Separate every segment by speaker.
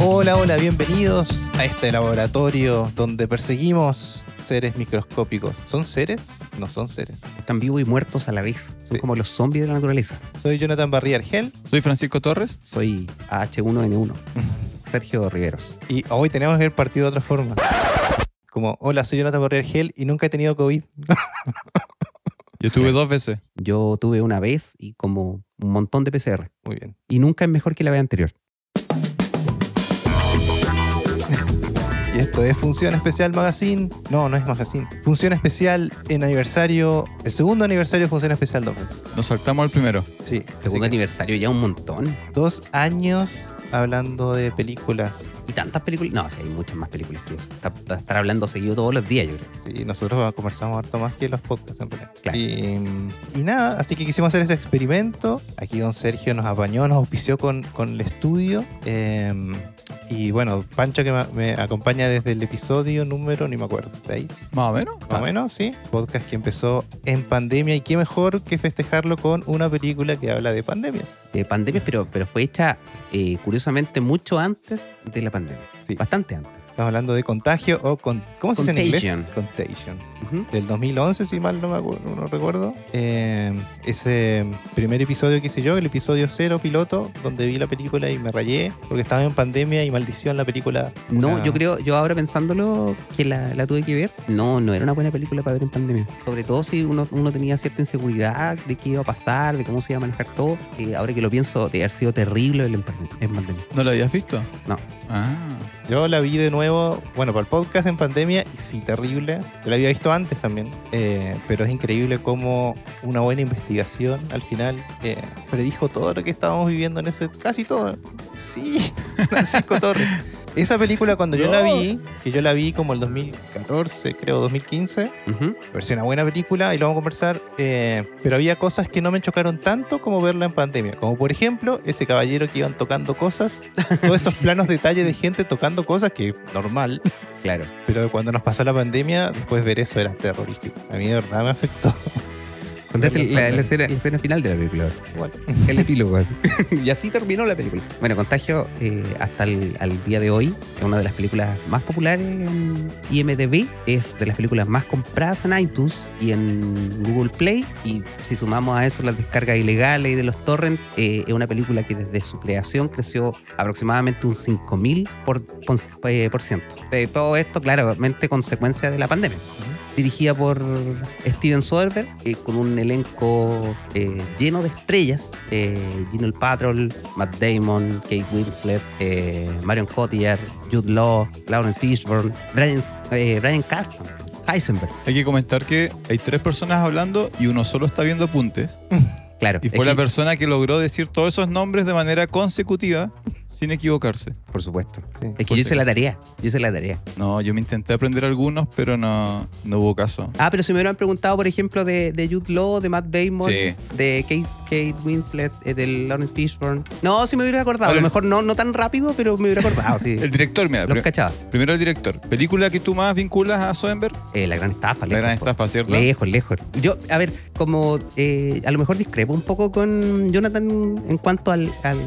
Speaker 1: Hola, hola, bienvenidos a este laboratorio donde perseguimos seres microscópicos. ¿Son seres? No son seres.
Speaker 2: Están vivos y muertos a la vez. Son
Speaker 1: Sí.
Speaker 2: como los zombies de la naturaleza.
Speaker 1: Soy Jonathan Barría Argel
Speaker 3: Soy Francisco Torres.
Speaker 2: Soy H1N1. Sergio Riveros.
Speaker 1: y hoy tenemos que ver partido de otra forma. Como, hola, soy Jonathan Barría Argel y nunca he tenido COVID.
Speaker 3: Yo estuve dos veces.
Speaker 2: Yo tuve una vez y como un montón de PCR.
Speaker 1: Muy bien.
Speaker 2: Y nunca es mejor que la vez anterior.
Speaker 1: Y esto es Función Especial Magazine. No, no es Magazine. Función Especial en aniversario. El segundo aniversario de Función Especial 2.
Speaker 3: Nos saltamos al primero.
Speaker 1: Sí. así
Speaker 2: Segundo
Speaker 1: que
Speaker 2: aniversario, ya un montón.
Speaker 1: Dos años hablando de películas.
Speaker 2: Y tantas películas. No, sí, hay muchas más películas que eso. Está- está- Estar hablando seguido todos los días, yo creo.
Speaker 1: Sí, nosotros conversamos harto más que los podcasts en realidad.
Speaker 2: Claro.
Speaker 1: Y, mm, y nada, así que quisimos hacer ese experimento. Aquí don Sergio nos apañó, nos auspició con, con el estudio. Eh, y bueno, Pancho que ma- me acompaña desde el episodio número, ni me acuerdo, 6.
Speaker 3: Más o menos.
Speaker 1: Más o menos, sí. Podcast que empezó en pandemia y qué mejor que festejarlo con una película que habla de pandemias.
Speaker 2: De pandemias, pero, pero fue hecha eh, curiosamente mucho antes de la pandemia.
Speaker 1: Sí.
Speaker 2: Bastante antes.
Speaker 1: Estamos hablando de contagio o con... ¿Cómo se dice en
Speaker 2: Contagion.
Speaker 1: inglés? Contagion.
Speaker 2: Ujú.
Speaker 1: del 2011, si mal no, me acu- no recuerdo. Eh, ese primer episodio que hice yo, el episodio cero piloto, donde vi la película y me rayé porque estaba en pandemia y maldición la película.
Speaker 2: No,
Speaker 1: Una-
Speaker 2: yo creo, yo ahora pensándolo, que la, la tuve que ver, no, no era una buena película para ver en pandemia. Sobre todo si uno, uno tenía cierta inseguridad de qué iba a pasar, de cómo se iba a manejar todo. Eh, ahora que lo pienso, de haber sido terrible el en pandem- en pandemia.
Speaker 3: ¿No lo habías visto?
Speaker 2: No.
Speaker 3: Ah.
Speaker 1: Yo la vi de nuevo, bueno, para el podcast en pandemia y sí, terrible. La había visto antes también, eh, pero es increíble cómo una buena investigación al final eh, predijo todo lo que estábamos viviendo en ese, casi todo. Sí, Francisco Torres. Esa película cuando yo la vi, que yo la vi como el 2014, creo, 2015,
Speaker 2: Ujú.
Speaker 1: pareció una buena película y lo vamos a conversar, eh, pero había cosas que no me chocaron tanto como verla en pandemia, como por ejemplo ese caballero que iban tocando cosas, todos esos planos detalles de gente tocando cosas que normal,
Speaker 2: Claro.
Speaker 1: pero cuando nos pasó la pandemia, después ver eso era terrorífico. A mí de verdad me afectó.
Speaker 2: Contaste
Speaker 1: Verlo en
Speaker 2: la, la
Speaker 1: pandemia.
Speaker 2: escena, la escena final de la película.
Speaker 1: Bueno,
Speaker 2: El epílogo. así. y así terminó la película. Bueno, Contagio, eh, hasta el al día de hoy, es una de las películas más populares en IMDb. Es de las películas más compradas en iTunes y en Google Play. Y si sumamos a eso las descargas ilegales y de los torrents, eh, es una película que desde su creación creció aproximadamente un 5.000 por, por, eh, por ciento. De todo esto, claramente, consecuencia de la pandemia dirigida por Steven Soderbergh, eh, con un elenco eh, lleno de estrellas. Eh, Gino El Patrol, Matt Damon, Kate Winslet, eh, Marion Cotillard, Jude Law, Lawrence Fishburne, Brian, eh, Brian Carson, Heisenberg.
Speaker 3: Hay que comentar que hay tres personas hablando y uno solo está viendo apuntes.
Speaker 2: Claro.
Speaker 3: Y fue la
Speaker 2: es que-
Speaker 3: persona que logró decir todos esos nombres de manera consecutiva sin equivocarse.
Speaker 2: Por supuesto.
Speaker 1: sí.
Speaker 2: Es que yo hice la tarea. Yo hice la tarea.
Speaker 3: No, yo me intenté aprender algunos, pero no, no hubo caso.
Speaker 2: Ah, pero si me hubieran preguntado, por ejemplo, de, de Jude Law, de Matt Damon,
Speaker 3: Sí.
Speaker 2: de Kate, Kate Winslet, eh, de Lawrence Fishburne. No, si me hubiera acordado. A lo
Speaker 3: Ahora-
Speaker 2: mejor no, no tan rápido, pero me hubiera acordado. Sí.
Speaker 3: El director, mira,
Speaker 2: Los
Speaker 3: pri-
Speaker 2: cachaba.
Speaker 3: primero el director. ¿Película que tú más vinculas a Soderbergh?
Speaker 2: Eh, la gran estafa,
Speaker 3: La
Speaker 2: lejos.
Speaker 3: gran
Speaker 2: po.
Speaker 3: estafa, ¿cierto?
Speaker 2: Lejos, lejos. Yo, a ver, como eh, a lo mejor discrepo un poco con Jonathan en cuanto al, al-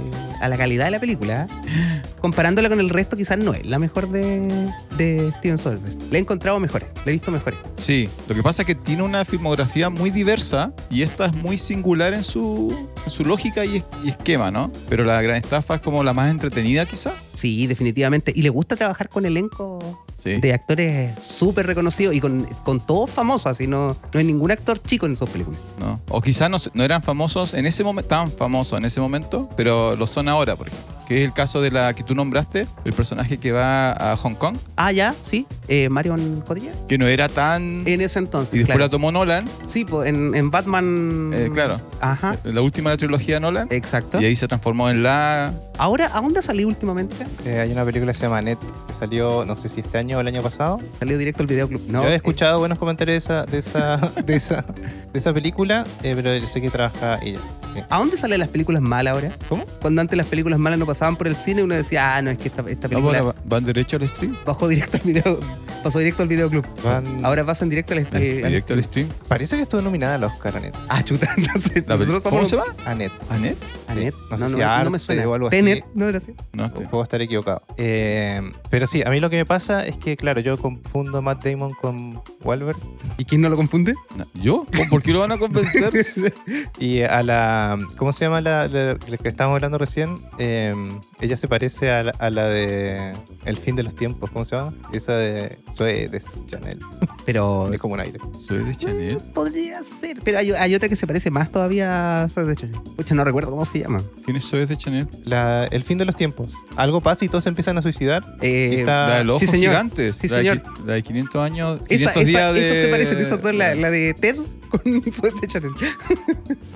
Speaker 2: a la calidad de la película. ¿eh? Comparándola con el resto, quizás no es la mejor de, de Steven Soderbergh. La he encontrado mejores, la he visto mejores.
Speaker 3: Sí, lo que pasa es que tiene una filmografía muy diversa y esta es muy singular en su, en su lógica y, es- y esquema, ¿no? Pero la gran estafa es como la más entretenida quizá.
Speaker 2: Sí, definitivamente. Y le gusta trabajar con elenco
Speaker 3: Sí.
Speaker 2: de actores súper reconocidos y con, con todos famosos, así no, no hay ningún actor chico en sus películas.
Speaker 3: ¿no? O quizá no, se- no eran famosos en ese momento, tan famosos en ese momento, pero lo son ahora, por ejemplo. Que es el caso de la que tú nombraste, el personaje que va a Hong Kong,
Speaker 2: Ah, ya, sí. eh, Marion Cotillard.
Speaker 3: que no era tan...
Speaker 2: En ese entonces.
Speaker 3: Mm. y después
Speaker 2: Eh, claro. Mm.
Speaker 3: la tomó Nolan,
Speaker 2: Sí, pues, en, en Batman.
Speaker 3: eh, claro,
Speaker 2: Ajá.
Speaker 3: la última de la trilogía de Nolan,
Speaker 2: Exacto.
Speaker 3: y ahí se transformó en la...
Speaker 2: Ahora, ¿a dónde salió últimamente?
Speaker 1: Eh, hay una película que se llama Net, que salió no sé si este año o el año pasado.
Speaker 2: Salió directo al videoclub. No,
Speaker 1: Yo
Speaker 2: eh,
Speaker 1: había escuchado buenos comentarios de esa, de esa, de esa, de esa película, eh, pero yo sé que trabaja ella. sí.
Speaker 2: ¿A dónde salen las películas malas ahora?
Speaker 1: ¿Cómo?
Speaker 2: Cuando antes las películas malas no pasaban por el cine, uno decía, ah, no, es que esta, esta
Speaker 3: Ah,
Speaker 2: película
Speaker 3: bueno, ¿Van derecho al stream?
Speaker 2: bajó directo al video. Pasó directo al videoclub.
Speaker 1: Van-
Speaker 2: Ahora pasan directo al. eh,
Speaker 3: Directo al stream.
Speaker 1: Parece que estuvo nominada al Oscar, Anet.
Speaker 2: Ah, chuta, entonces.
Speaker 3: La peli-
Speaker 2: nosotros
Speaker 3: ¿Cómo
Speaker 2: somos-
Speaker 3: se llama?
Speaker 1: Anet.
Speaker 3: ¿Anet?
Speaker 2: Anet,
Speaker 1: No
Speaker 2: no,
Speaker 1: sé
Speaker 2: no,
Speaker 1: si
Speaker 2: me- no
Speaker 1: arte
Speaker 2: me suena.
Speaker 1: o algo así.
Speaker 2: Tenet, no era así.
Speaker 3: No,
Speaker 1: O
Speaker 3: este.
Speaker 1: Puedo estar equivocado. Eh, pero sí, a mí lo que me pasa es que, claro, yo confundo a Matt Damon con Wahlberg.
Speaker 2: ¿Y quién no lo confunde?
Speaker 3: No, ¿Yo? ¿Por- ¿Por qué lo van a convencer?
Speaker 1: Y a la. ¿Cómo se llama la, la- la que estábamos hablando recién? Eh, ella se parece a la, a la de El fin de los tiempos. ¿Cómo se llama? Esa de. Soy de Chanel.
Speaker 2: Pero Mm,
Speaker 1: Es como un aire.
Speaker 3: Soy de Chanel.
Speaker 2: podría ser. Pero hay, hay otra que se parece más todavía a Soda de hecho. Pucha, no recuerdo cómo se llama.
Speaker 3: ¿Quién es Soy de Chanel?
Speaker 1: La- el fin de los tiempos. Algo pasa y todos se empiezan a suicidar.
Speaker 2: Eh,
Speaker 1: Está-
Speaker 3: La de los
Speaker 2: sí,
Speaker 3: ojos
Speaker 2: señor.
Speaker 3: gigantes.
Speaker 2: Sí,
Speaker 3: la de
Speaker 2: señor.
Speaker 3: qui- La de 500 años. 500
Speaker 2: esa,
Speaker 3: días
Speaker 2: esa,
Speaker 3: de... Ah.
Speaker 2: esas se parecen, esas dos, la, la de Ted con Soda de Chanel.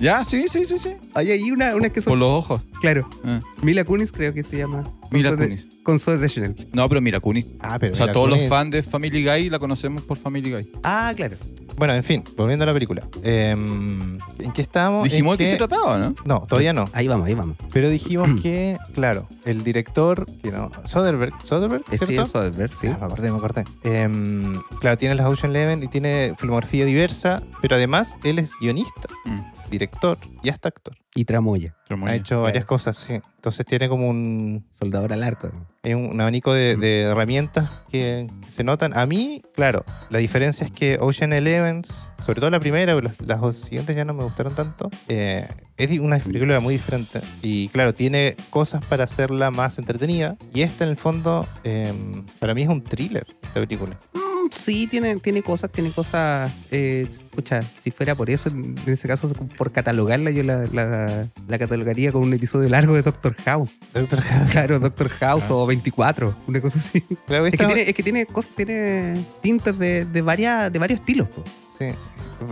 Speaker 3: Ya, sí, sí, sí, sí.
Speaker 2: Hay ahí una, una que
Speaker 3: Por
Speaker 2: son.
Speaker 3: los ojos.
Speaker 2: Claro.
Speaker 3: Ah.
Speaker 2: Mila Kunis creo que se llama. Con
Speaker 3: Mila
Speaker 2: Soda de-
Speaker 3: Kunis.
Speaker 2: Con Soda de Chanel.
Speaker 3: No, pero mira, Kunis.
Speaker 1: Ah, pero.
Speaker 3: O sea,
Speaker 1: mira,
Speaker 3: todos
Speaker 1: con
Speaker 3: los
Speaker 1: él.
Speaker 3: fans de Family Guy la conocemos por Family Guy.
Speaker 2: Ah, claro.
Speaker 1: Bueno, en fin, volviendo a la película. Eh, ¿En qué estábamos?
Speaker 3: Dijimos
Speaker 1: En
Speaker 3: que se trataba, ¿no?
Speaker 1: No, todavía no.
Speaker 2: Ahí vamos, ahí vamos.
Speaker 1: Pero dijimos que, claro, el director, que no, Soderbergh, Soderbergh, ¿cierto?
Speaker 2: Steven Soderbergh, Este sí.
Speaker 1: Ah, me acordé, me acordé. Em, claro, tiene las Ocean Eleven y tiene filmografía diversa, pero además él es guionista,
Speaker 3: Mm.
Speaker 1: director y hasta actor.
Speaker 2: Y Tramoya,
Speaker 1: ha hecho varias cosas, sí. Entonces tiene como un,
Speaker 2: soldador al arco.
Speaker 1: hay un, un abanico
Speaker 2: Mm.
Speaker 1: de, de herramientas que se notan. A mí, claro, la diferencia es que Ocean Elevens, sobre todo la primera, pero las, las dos siguientes ya no me gustaron tanto, eh, es di- una película muy diferente. Y claro, tiene cosas para hacerla más entretenida. Y esta, en el fondo, eh, para mí es un thriller, esta película.
Speaker 2: Mm, Sí, tiene, tiene cosas, tiene cosas. eh, escucha, si fuera por eso, en en ese caso, por catalogarla, yo la, la- la catalogaría con un episodio largo de Doctor House.
Speaker 1: Doctor
Speaker 2: Claro, Doctor House
Speaker 3: Ah.
Speaker 2: o 24, una cosa así.
Speaker 1: Claro,
Speaker 2: Es que
Speaker 1: esta-
Speaker 2: tiene, es que tiene cosas, tiene tintas de, de, varias, de varios estilos. po.
Speaker 1: Sí.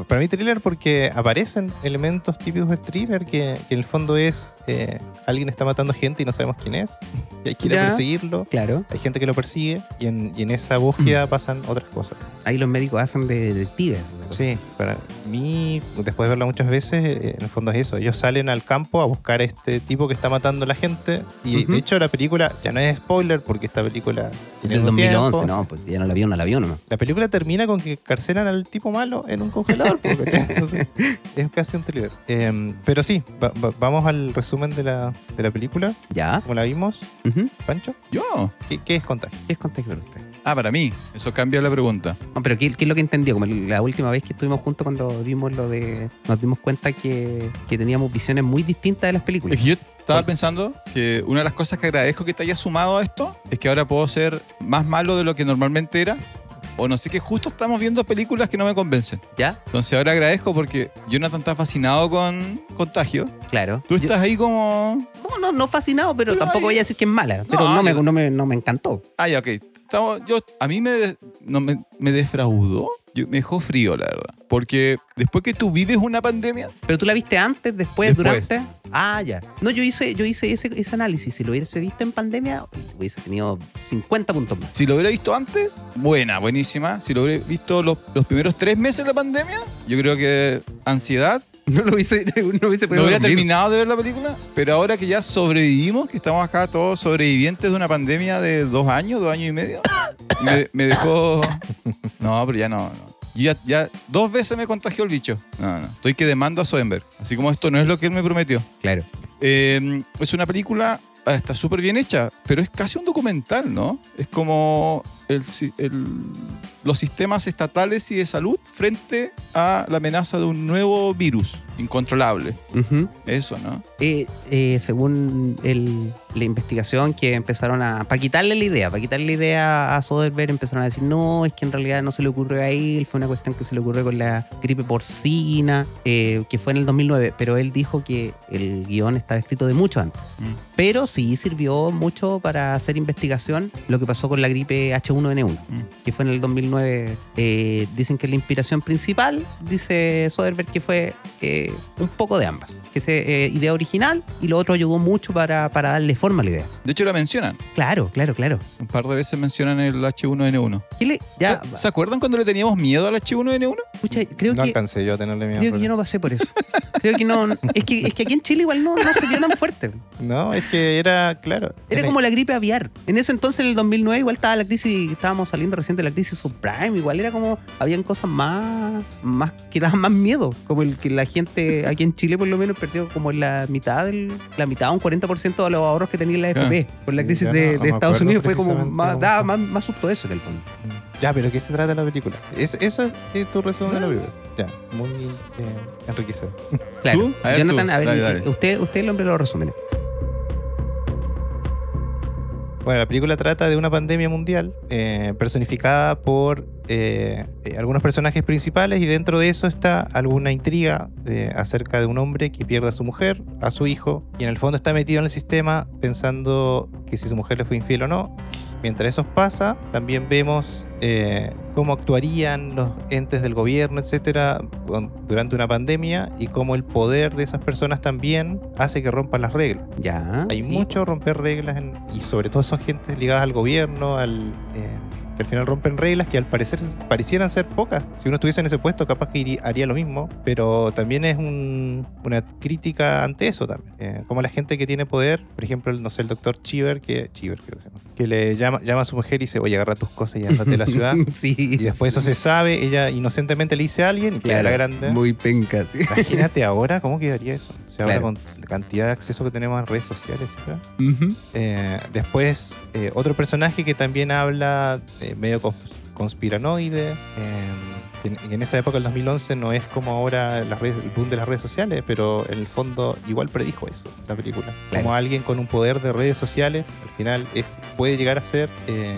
Speaker 1: Para mí thriller porque aparecen elementos típicos de thriller que, que en el fondo es eh, alguien está matando gente y no sabemos quién es y hay que ir a
Speaker 2: Ya.
Speaker 1: perseguirlo
Speaker 2: Claro.
Speaker 1: hay gente que lo persigue y en, y en esa
Speaker 2: Mm.
Speaker 1: búsqueda pasan otras cosas.
Speaker 2: Ahí los médicos hacen de detectives.
Speaker 1: Sí, para mí, después de verla muchas veces, eh, en el fondo es eso. Ellos salen al campo a buscar a este tipo que está matando a la gente. Y
Speaker 2: Ujú.
Speaker 1: de hecho, la película, ya no es spoiler porque esta película. tiene
Speaker 2: Del
Speaker 1: algún
Speaker 2: 2011,
Speaker 1: tiempo.
Speaker 2: no, pues ya no la vio, no la vio nomás.
Speaker 1: La película termina con que carcelan al tipo malo en un congelador. po, ¿cachai? Entonces, es casi un thriller. Em, pero sí, va- va- vamos al resumen de la, de la película,
Speaker 2: Ya.
Speaker 1: como la vimos,
Speaker 2: Ujú.
Speaker 1: Pancho.
Speaker 3: Yo.
Speaker 1: ¿Qué, qué es contagio?
Speaker 2: ¿Qué es contexto para usted?
Speaker 3: Ah, para mí. Eso cambia la pregunta.
Speaker 2: No, pero ¿qué, qué es lo que entendió? Como la última vez que estuvimos juntos cuando vimos lo de... Nos dimos cuenta que, que teníamos visiones muy distintas de las
Speaker 3: Es
Speaker 2: películas.
Speaker 3: que yo estaba
Speaker 2: ¿Cuál?
Speaker 3: pensando que una de las cosas que agradezco que te hayas sumado a esto es que ahora puedo ser más malo de lo que normalmente era. O no sé que justo estamos viendo películas que no me convencen.
Speaker 2: ¿Ya?
Speaker 3: Entonces ahora agradezco porque Jonathan está fascinado con Contagio.
Speaker 2: Claro.
Speaker 3: Tú
Speaker 2: Yo-
Speaker 3: estás ahí como...
Speaker 2: no, no, no fascinado, pero,
Speaker 3: Pero
Speaker 2: tampoco
Speaker 3: ahí-
Speaker 2: voy a decir que es mala. Pero
Speaker 3: No,
Speaker 2: no, me,
Speaker 3: yo-
Speaker 2: no, me, no me encantó.
Speaker 3: Ah, ya, ok. Estamos- yo, a mí me, de- no, me, me defraudó. Yo- me dejó frío, la verdad. Porque después que tú vives una pandemia,
Speaker 2: ¿Pero tú la viste antes, después,
Speaker 3: Después.
Speaker 2: durante? Ah, ya. No, yo hice, yo hice ese, ese análisis. Si lo hubiese visto en pandemia, hubiese tenido 50 puntos más.
Speaker 3: si lo hubiera visto antes, buena, buenísima. Si lo hubiera visto los, los primeros tres meses de la pandemia, yo creo que ansiedad.
Speaker 2: No lo hubiese, no hubiese
Speaker 3: No
Speaker 2: podido
Speaker 3: hubiera
Speaker 2: dormir.
Speaker 3: terminado de ver la película, pero ahora que ya sobrevivimos, que estamos acá todos sobrevivientes de una pandemia de dos años, dos años y medio, me, me dejó... No, pero ya no. no. Yo ya, ya dos veces me contagió el bicho. No, no. Estoy que demando a Soderbergh. Así como esto no es lo que él me prometió.
Speaker 2: Claro.
Speaker 3: Eh, es una película, ah, está súper bien hecha, pero es casi un documental, ¿no? Es como el si- el- los sistemas estatales y de salud frente a la amenaza de un nuevo virus incontrolable.
Speaker 2: Ujú.
Speaker 3: Eso, ¿no?
Speaker 2: Eh, eh, según el- la investigación que empezaron a... Para quitarle la idea, para quitarle la idea a Soderbergh empezaron a decir, no, es que en realidad no se le ocurrió a él, fue una cuestión que se le ocurrió con la gripe porcina, eh, que fue en el 2009, pero él dijo que el guión estaba escrito de mucho antes.
Speaker 3: Mm.
Speaker 2: Pero sí sirvió mucho para hacer investigación lo que pasó con la gripe H1N1,
Speaker 3: Mm.
Speaker 2: que fue en el 2019. Eh, dicen que la inspiración principal, dice Soderbergh, que fue eh, un poco de ambas. Que se eh, idea original y lo otro ayudó mucho para, para darle forma a la idea.
Speaker 3: De hecho, la mencionan.
Speaker 2: Claro, claro, claro.
Speaker 3: Un par de veces mencionan el H1N1.
Speaker 2: ¿Qué le- ya,
Speaker 3: ¿Se- ¿Se acuerdan cuando le teníamos miedo al H1N1?
Speaker 2: pucha, creo
Speaker 1: Oh, no
Speaker 2: que
Speaker 1: alcancé yo a tenerle miedo.
Speaker 2: Creo
Speaker 1: pero-
Speaker 2: que yo no pasé por eso. Creo que no. Es que, es que aquí en Chile igual no, no se vio tan fuerte.
Speaker 1: No, es que era, claro.
Speaker 2: Era como la gripe aviar. En ese entonces, en el 2009, igual estaba la crisis, estábamos saliendo recién de la crisis subprime. Igual era como, habían cosas más, más que daban más miedo. Como el que la gente aquí en Chile, por lo menos, perdió como la mitad, del, la mitad, un 40% de los ahorros que tenía en la FP. Por la
Speaker 1: Sí,
Speaker 2: crisis
Speaker 1: ya
Speaker 2: de,
Speaker 1: no- no
Speaker 2: de
Speaker 1: me
Speaker 2: Estados
Speaker 1: acuerdo
Speaker 2: Unidos fue como,
Speaker 1: precisamente
Speaker 2: más,
Speaker 1: cómo
Speaker 2: daba
Speaker 1: fue.
Speaker 2: más, más susto eso en el fondo.
Speaker 1: Ya, pero ¿de qué se trata la película? Es, eso es tu resumen de
Speaker 2: Ah.
Speaker 1: la película. Ya, muy eh, enriquecedor.
Speaker 2: Claro.
Speaker 3: ¿Tú? A ver,
Speaker 2: Jonathan,
Speaker 3: tú.
Speaker 2: a ver, eh,
Speaker 3: Dale, dale.
Speaker 2: Usted, usted el hombre lo resume.
Speaker 1: Bueno, la película trata de una pandemia mundial eh, personificada por eh, eh, algunos personajes principales y dentro de eso está alguna intriga eh, acerca de un hombre que pierde a su mujer, a su hijo y en el fondo está metido en el sistema pensando que si su mujer le fue infiel o no. Mientras eso pasa, también vemos eh, cómo actuarían los entes del gobierno, etcétera, con- durante una pandemia y cómo el poder de esas personas también hace que rompan las reglas.
Speaker 2: Ya.
Speaker 1: Hay
Speaker 2: Pues sí.
Speaker 1: mucho romper reglas en- y sobre todo son gentes ligadas al gobierno, al, eh, que al final rompen reglas que al parecer parecieran ser pocas. Si uno estuviese en ese puesto, capaz que iría- haría lo mismo, pero también es un- una crítica ante eso también. Eh, como la gente que tiene poder, por ejemplo, el- no sé, el doctor Chiver, que, Chiver creo que se llama, que le llama, llama a su mujer y dice, oye, agarra tus cosas y andate de la ciudad.
Speaker 2: sí.
Speaker 1: Y después eso se sabe, ella inocentemente le dice a alguien y queda la grande.
Speaker 2: Muy penca, sí.
Speaker 1: Imagínate ahora cómo quedaría eso. O sea, ahora
Speaker 2: Claro.
Speaker 1: con la cantidad de acceso que tenemos a redes sociales. ¿sí? Eh, después, eh, otro personaje que también habla eh, medio cons- conspiranoide. eh, en, en esa época, el 2011, no es como ahora las redes- el boom de las redes sociales, pero en el fondo igual predijo eso, la película.
Speaker 2: Claro.
Speaker 1: Como alguien con un poder de redes sociales, al final es, puede llegar a ser eh,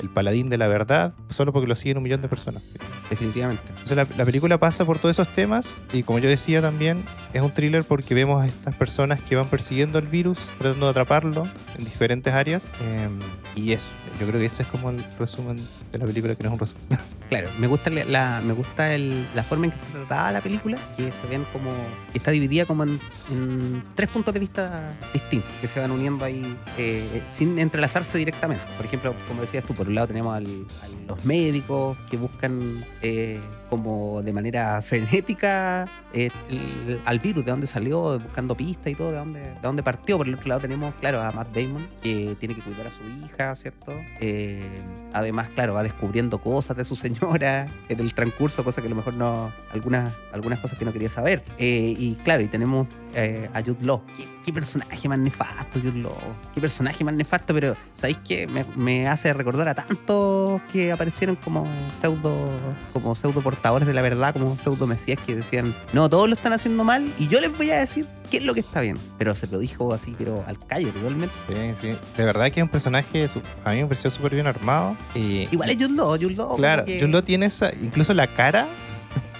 Speaker 1: el paladín de la verdad, solo porque lo siguen un millón de personas.
Speaker 2: Definitivamente.
Speaker 1: Entonces la, la película pasa por todos esos temas y como yo decía también, es un thriller porque vemos a estas personas que van persiguiendo el virus, tratando de atraparlo en diferentes áreas. eh, y eso, yo creo que ese es como el resumen de la película, que no es un resumen.
Speaker 2: Claro, me gusta, la- la, me gusta el- la forma en que está tratada la película, que se ven como. que está dividida como en, en tres puntos de vista distintos, que se van uniendo ahí eh, sin entrelazarse directamente. Por ejemplo, como decías tú, por un lado tenemos al- a los médicos que buscan eh, como de manera frenética eh, el- al virus, de dónde salió, buscando pistas y todo, de dónde, de dónde partió. Por el otro lado tenemos, claro, a Matt Damon, que tiene que cuidar a su hija, ¿cierto? Eh, además, claro, va descubriendo cosas de su señora en el transcurso, cosas que a lo mejor no, algunas, algunas cosas que no quería saber. Eh, y claro, y tenemos eh, a Jude Law. ¿Qué, qué personaje más nefasto, Jude Law. Qué personaje más nefasto, pero ¿sabéis qué? Me, me hace recordar a tantos que aparecieron como pseudo, como pseudo portadores de la verdad, como pseudo mesías que decían, no, todos lo están haciendo mal y yo les voy a decir qué es lo que está bien. Pero se lo dijo así, pero al callo, totalmente.
Speaker 1: Sí, sí. De verdad que es un personaje, su- a mí me pareció súper bien armado. Y,
Speaker 2: Igual es Jude Law, Jude Law. como
Speaker 1: Claro,
Speaker 2: que-
Speaker 1: Jude Law tiene esa, incluso la cara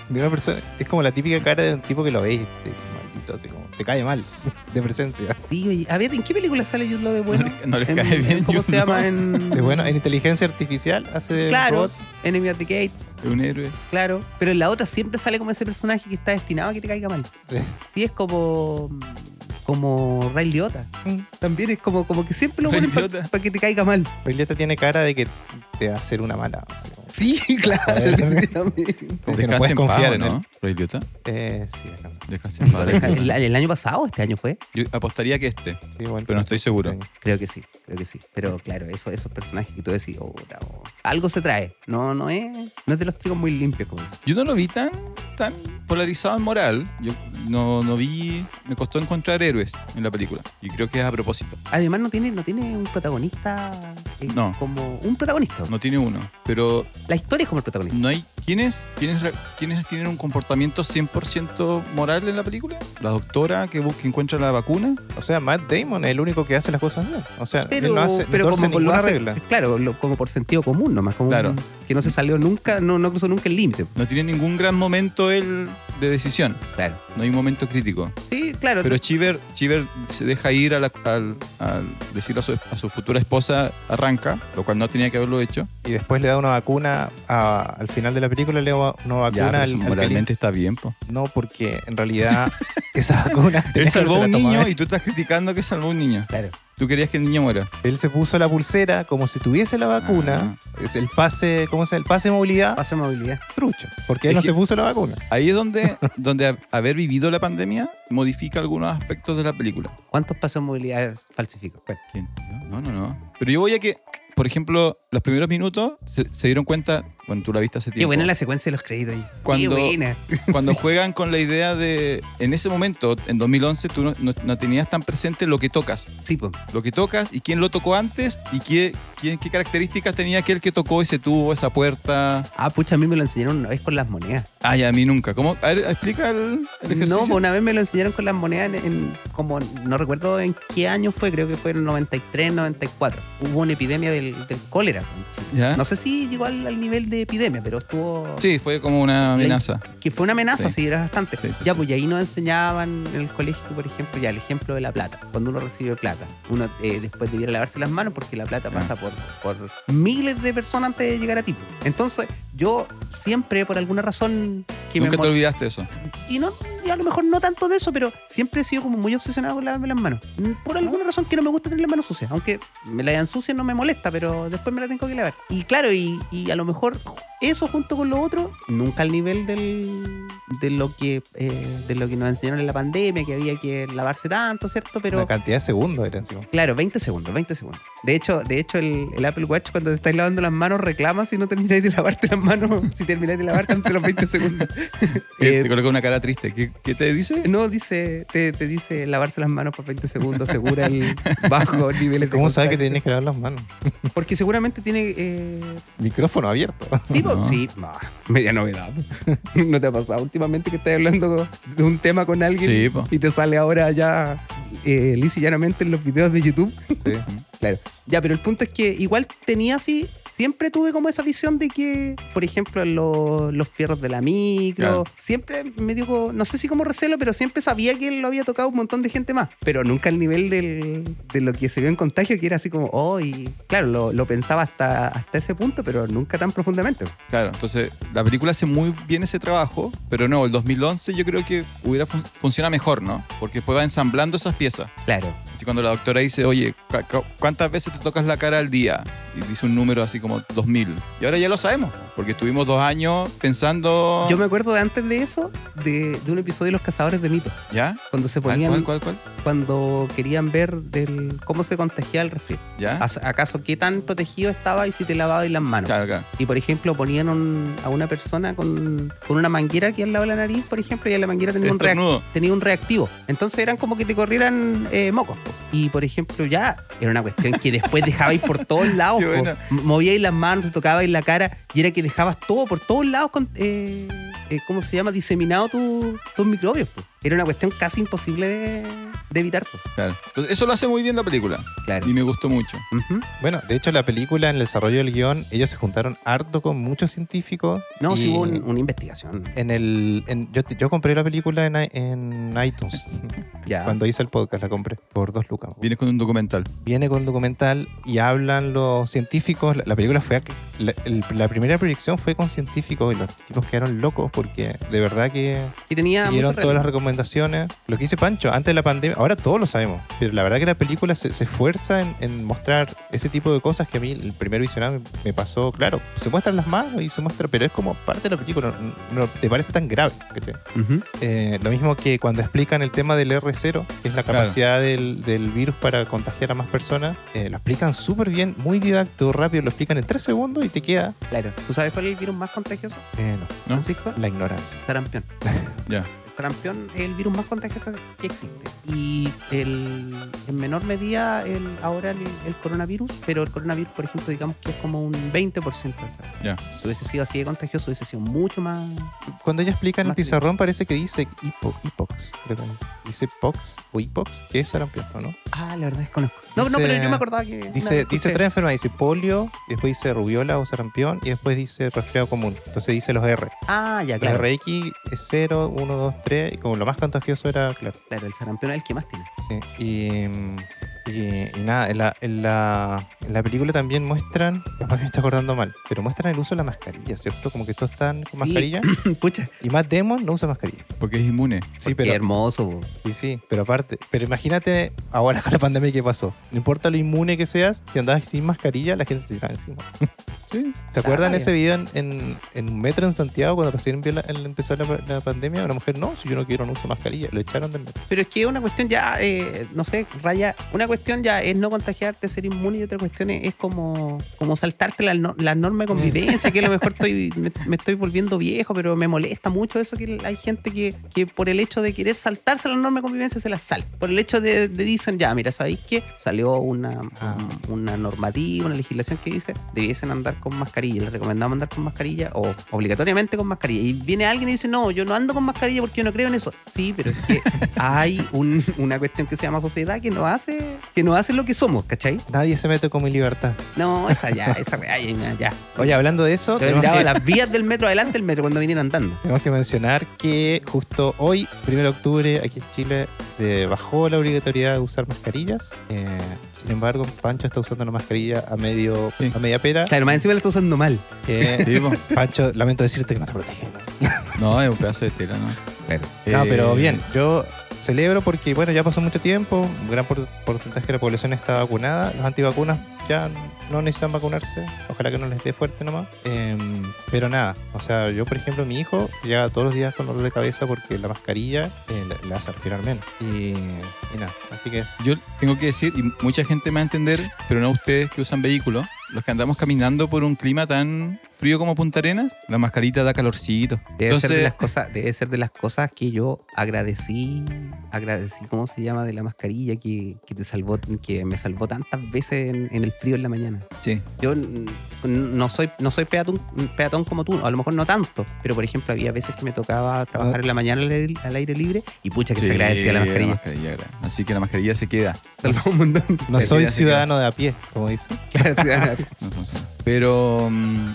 Speaker 1: de una persona, es como la típica cara de un tipo que lo ve y te, maldito, así como, te cae mal de presencia.
Speaker 2: Sí, oye, a ver, ¿en qué película sale Jude Law de bueno?
Speaker 3: No le- no les
Speaker 2: En-
Speaker 3: cae bien
Speaker 2: ¿Cómo
Speaker 3: Jude
Speaker 2: se
Speaker 3: Law.
Speaker 2: llama? En...
Speaker 1: De bueno, en inteligencia artificial hace del
Speaker 2: Claro,
Speaker 1: robot.
Speaker 2: Enemy at the Gates.
Speaker 3: Es un héroe.
Speaker 2: Claro, pero en la otra siempre sale como ese personaje que está destinado a que te caiga mal.
Speaker 1: Sí.
Speaker 2: Sí, es como. Como Ray Liotta. También es como, como que siempre lo
Speaker 3: Ray
Speaker 2: ponen para
Speaker 3: Liotta.
Speaker 2: que te caiga mal.
Speaker 1: Pelota tiene cara de que te va a hacer una mala. así como,
Speaker 2: Sí, claro.
Speaker 1: Bueno.
Speaker 2: definitivamente.
Speaker 1: como que no
Speaker 3: Descansa
Speaker 1: puedes
Speaker 3: en paz,
Speaker 1: confiar
Speaker 3: ¿o
Speaker 1: en él.
Speaker 3: ¿no? Ray Liotta.
Speaker 1: Eh, sí, descansa.
Speaker 3: Descansa en paz, Ray Liotta.
Speaker 2: El, el año pasado, este año fue,
Speaker 3: Yo apostaría que este.
Speaker 1: Sí, igual.
Speaker 3: Pero no estoy seguro.
Speaker 1: Sí.
Speaker 2: creo que sí, creo que sí. Pero claro, eso, esos personajes que tú decís, oh, bravo. algo se trae. No, no es, no es de los trigos muy limpios. Como.
Speaker 3: Yo no lo vi tan, tan polarizado en moral. Yo no, no vi. Me costó encontrar héroes en la película. Y creo que es a propósito.
Speaker 2: Además no tiene, no tiene un protagonista eh,
Speaker 3: No.
Speaker 2: como un protagonista.
Speaker 3: No tiene uno. Pero
Speaker 2: La historia es como el protagonista.
Speaker 3: no hay. ¿Quiénes, quiénes, re- quiénes tienen un comportamiento 100% moral en la película? La doctora que, busca, que encuentra la vacuna.
Speaker 1: O sea, Matt Damon es el único que hace las cosas bien. O sea,
Speaker 2: pero,
Speaker 1: él no hace, no
Speaker 2: pero
Speaker 1: torce
Speaker 2: como lo
Speaker 1: ninguna
Speaker 2: hace-
Speaker 1: regla.
Speaker 2: claro, lo- como por sentido común nomás, como
Speaker 3: Claro.
Speaker 2: un- que no se salió nunca, no, no cruzó nunca el límite.
Speaker 3: No tiene ningún gran momento él de decisión.
Speaker 2: Claro.
Speaker 3: No hay un momento crítico.
Speaker 2: Sí, claro.
Speaker 3: Pero Chiver, Chiver se deja ir a la- al, al decirle a su, a su futura esposa, arranca, lo cual no tenía que haberlo hecho.
Speaker 1: Y después le da una vacuna a- al final de la película, le da una
Speaker 3: Ya,
Speaker 1: vacuna
Speaker 3: pero
Speaker 1: al,
Speaker 3: eso
Speaker 1: al
Speaker 3: moralmente está bien, po.
Speaker 1: pelín. No, porque en realidad esa vacuna. tenía
Speaker 3: Él
Speaker 1: que
Speaker 3: salvó a
Speaker 1: haberse
Speaker 3: un
Speaker 1: la tomado
Speaker 3: niño y tú estás criticando que salvó a un niño.
Speaker 2: Claro.
Speaker 3: Tú querías que el niño muera.
Speaker 1: Él se puso la pulsera como si tuviese la vacuna.
Speaker 3: Ah.
Speaker 1: Es el pase, ¿cómo se llama? El pase de movilidad
Speaker 2: Pase de movilidad.
Speaker 1: trucho. Porque él
Speaker 3: Es
Speaker 1: no
Speaker 3: que-
Speaker 1: se puso la vacuna.
Speaker 3: Ahí es donde, donde ha- haber vivido la pandemia modifica algunos aspectos de la película.
Speaker 2: ¿Cuántos pasos de movilidad falsificó? Bueno,
Speaker 3: ¿Quién? No, no, no. Pero yo voy a que, por ejemplo, los primeros minutos se, se dieron cuenta, bueno, tú la viste hace tiempo.
Speaker 2: qué buena la secuencia de los créditos. oye.
Speaker 3: Cuando-
Speaker 2: Qué buena.
Speaker 3: Cuando juegan con la idea de, en ese momento, en 2011, tú no, no- no tenías tan presente lo que tocas.
Speaker 2: Sí, pues.
Speaker 3: Lo que tocas y quién lo tocó antes y qué, quién, qué características tenía aquel que tocó ese tubo, esa puerta.
Speaker 2: Ah, pucha, a mí me lo enseñaron una vez con las monedas.
Speaker 3: Ay, a mí nunca. ¿Cómo? A ver, explica el, el ejercicio.
Speaker 2: No, pues una vez me lo enseñaron con las monedas en, en- como no recuerdo en qué año fue, creo que fue en el 93, 94. Hubo una epidemia del, del cólera. pues, en Chile.
Speaker 1: Ah.
Speaker 3: ¿Ya?
Speaker 2: No sé si llegó al, al nivel de epidemia, pero estuvo
Speaker 3: Sí, fue como una amenaza.
Speaker 2: que fue una amenaza,
Speaker 3: Sí.
Speaker 2: sí, era bastante.
Speaker 3: Sí, sí,
Speaker 2: ya,
Speaker 3: sí.
Speaker 2: pues y ahí nos enseñaban en el colegio, por ejemplo, ya el ejemplo de la plata. Cuando uno recibe plata, uno eh, después debiera lavarse las manos porque la plata
Speaker 3: Ah.
Speaker 2: pasa por, por miles de personas antes de llegar a ti. Entonces, yo siempre, por alguna razón que
Speaker 3: Nunca
Speaker 2: me
Speaker 3: te
Speaker 2: mo-
Speaker 3: olvidaste de eso.
Speaker 2: y no y a lo mejor no tanto de eso, pero siempre he sido como muy obsesionado con lavarme las manos. Mm, Por alguna razón que no me gusta tener las manos sucias, aunque me la hayan sucia no me molesta, pero después me la tengo que lavar. Y claro, y, y a lo mejor eso junto con lo otro, nunca al nivel del, de lo que eh, de lo que nos enseñaron en la pandemia, que había que lavarse tanto, ¿cierto? Pero
Speaker 1: Una cantidad de segundos era encima.
Speaker 2: Claro, 20 segundos, 20 segundos. De hecho, de hecho el, el Apple Watch cuando te estáis lavando las manos reclama si no termináis de lavarte las manos, si termináis de lavarte antes de los 20 segundos.
Speaker 3: Te
Speaker 2: Eh,
Speaker 3: te coloca una cara triste. ¿Qué, qué te dice?
Speaker 2: no, dice, te, te dice lavarse las manos por 20 segundos, segura el bajo nivel de
Speaker 1: ¿Cómo sabes que
Speaker 2: contagio.
Speaker 1: tienes que lavar las manos?
Speaker 2: Porque seguramente tiene... eh,
Speaker 1: Micrófono abierto.
Speaker 2: sí, po-
Speaker 3: No.
Speaker 2: sí, no, media novedad. ¿No te ha pasado últimamente que estás hablando de un tema con alguien
Speaker 3: Sí, po.
Speaker 2: y te sale ahora ya eh, lisa y llanamente en los videos de YouTube?
Speaker 1: Sí.
Speaker 2: Ya, pero el punto es que igual tenía así, siempre tuve como esa visión de que, por ejemplo, lo- los fierros de la micro,
Speaker 3: Claro.
Speaker 2: siempre me dio, como- no sé si como recelo, pero siempre sabía que lo había tocado un montón de gente más, pero nunca al nivel del, de lo que se vio en contagio, que era así como, oh, y claro, lo, lo pensaba hasta, hasta ese punto, pero nunca tan profundamente.
Speaker 3: Claro, entonces la película hace muy bien ese trabajo, pero no, el 2011 yo creo que hubiera fun- funciona mejor, ¿no? Porque después va ensamblando esas piezas.
Speaker 2: Claro.
Speaker 3: Así cuando la doctora dice, oye, cu- cu- ¿cuántas veces te tocas la cara al día? Y dice un número así como 2000. Y ahora ya lo sabemos, porque estuvimos dos años pensando.
Speaker 2: Yo me acuerdo de antes de eso, de, de un episodio de Los Cazadores de Mitos,
Speaker 3: ¿Ya?
Speaker 2: cuando se
Speaker 3: ¿Cuál,
Speaker 2: ponían,
Speaker 3: cuál, cuál, cuál?
Speaker 2: cuando querían ver del, cómo se contagiaba el resfriado.
Speaker 3: ¿Ya?
Speaker 2: ¿Ac- ¿Acaso qué tan protegido estaba y si te lavabas las manos?
Speaker 3: ¿Ah? Claro, claro.
Speaker 2: Y por ejemplo, ponían un- a una persona con, con una manguera aquí al lado de la nariz, por ejemplo, y en la manguera tenía un, reac-
Speaker 3: Estornudo.
Speaker 2: tenía un reactivo. Entonces eran como que te corrieran eh, mocos. po. Y por ejemplo, ya era una cuestión que después dejabais por todos lados.
Speaker 3: Qué
Speaker 2: po.
Speaker 3: bueno.
Speaker 2: M- Movíais las manos, te tocabais la cara y era que dejabas todo por todos lados con. eh, eh, ¿Cómo se llama? Diseminado tu- tus microbios. po. Era una cuestión casi imposible de, de evitar. po.
Speaker 3: Claro. Entonces, eso lo hace muy bien la película
Speaker 2: Claro.
Speaker 3: y me gustó mucho.
Speaker 2: Ujú.
Speaker 1: Bueno, de hecho, la película, en el desarrollo del guión, ellos se juntaron harto con muchos científicos.
Speaker 2: No,
Speaker 1: y
Speaker 2: sí hubo un- una investigación. eh,
Speaker 1: En el, en- yo, te- yo compré la película en, i- en iTunes.
Speaker 2: Ya.
Speaker 1: Cuando hice el podcast la compré por dos lucas.
Speaker 3: Vienes con un documental.
Speaker 1: Viene con un documental y hablan los científicos. La, la película fue. ac- La, el- la primera proyección fue con científicos y los tipos quedaron locos porque de verdad que
Speaker 2: Y tenía
Speaker 1: siguieron
Speaker 2: mucho
Speaker 1: todas las
Speaker 2: realismo.
Speaker 1: recomendaciones. Lo que dice Pancho, antes de la pandemia, ahora todos lo sabemos, pero la verdad que la película se, se esfuerza en, en mostrar ese tipo de cosas que a mí el primer visionado me, me pasó, claro, se muestran las manos y se muestra, pero es como parte de la película, no, no te parece tan grave. ¿cachai?
Speaker 2: Ujú.
Speaker 1: Eh, lo mismo que cuando explican el tema del R0, que es la
Speaker 3: Claro.
Speaker 1: capacidad del, del virus para contagiar a más personas, eh, lo explican súper bien, muy didacto, rápido, lo explican en tres segundos y te queda,
Speaker 2: Claro. ¿Tú sabes cuál es el virus más contagioso,
Speaker 1: eh, no,
Speaker 3: ¿No?
Speaker 2: Francisco?
Speaker 1: la ignorancia.
Speaker 2: Sarampión.
Speaker 3: Ya.
Speaker 2: El sarampión es el virus más contagioso que existe. Y el, en menor medida el, ahora el, el coronavirus, pero el coronavirus, por ejemplo, digamos que es como un 20% del sarampión.
Speaker 3: Ya.
Speaker 2: Si hubiese sido así de contagioso, hubiese sido mucho más.
Speaker 1: Cuando ella explica en el
Speaker 2: Más que-
Speaker 1: pizarrón parece que dice hipo, hipox, creo que dice pox o hipox, que es sarampión, ¿o ¿no?
Speaker 2: Ah, la verdad es que conozco. No, no,
Speaker 1: Dice-
Speaker 2: pero yo me acordaba que. una
Speaker 1: Dice,
Speaker 2: vez
Speaker 1: dice
Speaker 2: escuché-
Speaker 1: tres enfermedades, dice polio, después dice rubiola o sarampión y después dice resfriado común. Entonces dice los R.
Speaker 2: Ah, ya,
Speaker 1: La
Speaker 2: claro.
Speaker 1: RX es 0, 1, 2, 3 y como lo más contagioso era, claro.
Speaker 2: Claro, el sarampión es el que más tiene.
Speaker 1: Sí, y, mm, y- y nada, en la, en, la, en la película también muestran, capaz que me estoy acordando mal, pero muestran el uso de la mascarilla, ¿cierto? Como que todos están con
Speaker 2: Sí.
Speaker 1: mascarilla
Speaker 2: Pucha,
Speaker 1: y Matt Damon no usa mascarilla.
Speaker 3: Porque es inmune.
Speaker 1: Sí,
Speaker 2: qué
Speaker 1: pero,
Speaker 2: hermoso. po.
Speaker 1: sí, sí, pero aparte, pero imagínate ahora con la pandemia que pasó. No importa lo inmune que seas, si andabas sin mascarilla, la gente se te tiraba encima.
Speaker 3: Sí.
Speaker 1: ¿Se acuerdan
Speaker 2: Claro.
Speaker 1: ese video en, en, en un metro en Santiago cuando recién vio la- el- empezó la, la pandemia? La mujer, no, si yo no quiero, no uso mascarilla. Lo echaron del metro.
Speaker 2: Pero es que una cuestión ya, eh, no sé, raya. Una cuestión ya es no contagiarte, ser inmune y otra cuestión es, es como, como saltarte la, no- la norma de convivencia, que a lo mejor estoy, me, me estoy volviendo viejo, pero me molesta mucho eso que hay gente que, que por el hecho de querer saltarse la norma de convivencia se la sale. Por el hecho de, de dicen, ya, mira, ¿sabéis qué? Salió una,
Speaker 1: Ah.
Speaker 2: un- una normativa, una legislación que dice, debiesen andar con mascarilla. Les recomendamos andar con mascarilla o obligatoriamente con mascarilla. Y viene alguien y dice, no, yo no ando con mascarilla porque yo no creo en eso. Sí, pero es que hay un- una cuestión que se llama sociedad que nos hace, que nos hace lo que somos, ¿cachai?
Speaker 1: Nadie se mete con mi libertad.
Speaker 2: No, esa ya, esa weá, ya, ya.
Speaker 1: Oye, hablando de eso,
Speaker 2: Yo he
Speaker 1: tenemos
Speaker 2: tirado
Speaker 1: que-
Speaker 2: las vías del metro adelante del metro cuando vinieron andando.
Speaker 1: Tenemos que mencionar que justo hoy, 1 de octubre, aquí en Chile se bajó la obligatoriedad de usar mascarillas. Eh, sin embargo, Pancho está usando la mascarilla a medio
Speaker 3: Sí.
Speaker 1: a media pera.
Speaker 2: Claro, más encima la estoy usando mal.
Speaker 1: que,
Speaker 3: Sí, po.
Speaker 1: Pancho, lamento decirte que no te protege. ¿no?
Speaker 3: No, es un pedazo de tela, ¿no?
Speaker 2: Claro.
Speaker 1: No,
Speaker 3: Eh,
Speaker 1: pero bien, yo celebro porque, bueno, ya pasó mucho tiempo, un gran por- porcentaje de la población está vacunada, los antivacunas ya no necesitan vacunarse, ojalá que no les dé fuerte nomás, Em, pero nada, o sea, yo por ejemplo, mi hijo llega todos los días con dolor de cabeza porque la mascarilla eh, le- le hace respirar menos, y, y nada, así que eso.
Speaker 3: Yo tengo que decir, y mucha gente me va a entender, pero no ustedes que usan vehículos, los que andamos caminando por un clima tan frío como Punta Arenas, la mascarita da calorcito.
Speaker 2: Debe, ser de
Speaker 3: Entonces-
Speaker 2: las cosas, debe ser de las cosas que yo agradecí, agradecí, ¿cómo se llama? De la mascarilla que, que te salvó, que me salvó tantas veces en, en el frío en la mañana.
Speaker 3: Sí.
Speaker 2: Yo mm, no soy, no soy peatón, peatón como tú, a lo mejor no tanto, pero por ejemplo había veces que me tocaba trabajar en la mañana al aire, al aire libre y pucha que se agradecía la mascarilla.
Speaker 3: gra- Así que la mascarilla se queda.
Speaker 2: Salvó un montón.
Speaker 1: No
Speaker 3: Se
Speaker 1: soy
Speaker 3: queda, se
Speaker 1: ciudadano de a pie, como dicen.
Speaker 2: Claro, sí,
Speaker 3: No son solas. Pero. mm,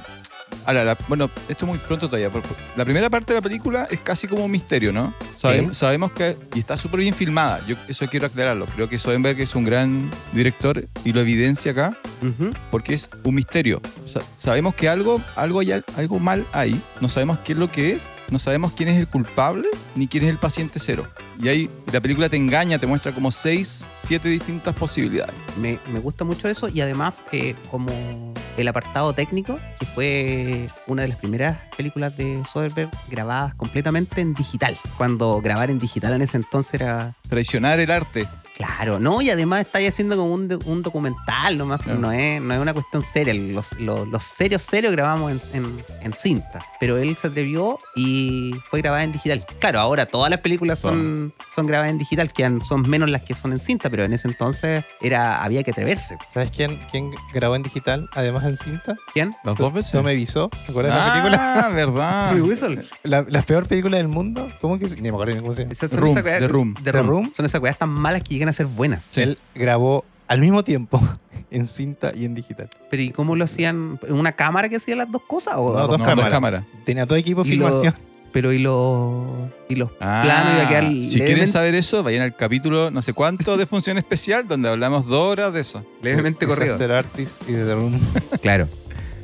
Speaker 3: ahora, la- bueno, esto es muy pronto todavía. por- por- La primera parte de la película es casi como un misterio, ¿no? Sabe-
Speaker 2: Sí.
Speaker 3: Sabemos que. Y está súper bien filmada. Yo eso quiero aclararlo. Creo que Soderbergh es un gran director y lo evidencia acá
Speaker 2: Ujú.
Speaker 3: porque es un misterio. Sa- sabemos que algo, algo, hay, algo mal hay. No sabemos qué es lo que es. No sabemos quién es el culpable ni quién es el paciente cero. Y ahí la película te engaña, te muestra como seis, siete distintas posibilidades.
Speaker 2: me, me gusta mucho eso y además eh, como el apartado técnico, que fue una de las primeras películas de Soderbergh grabadas completamente en digital. Cuando grabar en digital en ese entonces era
Speaker 3: Traicionar el arte.
Speaker 2: claro, ¿no? Y además estáis haciendo como un, de- un documental nomás,
Speaker 3: Claro.
Speaker 2: no, es, no es una cuestión seria. Los, los, los serios, serios grabamos en, en- en cinta, pero él se atrevió y fue grabada en digital. Claro, ahora todas las películas son, son grabadas en digital, que han- son menos las que son en cinta, pero en ese entonces era, había que atreverse.
Speaker 1: ¿Sabes quién, quién grabó en digital, además en cinta?
Speaker 2: ¿Quién?
Speaker 3: Las dos veces.
Speaker 1: No me avisó, ¿te acuerdas de la película?
Speaker 3: Ah, verdad.
Speaker 2: Free Whistle.
Speaker 1: La, la peor película del mundo, ¿cómo que se- Ni me acuerdo ni cómo se llama.
Speaker 2: Esas
Speaker 3: Room,
Speaker 2: esas weas-
Speaker 3: The Room.
Speaker 2: The
Speaker 1: The
Speaker 2: Room.
Speaker 1: Room.
Speaker 2: Son esas weas tan malas que llegan a ser buenas.
Speaker 3: Sí.
Speaker 1: Él grabó al mismo tiempo en cinta y en digital.
Speaker 2: Pero ¿y cómo lo hacían? ¿Una cámara que hacía las dos cosas? ¿O
Speaker 1: No,
Speaker 3: No,
Speaker 1: dos
Speaker 3: dos
Speaker 1: cámaras.
Speaker 3: cámaras.
Speaker 1: Tenía todo equipo de
Speaker 2: Y lo-
Speaker 1: filmación.
Speaker 2: Pero ¿y los, y los
Speaker 3: Ah,
Speaker 2: Plano iba a quedar
Speaker 3: si
Speaker 2: levemente-
Speaker 3: quieren saber eso, vayan al capítulo no sé cuánto de Función Especial, donde hablamos dos horas de eso.
Speaker 2: levemente corridos?
Speaker 1: Disaster Artist y The Room.
Speaker 2: Claro.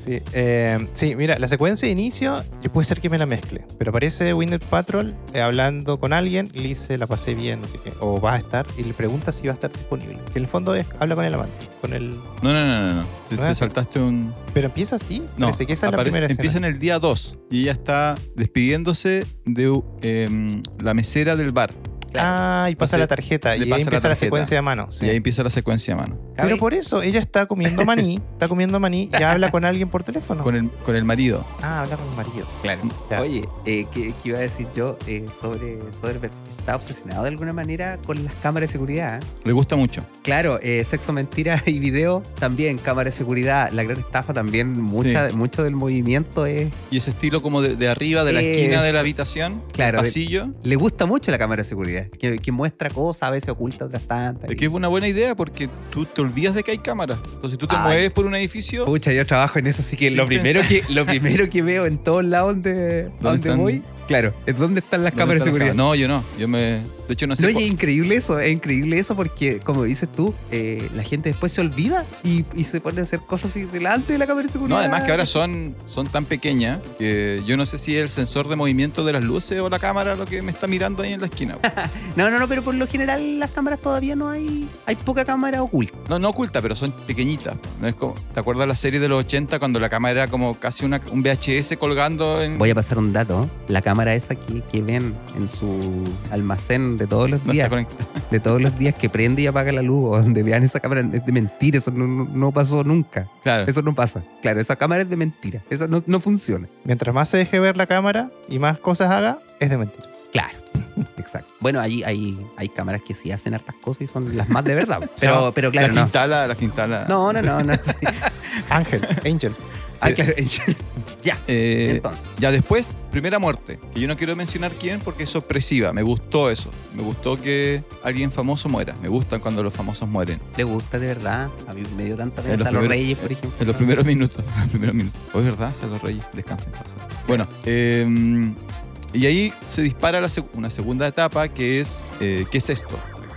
Speaker 1: Sí, eh, sí, mira, la secuencia de inicio, yo puede ser que me la mezcle, pero aparece Winnet Patrol eh, hablando con alguien, y le dice la pasé bien, no sé qué, o va a estar, y le pregunta si va a estar disponible. Que en el fondo es, habla con el amante, con el...
Speaker 3: No, no, no, no. no. Te,
Speaker 1: ¿No es
Speaker 3: te
Speaker 1: así?
Speaker 3: saltaste un.
Speaker 1: Pero empieza así, Ah.
Speaker 3: No,
Speaker 1: parece que esa es la
Speaker 3: aparece-
Speaker 1: primera
Speaker 3: empieza
Speaker 1: escena.
Speaker 3: en el día 2 y ella está despidiéndose de eh, la em, mesera del bar.
Speaker 1: Ah, y pasa
Speaker 3: Entonces,
Speaker 1: la tarjeta.
Speaker 3: le
Speaker 1: Y ahí
Speaker 3: pasa la
Speaker 1: empieza la,
Speaker 3: tarjeta.
Speaker 1: secuencia de mano. sí.
Speaker 3: Y ahí empieza la secuencia a mano.
Speaker 1: Pero por eso ella está comiendo maní, está comiendo maní y habla con alguien por teléfono.
Speaker 3: Con el, con el marido.
Speaker 1: Ah, habla con el marido.
Speaker 2: Claro.
Speaker 1: Ya.
Speaker 2: Oye, eh, ¿qué, qué iba a decir yo eh, sobre Soderbergh? Está obsesionado de alguna manera con las cámaras de seguridad. ¿eh?
Speaker 3: Le gusta mucho.
Speaker 2: Claro, eh, sexo, mentiras y video también, cámaras de seguridad, la gran estafa también, mucha, mucho del movimiento es...
Speaker 3: Y ese estilo como de, de arriba, de la esquina
Speaker 2: Eso.
Speaker 3: de la habitación,
Speaker 2: Claro,
Speaker 3: el
Speaker 2: de-
Speaker 3: pasillo.
Speaker 2: Le gusta mucho la cámara de seguridad, que, que muestra cosas, a veces oculta otras tantas.
Speaker 3: Es
Speaker 2: y-
Speaker 3: que es una buena idea porque tú te olvidas de que hay cámaras. Entonces tú te
Speaker 2: Ay.
Speaker 3: mueves por un edificio.
Speaker 2: Pucha, yo trabajo en eso, así que
Speaker 3: Sin
Speaker 2: lo primero que lo primero que veo en todos lados donde, donde
Speaker 3: están?
Speaker 2: voy, claro, es dónde están las
Speaker 3: ¿dónde
Speaker 2: cámaras de
Speaker 3: están las
Speaker 2: seguridad.
Speaker 3: cámaras? No, yo no. Yo me. De hecho, no sé.
Speaker 2: No, y
Speaker 3: cua-
Speaker 2: es increíble eso, es increíble eso porque, como dices tú, eh, la gente después se olvida y, y se pone a hacer cosas así delante de la cámara de seguridad.
Speaker 3: no, además que ahora son, son tan pequeñas que yo no sé si es el sensor de movimiento de las luces o la cámara lo que me está mirando ahí en la esquina.
Speaker 2: No, no, no, pero por lo general las cámaras todavía no hay... Hay poca cámara oculta.
Speaker 3: No, no oculta, pero son pequeñitas. No es como, ¿Te acuerdas la serie de los 80 cuando la cámara era como casi una, un VHS colgando en
Speaker 2: Voy a pasar un dato. ¿eh? La cámara esa que, que ven en su almacén de todos los
Speaker 3: no
Speaker 2: días,
Speaker 3: está conectada?
Speaker 2: de todos los días que prende y apaga la luz, o donde vean esa cámara, es de mentira, eso no- no- no pasó nunca.
Speaker 3: Claro.
Speaker 2: Eso no pasa. Claro, esa cámara es de mentira. Esa no, no funciona.
Speaker 1: Mientras más se deje ver la cámara y más cosas haga, es de mentira.
Speaker 2: Claro. Exacto. Bueno, ahí hay, hay cámaras que sí hacen hartas cosas y son las más de verdad. Pero, pero
Speaker 3: las
Speaker 2: claro,
Speaker 3: que
Speaker 2: no.
Speaker 3: instala, las que instala.
Speaker 2: No, no, no, no. sí.
Speaker 1: Ángel, Angel.
Speaker 2: Ah, claro.
Speaker 3: Eh,
Speaker 2: Entonces.
Speaker 3: Ya después, primera muerte. Que yo no quiero mencionar quién porque es sorpresiva. Me gustó eso. Me gustó que alguien famoso muera. Me gustan cuando los famosos mueren.
Speaker 2: ¿Le gusta de verdad? A mí me dio tanta
Speaker 3: En
Speaker 2: pena
Speaker 3: los
Speaker 2: a los
Speaker 3: primeros-
Speaker 2: reyes, por ejemplo.
Speaker 3: En los primeros minutos. En los primeros minutos. Hoy, ¿verdad? Se los reyes. Descansen. Pasa. Bueno. eh, y ahí se dispara la seg- una segunda etapa que es... eh, ¿Qué es esto?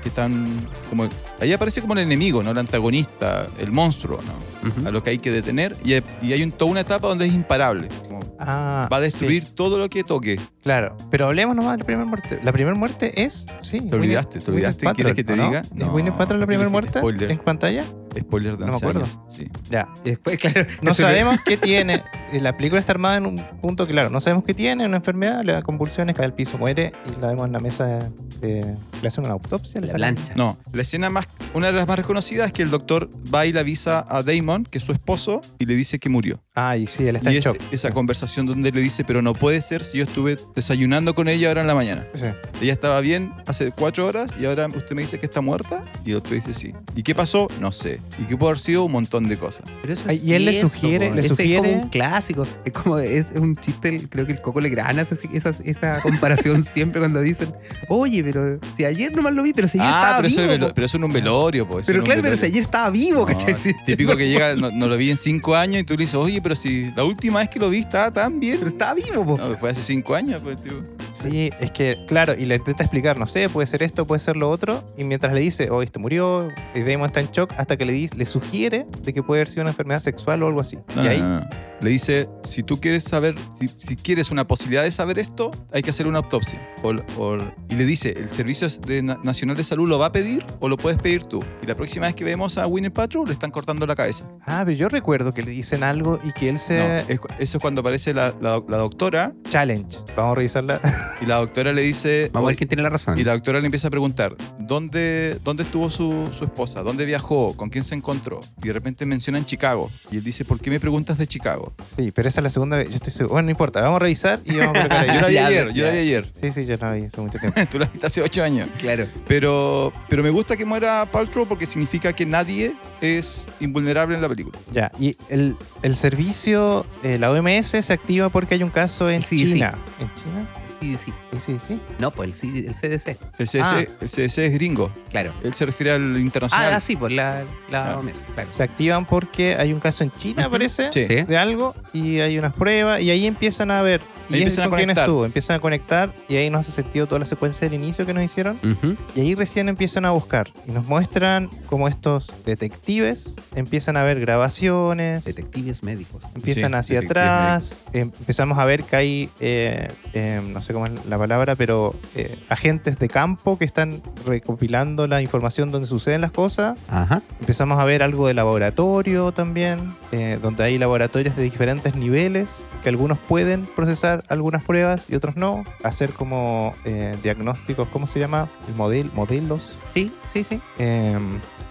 Speaker 3: ¿Qué tan...? Como, ahí aparece como el enemigo, ¿no? El antagonista, el monstruo, ¿no?
Speaker 2: Ujú.
Speaker 3: A lo que hay que detener. Y, y hay un- toda una etapa donde es imparable. como
Speaker 1: Ah,
Speaker 3: va a destruir todo lo que toque.
Speaker 1: claro. Pero hablemos nomás de la primera muerte. La primera muerte es. Sí.
Speaker 3: Te olvidaste, te olvidaste.
Speaker 1: Winnet Paltrow,
Speaker 3: ¿Quieres que te
Speaker 1: ¿o no?
Speaker 3: diga?
Speaker 1: ¿Es Winnet Paltrow la primera muerte
Speaker 3: Spoiler.
Speaker 1: en pantalla?
Speaker 3: Spoiler
Speaker 1: No
Speaker 3: de
Speaker 1: me
Speaker 3: 11
Speaker 1: acuerdo.
Speaker 3: años. Sí.
Speaker 1: Ya.
Speaker 2: Y después, claro.
Speaker 1: No
Speaker 2: eso-
Speaker 1: sabemos qué tiene. Eh, La película está armada en un punto claro. No sabemos qué tiene, una enfermedad, le da convulsiones, cae al piso, muere y la vemos en la mesa de. de- le hacen una autopsia. le
Speaker 2: La
Speaker 1: sacan-
Speaker 2: plancha.
Speaker 3: No, la escena más, una de las más reconocidas es que el doctor va y le avisa a Damon, que es su esposo, y le dice que murió.
Speaker 1: Ah, y sí, él está
Speaker 3: y
Speaker 1: en
Speaker 3: es
Speaker 1: shock.
Speaker 3: esa conversación donde le dice, pero no puede ser si yo estuve desayunando con ella ahora en la mañana.
Speaker 1: Sí.
Speaker 3: Ella estaba bien hace cuatro horas y ahora usted me dice que está muerta y el doctor dice sí. ¿Y qué pasó? No sé. ¿Y qué pudo haber sido? Un montón de cosas.
Speaker 2: Pero eso
Speaker 1: Ay,
Speaker 2: es
Speaker 1: y él le
Speaker 2: cierto,
Speaker 1: sugiere-
Speaker 2: po.
Speaker 1: le
Speaker 2: Ese Es
Speaker 1: sugiere-
Speaker 2: como un clásico. Es como, es un chiste, el- creo que el Coco Legrand hace así- esa, esa comparación siempre cuando dicen, oye, pero si ayer nomás lo vi, pero si ayer
Speaker 3: ah,
Speaker 2: estaba
Speaker 3: pero eso,
Speaker 2: vivo.
Speaker 3: era velo-
Speaker 2: po".
Speaker 3: pero eso era un velorio, pues.
Speaker 2: pero claro, pero si ayer estaba vivo,
Speaker 3: No,
Speaker 2: ¿cachai? Sí.
Speaker 3: Típico que llega, no, no lo vi en cinco años y tú le dices, oye, pero si la última vez que lo vi estaba
Speaker 2: Pero
Speaker 3: tan bien.
Speaker 2: estaba vivo, po.
Speaker 3: No, fue hace cinco años, pues, tío.
Speaker 1: Sí, es que, claro, y le intenta explicar, no sé, puede ser esto, puede ser lo otro, y mientras le dice, oh, esto murió, y Damon está en shock, hasta que le, dice, le sugiere de que puede haber sido una enfermedad sexual o algo así.
Speaker 3: No,
Speaker 1: y
Speaker 3: no,
Speaker 1: ahí,
Speaker 3: no,
Speaker 2: Ah.
Speaker 3: no. Le dice, si tú quieres saber, si, si quieres una posibilidad de saber esto, hay que hacer una autopsia. O- o- y le dice, el Servicio de Na- Nacional de Salud lo va a pedir o lo puedes pedir tú. Y la próxima vez que vemos a Winnie Patrol, le están cortando la cabeza.
Speaker 1: ah, pero yo recuerdo que le dicen algo y que él se...
Speaker 3: No, es cu- eso es cuando aparece la, la doc- la doctora
Speaker 1: Challenge. Vamos a revisarla.
Speaker 3: y la doctora le dice...
Speaker 2: Vamos a ver quién tiene la razón.
Speaker 3: Y la doctora le empieza a preguntar, ¿dónde, dónde estuvo su, su esposa? ¿Dónde viajó? ¿Con quién se encontró? Y de repente mencionan Chicago. Y él dice, ¿por qué me preguntas de Chicago?
Speaker 1: Sí, pero esa es la segunda vez, yo estoy seguro. Bueno, no importa, vamos a revisar y vamos a colocar
Speaker 3: Yo
Speaker 1: ahí.
Speaker 3: la vi
Speaker 2: Ah, Ya,
Speaker 3: ayer, yo la vi
Speaker 2: ya.
Speaker 3: ayer.
Speaker 1: Sí, sí, yo no la vi hace mucho tiempo.
Speaker 3: Tú la viste hace ocho años.
Speaker 2: Claro.
Speaker 3: Pero, pero me gusta que muera Paltrow porque significa que nadie es invulnerable en la película.
Speaker 1: Ya, y el, el servicio, eh, la OMS se activa porque hay un caso en
Speaker 2: Sí, sí.
Speaker 1: China. ¿En China?
Speaker 2: Sí, sí.
Speaker 1: Sí, sí, sí.
Speaker 2: No, pues el, C- el CDC,
Speaker 3: El CDC,
Speaker 1: Ah.
Speaker 3: el CDC es gringo.
Speaker 2: claro.
Speaker 3: Él se refiere al internacional.
Speaker 2: Ah, sí, pues la, la
Speaker 3: Claro.
Speaker 2: OMS, claro.
Speaker 1: Se activan porque hay un caso en China, parece.
Speaker 3: Sí.
Speaker 2: Sí.
Speaker 1: de algo y hay unas pruebas y ahí empiezan a ver y
Speaker 3: Ahí
Speaker 1: es
Speaker 3: empiezan a
Speaker 1: con quién
Speaker 3: conectar.
Speaker 1: estuvo, empiezan a conectar y ahí nos hace sentido toda la secuencia del inicio que nos hicieron
Speaker 2: Ujú.
Speaker 1: y ahí recién empiezan a buscar y nos muestran como estos detectives empiezan a ver grabaciones,
Speaker 2: Detectives médicos.
Speaker 1: empiezan
Speaker 3: Sí,
Speaker 1: hacia
Speaker 3: detectives
Speaker 1: atrás, em- empezamos a ver que hay, eh, eh, no sé cómo es la palabra, pero eh, agentes de campo que están recopilando la información donde suceden las cosas.
Speaker 2: Ajá.
Speaker 1: Empezamos a ver algo de laboratorio también, eh, donde hay laboratorios de diferentes niveles, que algunos pueden procesar algunas pruebas y otros no. Hacer como eh, diagnósticos, ¿cómo se llama? Model, modelos.
Speaker 2: Sí, sí, sí.
Speaker 1: Eh,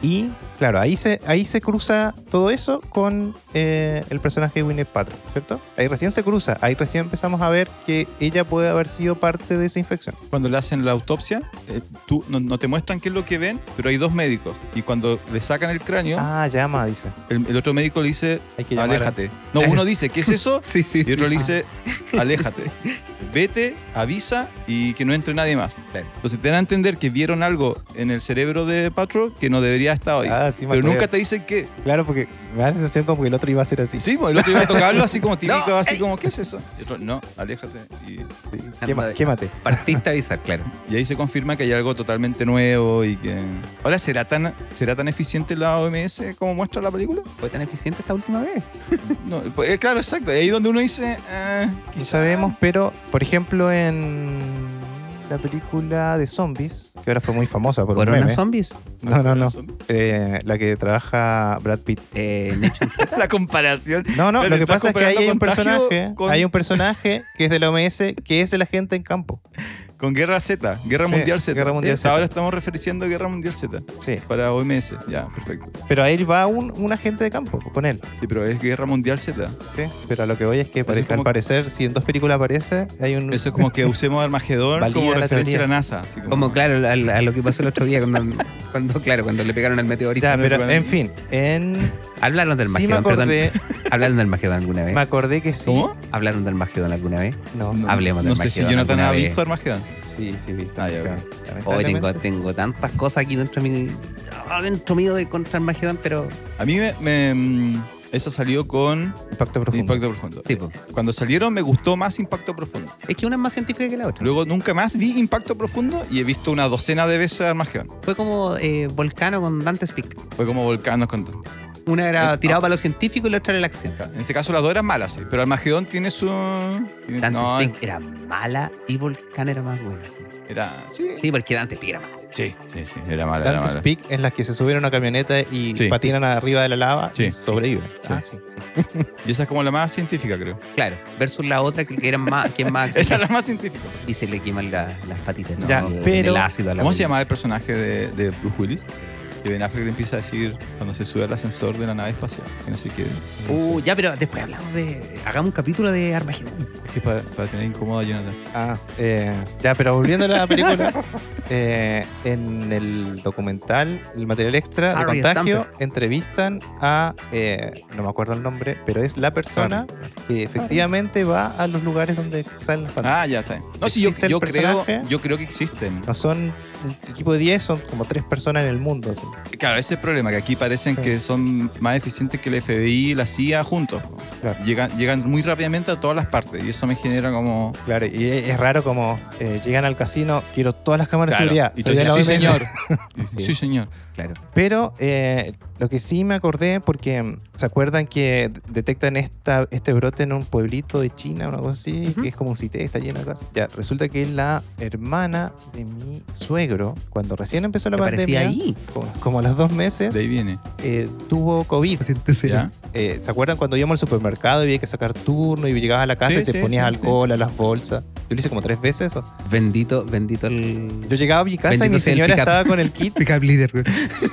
Speaker 1: y claro, ahí se, ahí se cruza todo eso con eh, el personaje de Winnie Patrol, ¿cierto? Ahí recién se cruza, ahí recién empezamos a ver que ella puede haber sido parte de esa infección.
Speaker 3: Cuando le hacen la autopsia, eh, tú, no, no te muestran qué es lo que ven, pero hay dos médicos. Y cuando le sacan el cráneo,
Speaker 1: Ah, llama, dice.
Speaker 3: el, el otro médico le dice,
Speaker 1: Hay que llamar a-
Speaker 3: aléjate. No, uno dice, ¿qué es eso?
Speaker 2: Sí, sí,
Speaker 3: Y otro le dice, aléjate, vete, avisa y que no entre nadie más.
Speaker 2: Claro.
Speaker 3: Entonces te dan a entender que vieron algo en el cerebro de Patro que no debería estar ahí.
Speaker 1: Ah, sí, me
Speaker 3: pero
Speaker 1: acuerdo.
Speaker 3: nunca te dicen qué.
Speaker 1: Claro, porque me da la sensación como que el otro iba a ser así.
Speaker 3: Sí, pues el otro iba a tocarlo así como típico,
Speaker 2: No,
Speaker 3: así
Speaker 2: ey.
Speaker 3: como, ¿qué es eso? Y otro, no, aléjate. Y,
Speaker 1: Sí, quema- quémate.
Speaker 2: Ah. Partiste a avisar, claro.
Speaker 3: y ahí se confirma que hay algo totalmente nuevo y que... Ahora, ¿será tan, ¿será tan eficiente la OMS como muestra la película?
Speaker 2: ¿Fue tan eficiente esta última vez?
Speaker 3: No, pues, eh, claro, exacto. Ahí donde uno dice, eh,
Speaker 1: No
Speaker 3: quizá-
Speaker 1: sabemos, pero por ejemplo en la película de zombies, que ahora fue muy famosa por un
Speaker 2: ¿Fueron
Speaker 1: meme.
Speaker 2: unas zombies?
Speaker 1: No, no, no. Eh, la que trabaja Brad Pitt.
Speaker 2: Eh, Nation Z.
Speaker 3: La comparación.
Speaker 1: No, no,
Speaker 3: Pero
Speaker 1: lo
Speaker 3: te
Speaker 1: que
Speaker 3: estás
Speaker 1: pasa es que ahí hay un
Speaker 3: comparando contagio
Speaker 1: personaje,
Speaker 3: con-
Speaker 1: hay un personaje que es de la OMS, que es el agente en campo.
Speaker 3: Con Guerra Z, Guerra
Speaker 1: Sí,
Speaker 3: Mundial Z.
Speaker 1: Guerra Mundial
Speaker 3: Hasta
Speaker 1: Z.
Speaker 3: Ahora estamos referenciando a Guerra Mundial Z
Speaker 1: Sí.
Speaker 3: para OMS. Ya, perfecto.
Speaker 1: Pero a él va un, un agente de campo con él.
Speaker 3: Sí, pero es Guerra Mundial Z.
Speaker 1: Sí. Pero a lo que voy es que pare-
Speaker 3: es como-
Speaker 1: al parecer, si en dos películas aparece, hay un.
Speaker 3: Eso es como que usemos Armagedón
Speaker 1: Valida
Speaker 3: como
Speaker 1: la
Speaker 3: referencia a la
Speaker 1: teoría.
Speaker 3: NASA. así como-
Speaker 2: Como claro, al- a, lo que pasó el otro día cuando, cuando, claro, cuando le pegaron al meteorito.
Speaker 1: Ya, pero
Speaker 3: no,
Speaker 1: en fin, en.
Speaker 2: Hablaron del
Speaker 1: Sí me
Speaker 2: Magedón, perdón.
Speaker 1: acordé,
Speaker 2: Hablaron del Magedón alguna vez.
Speaker 1: me acordé que sí.
Speaker 3: ¿Cómo? Ah,
Speaker 2: Hablaron del Magedón alguna vez.
Speaker 1: No,
Speaker 3: No,
Speaker 2: Hablemos del
Speaker 3: No sé si
Speaker 2: Armagedón
Speaker 3: Jonathan
Speaker 2: alguna
Speaker 3: ha
Speaker 2: vez.
Speaker 3: visto Armagedón.
Speaker 1: sí, sí, viste.
Speaker 3: Ah, ya, ok.
Speaker 2: Hoy
Speaker 1: Lamentablemente.
Speaker 2: Oh, tengo, tengo tantas cosas aquí dentro de mi. ah, dentro mío de contra el Magedón, pero.
Speaker 3: A mí me. me, mm, esa salió con
Speaker 1: Impacto profundo.
Speaker 3: Impacto Profundo.
Speaker 2: Sí, po.
Speaker 3: Cuando salieron me gustó más Impacto Profundo.
Speaker 2: Es que una es más científica que la otra.
Speaker 3: Luego nunca más vi Impacto Profundo y he visto una docena de veces Armagedón.
Speaker 2: Fue como eh, Volcano con Dante Speak.
Speaker 3: Fue como volcanos con
Speaker 2: Una era
Speaker 3: Eh,
Speaker 2: tirado para lo científico y la otra era la acción.
Speaker 3: En ese caso las dos eran malas, sí, pero Armagedón tiene su... tiene-
Speaker 2: Dante
Speaker 3: no,
Speaker 2: Speak era mala y Volcán era más buena. Sí,
Speaker 3: era... Sí,
Speaker 2: Sí, porque Dante Speak era mala.
Speaker 3: sí, sí, sí, era mala, era
Speaker 1: Dante
Speaker 3: mala.
Speaker 1: Speak es las que se subieron a una camioneta y
Speaker 3: Sí.
Speaker 1: patinan arriba de la lava
Speaker 3: Sí.
Speaker 1: y sobreviven.
Speaker 3: Sí.
Speaker 1: Ah, sí.
Speaker 3: Y esa es como la más científica, creo.
Speaker 2: Claro, versus la otra que que era más. Que es más acción.
Speaker 3: Esa es la más científica.
Speaker 2: y se le queman la- las patitas. ¿no?
Speaker 1: Ya,
Speaker 2: Con
Speaker 1: pero-
Speaker 2: el ácido a la
Speaker 3: ¿Cómo se
Speaker 2: abuela.
Speaker 3: llamaba el personaje de, de Bruce Willis? Que Ben Affleck le empieza a decir cuando se sube al ascensor de la nave espacial. Que no sé qué. no
Speaker 2: Uh,
Speaker 3: sé.
Speaker 2: ya, pero después hablamos de. Hagamos un capítulo de Armagedón.
Speaker 3: Es que para, para tener incómodo a Jonathan.
Speaker 1: pues, Ah, eh, ya, pero volviendo a la película, eh, en el documental, el material extra de
Speaker 2: Harry
Speaker 1: contagio,
Speaker 2: Stamper.
Speaker 1: entrevistan a, eh, no me acuerdo el nombre, pero es la persona que efectivamente va a los lugares donde salen las pandemias.
Speaker 3: Ah, ya está. bien. No, sí, yo,
Speaker 1: ¿Existe el
Speaker 3: yo creo,
Speaker 1: personaje?
Speaker 3: yo creo que existen.
Speaker 1: No son un equipo de 10, son como tres personas en el mundo. así.
Speaker 3: Claro, ese es el problema, que aquí parecen
Speaker 1: Sí.
Speaker 3: que son más eficientes que el FBI y la CIA juntos.
Speaker 1: Claro.
Speaker 3: Llegan, llegan muy rápidamente a todas las partes y eso me genera como...
Speaker 1: Claro, y es es raro como eh, llegan al casino, quiero todas las cámaras
Speaker 3: Claro.
Speaker 1: de seguridad.
Speaker 3: Y
Speaker 1: soy de
Speaker 3: entonces,
Speaker 1: la
Speaker 3: sí,
Speaker 1: OMS".
Speaker 3: señor. Sí,
Speaker 2: Sí.
Speaker 3: señor.
Speaker 2: Claro.
Speaker 1: Pero eh, lo que sí me acordé, porque mm, se acuerdan que d- detectan esta, este brote en un pueblito de China o algo así,
Speaker 2: Ujú.
Speaker 1: que es como un cité, está lleno de cosas. Ya, resulta que es la hermana de mi suegro, cuando recién empezó la
Speaker 2: Me parecía
Speaker 1: pandemia,
Speaker 2: ahí.
Speaker 1: Como, como a los dos meses,
Speaker 3: De ahí viene.
Speaker 1: eh, tuvo COVID.
Speaker 3: ¿Ya?
Speaker 1: Eh, ¿Se acuerdan cuando íbamos al supermercado y había que sacar turno y llegabas a la casa
Speaker 3: Sí,
Speaker 1: y te
Speaker 3: sí,
Speaker 1: ponías
Speaker 3: sí, sí.
Speaker 1: alcohol a las bolsas? Yo lo hice como tres veces eso.
Speaker 2: Bendito, bendito
Speaker 3: Mm.
Speaker 2: el.
Speaker 1: Yo llegaba a mi casa y
Speaker 2: Bendito
Speaker 1: mi
Speaker 2: sea el
Speaker 1: señora
Speaker 2: pick-up.
Speaker 1: estaba con el kit
Speaker 2: Pick up leader, güey.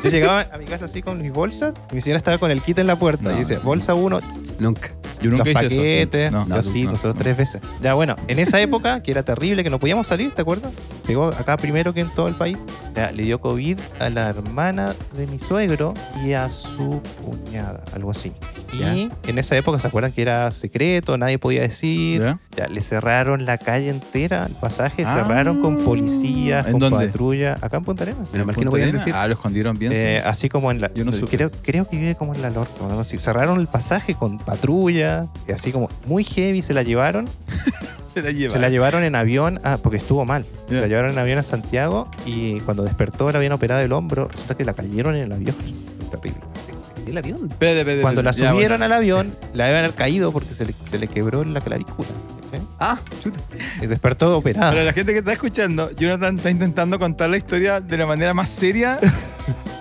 Speaker 1: Yo llegaba a mi casa así con mis bolsas, mi señora estaba con el kit en la puerta.
Speaker 3: No,
Speaker 1: y dice,
Speaker 3: no.
Speaker 1: bolsa 1,
Speaker 2: Nunca.
Speaker 3: Yo
Speaker 1: los
Speaker 3: nunca hice
Speaker 1: paquetes.
Speaker 3: eso.
Speaker 1: yo sí, nosotros tres veces. Ya bueno, en esa época, que era terrible, que no podíamos salir, ¿te acuerdas? Llegó acá primero que en todo el país. Ya, le dio COVID a la hermana de mi suegro y a su cuñada, algo así. Y
Speaker 2: Ya.
Speaker 1: en esa época, ¿se acuerdan que era secreto? Nadie podía decir.
Speaker 3: ¿Ya?
Speaker 1: Ya, le cerraron la calle entera, el pasaje,
Speaker 3: Ah.
Speaker 1: cerraron con policías,
Speaker 3: ¿En
Speaker 1: con
Speaker 3: dónde?
Speaker 1: patrulla, acá en Punta Arenas.
Speaker 2: Menos mal que
Speaker 3: ¿Punta
Speaker 2: no podían
Speaker 3: Arena?
Speaker 2: decir.
Speaker 3: Ah, lo escondieron bien. sí.
Speaker 1: Eh, así como en la.
Speaker 3: Yo no supe.
Speaker 1: creo, creo que vive como en la Lorca. ¿no? Así, cerraron el pasaje con patrulla. y así como muy heavy se la llevaron.
Speaker 3: se la lleva.
Speaker 1: Se la llevaron en avión. ah, porque estuvo mal. Se
Speaker 3: Ya.
Speaker 1: la llevaron en avión a Santiago. Y cuando despertó, la habían operado el hombro. Resulta que la cayeron en el avión. Terrible.
Speaker 2: El avión.
Speaker 3: Espérate, espérate,
Speaker 1: Cuando la
Speaker 3: espérate. Ya,
Speaker 1: subieron al avión, la deben haber caído porque se le, se le quebró la clavícula.
Speaker 2: Ah, chuta.
Speaker 1: Y Despertó operado.
Speaker 3: Para la gente que está escuchando, Jonathan está intentando contar la historia de la manera más seria,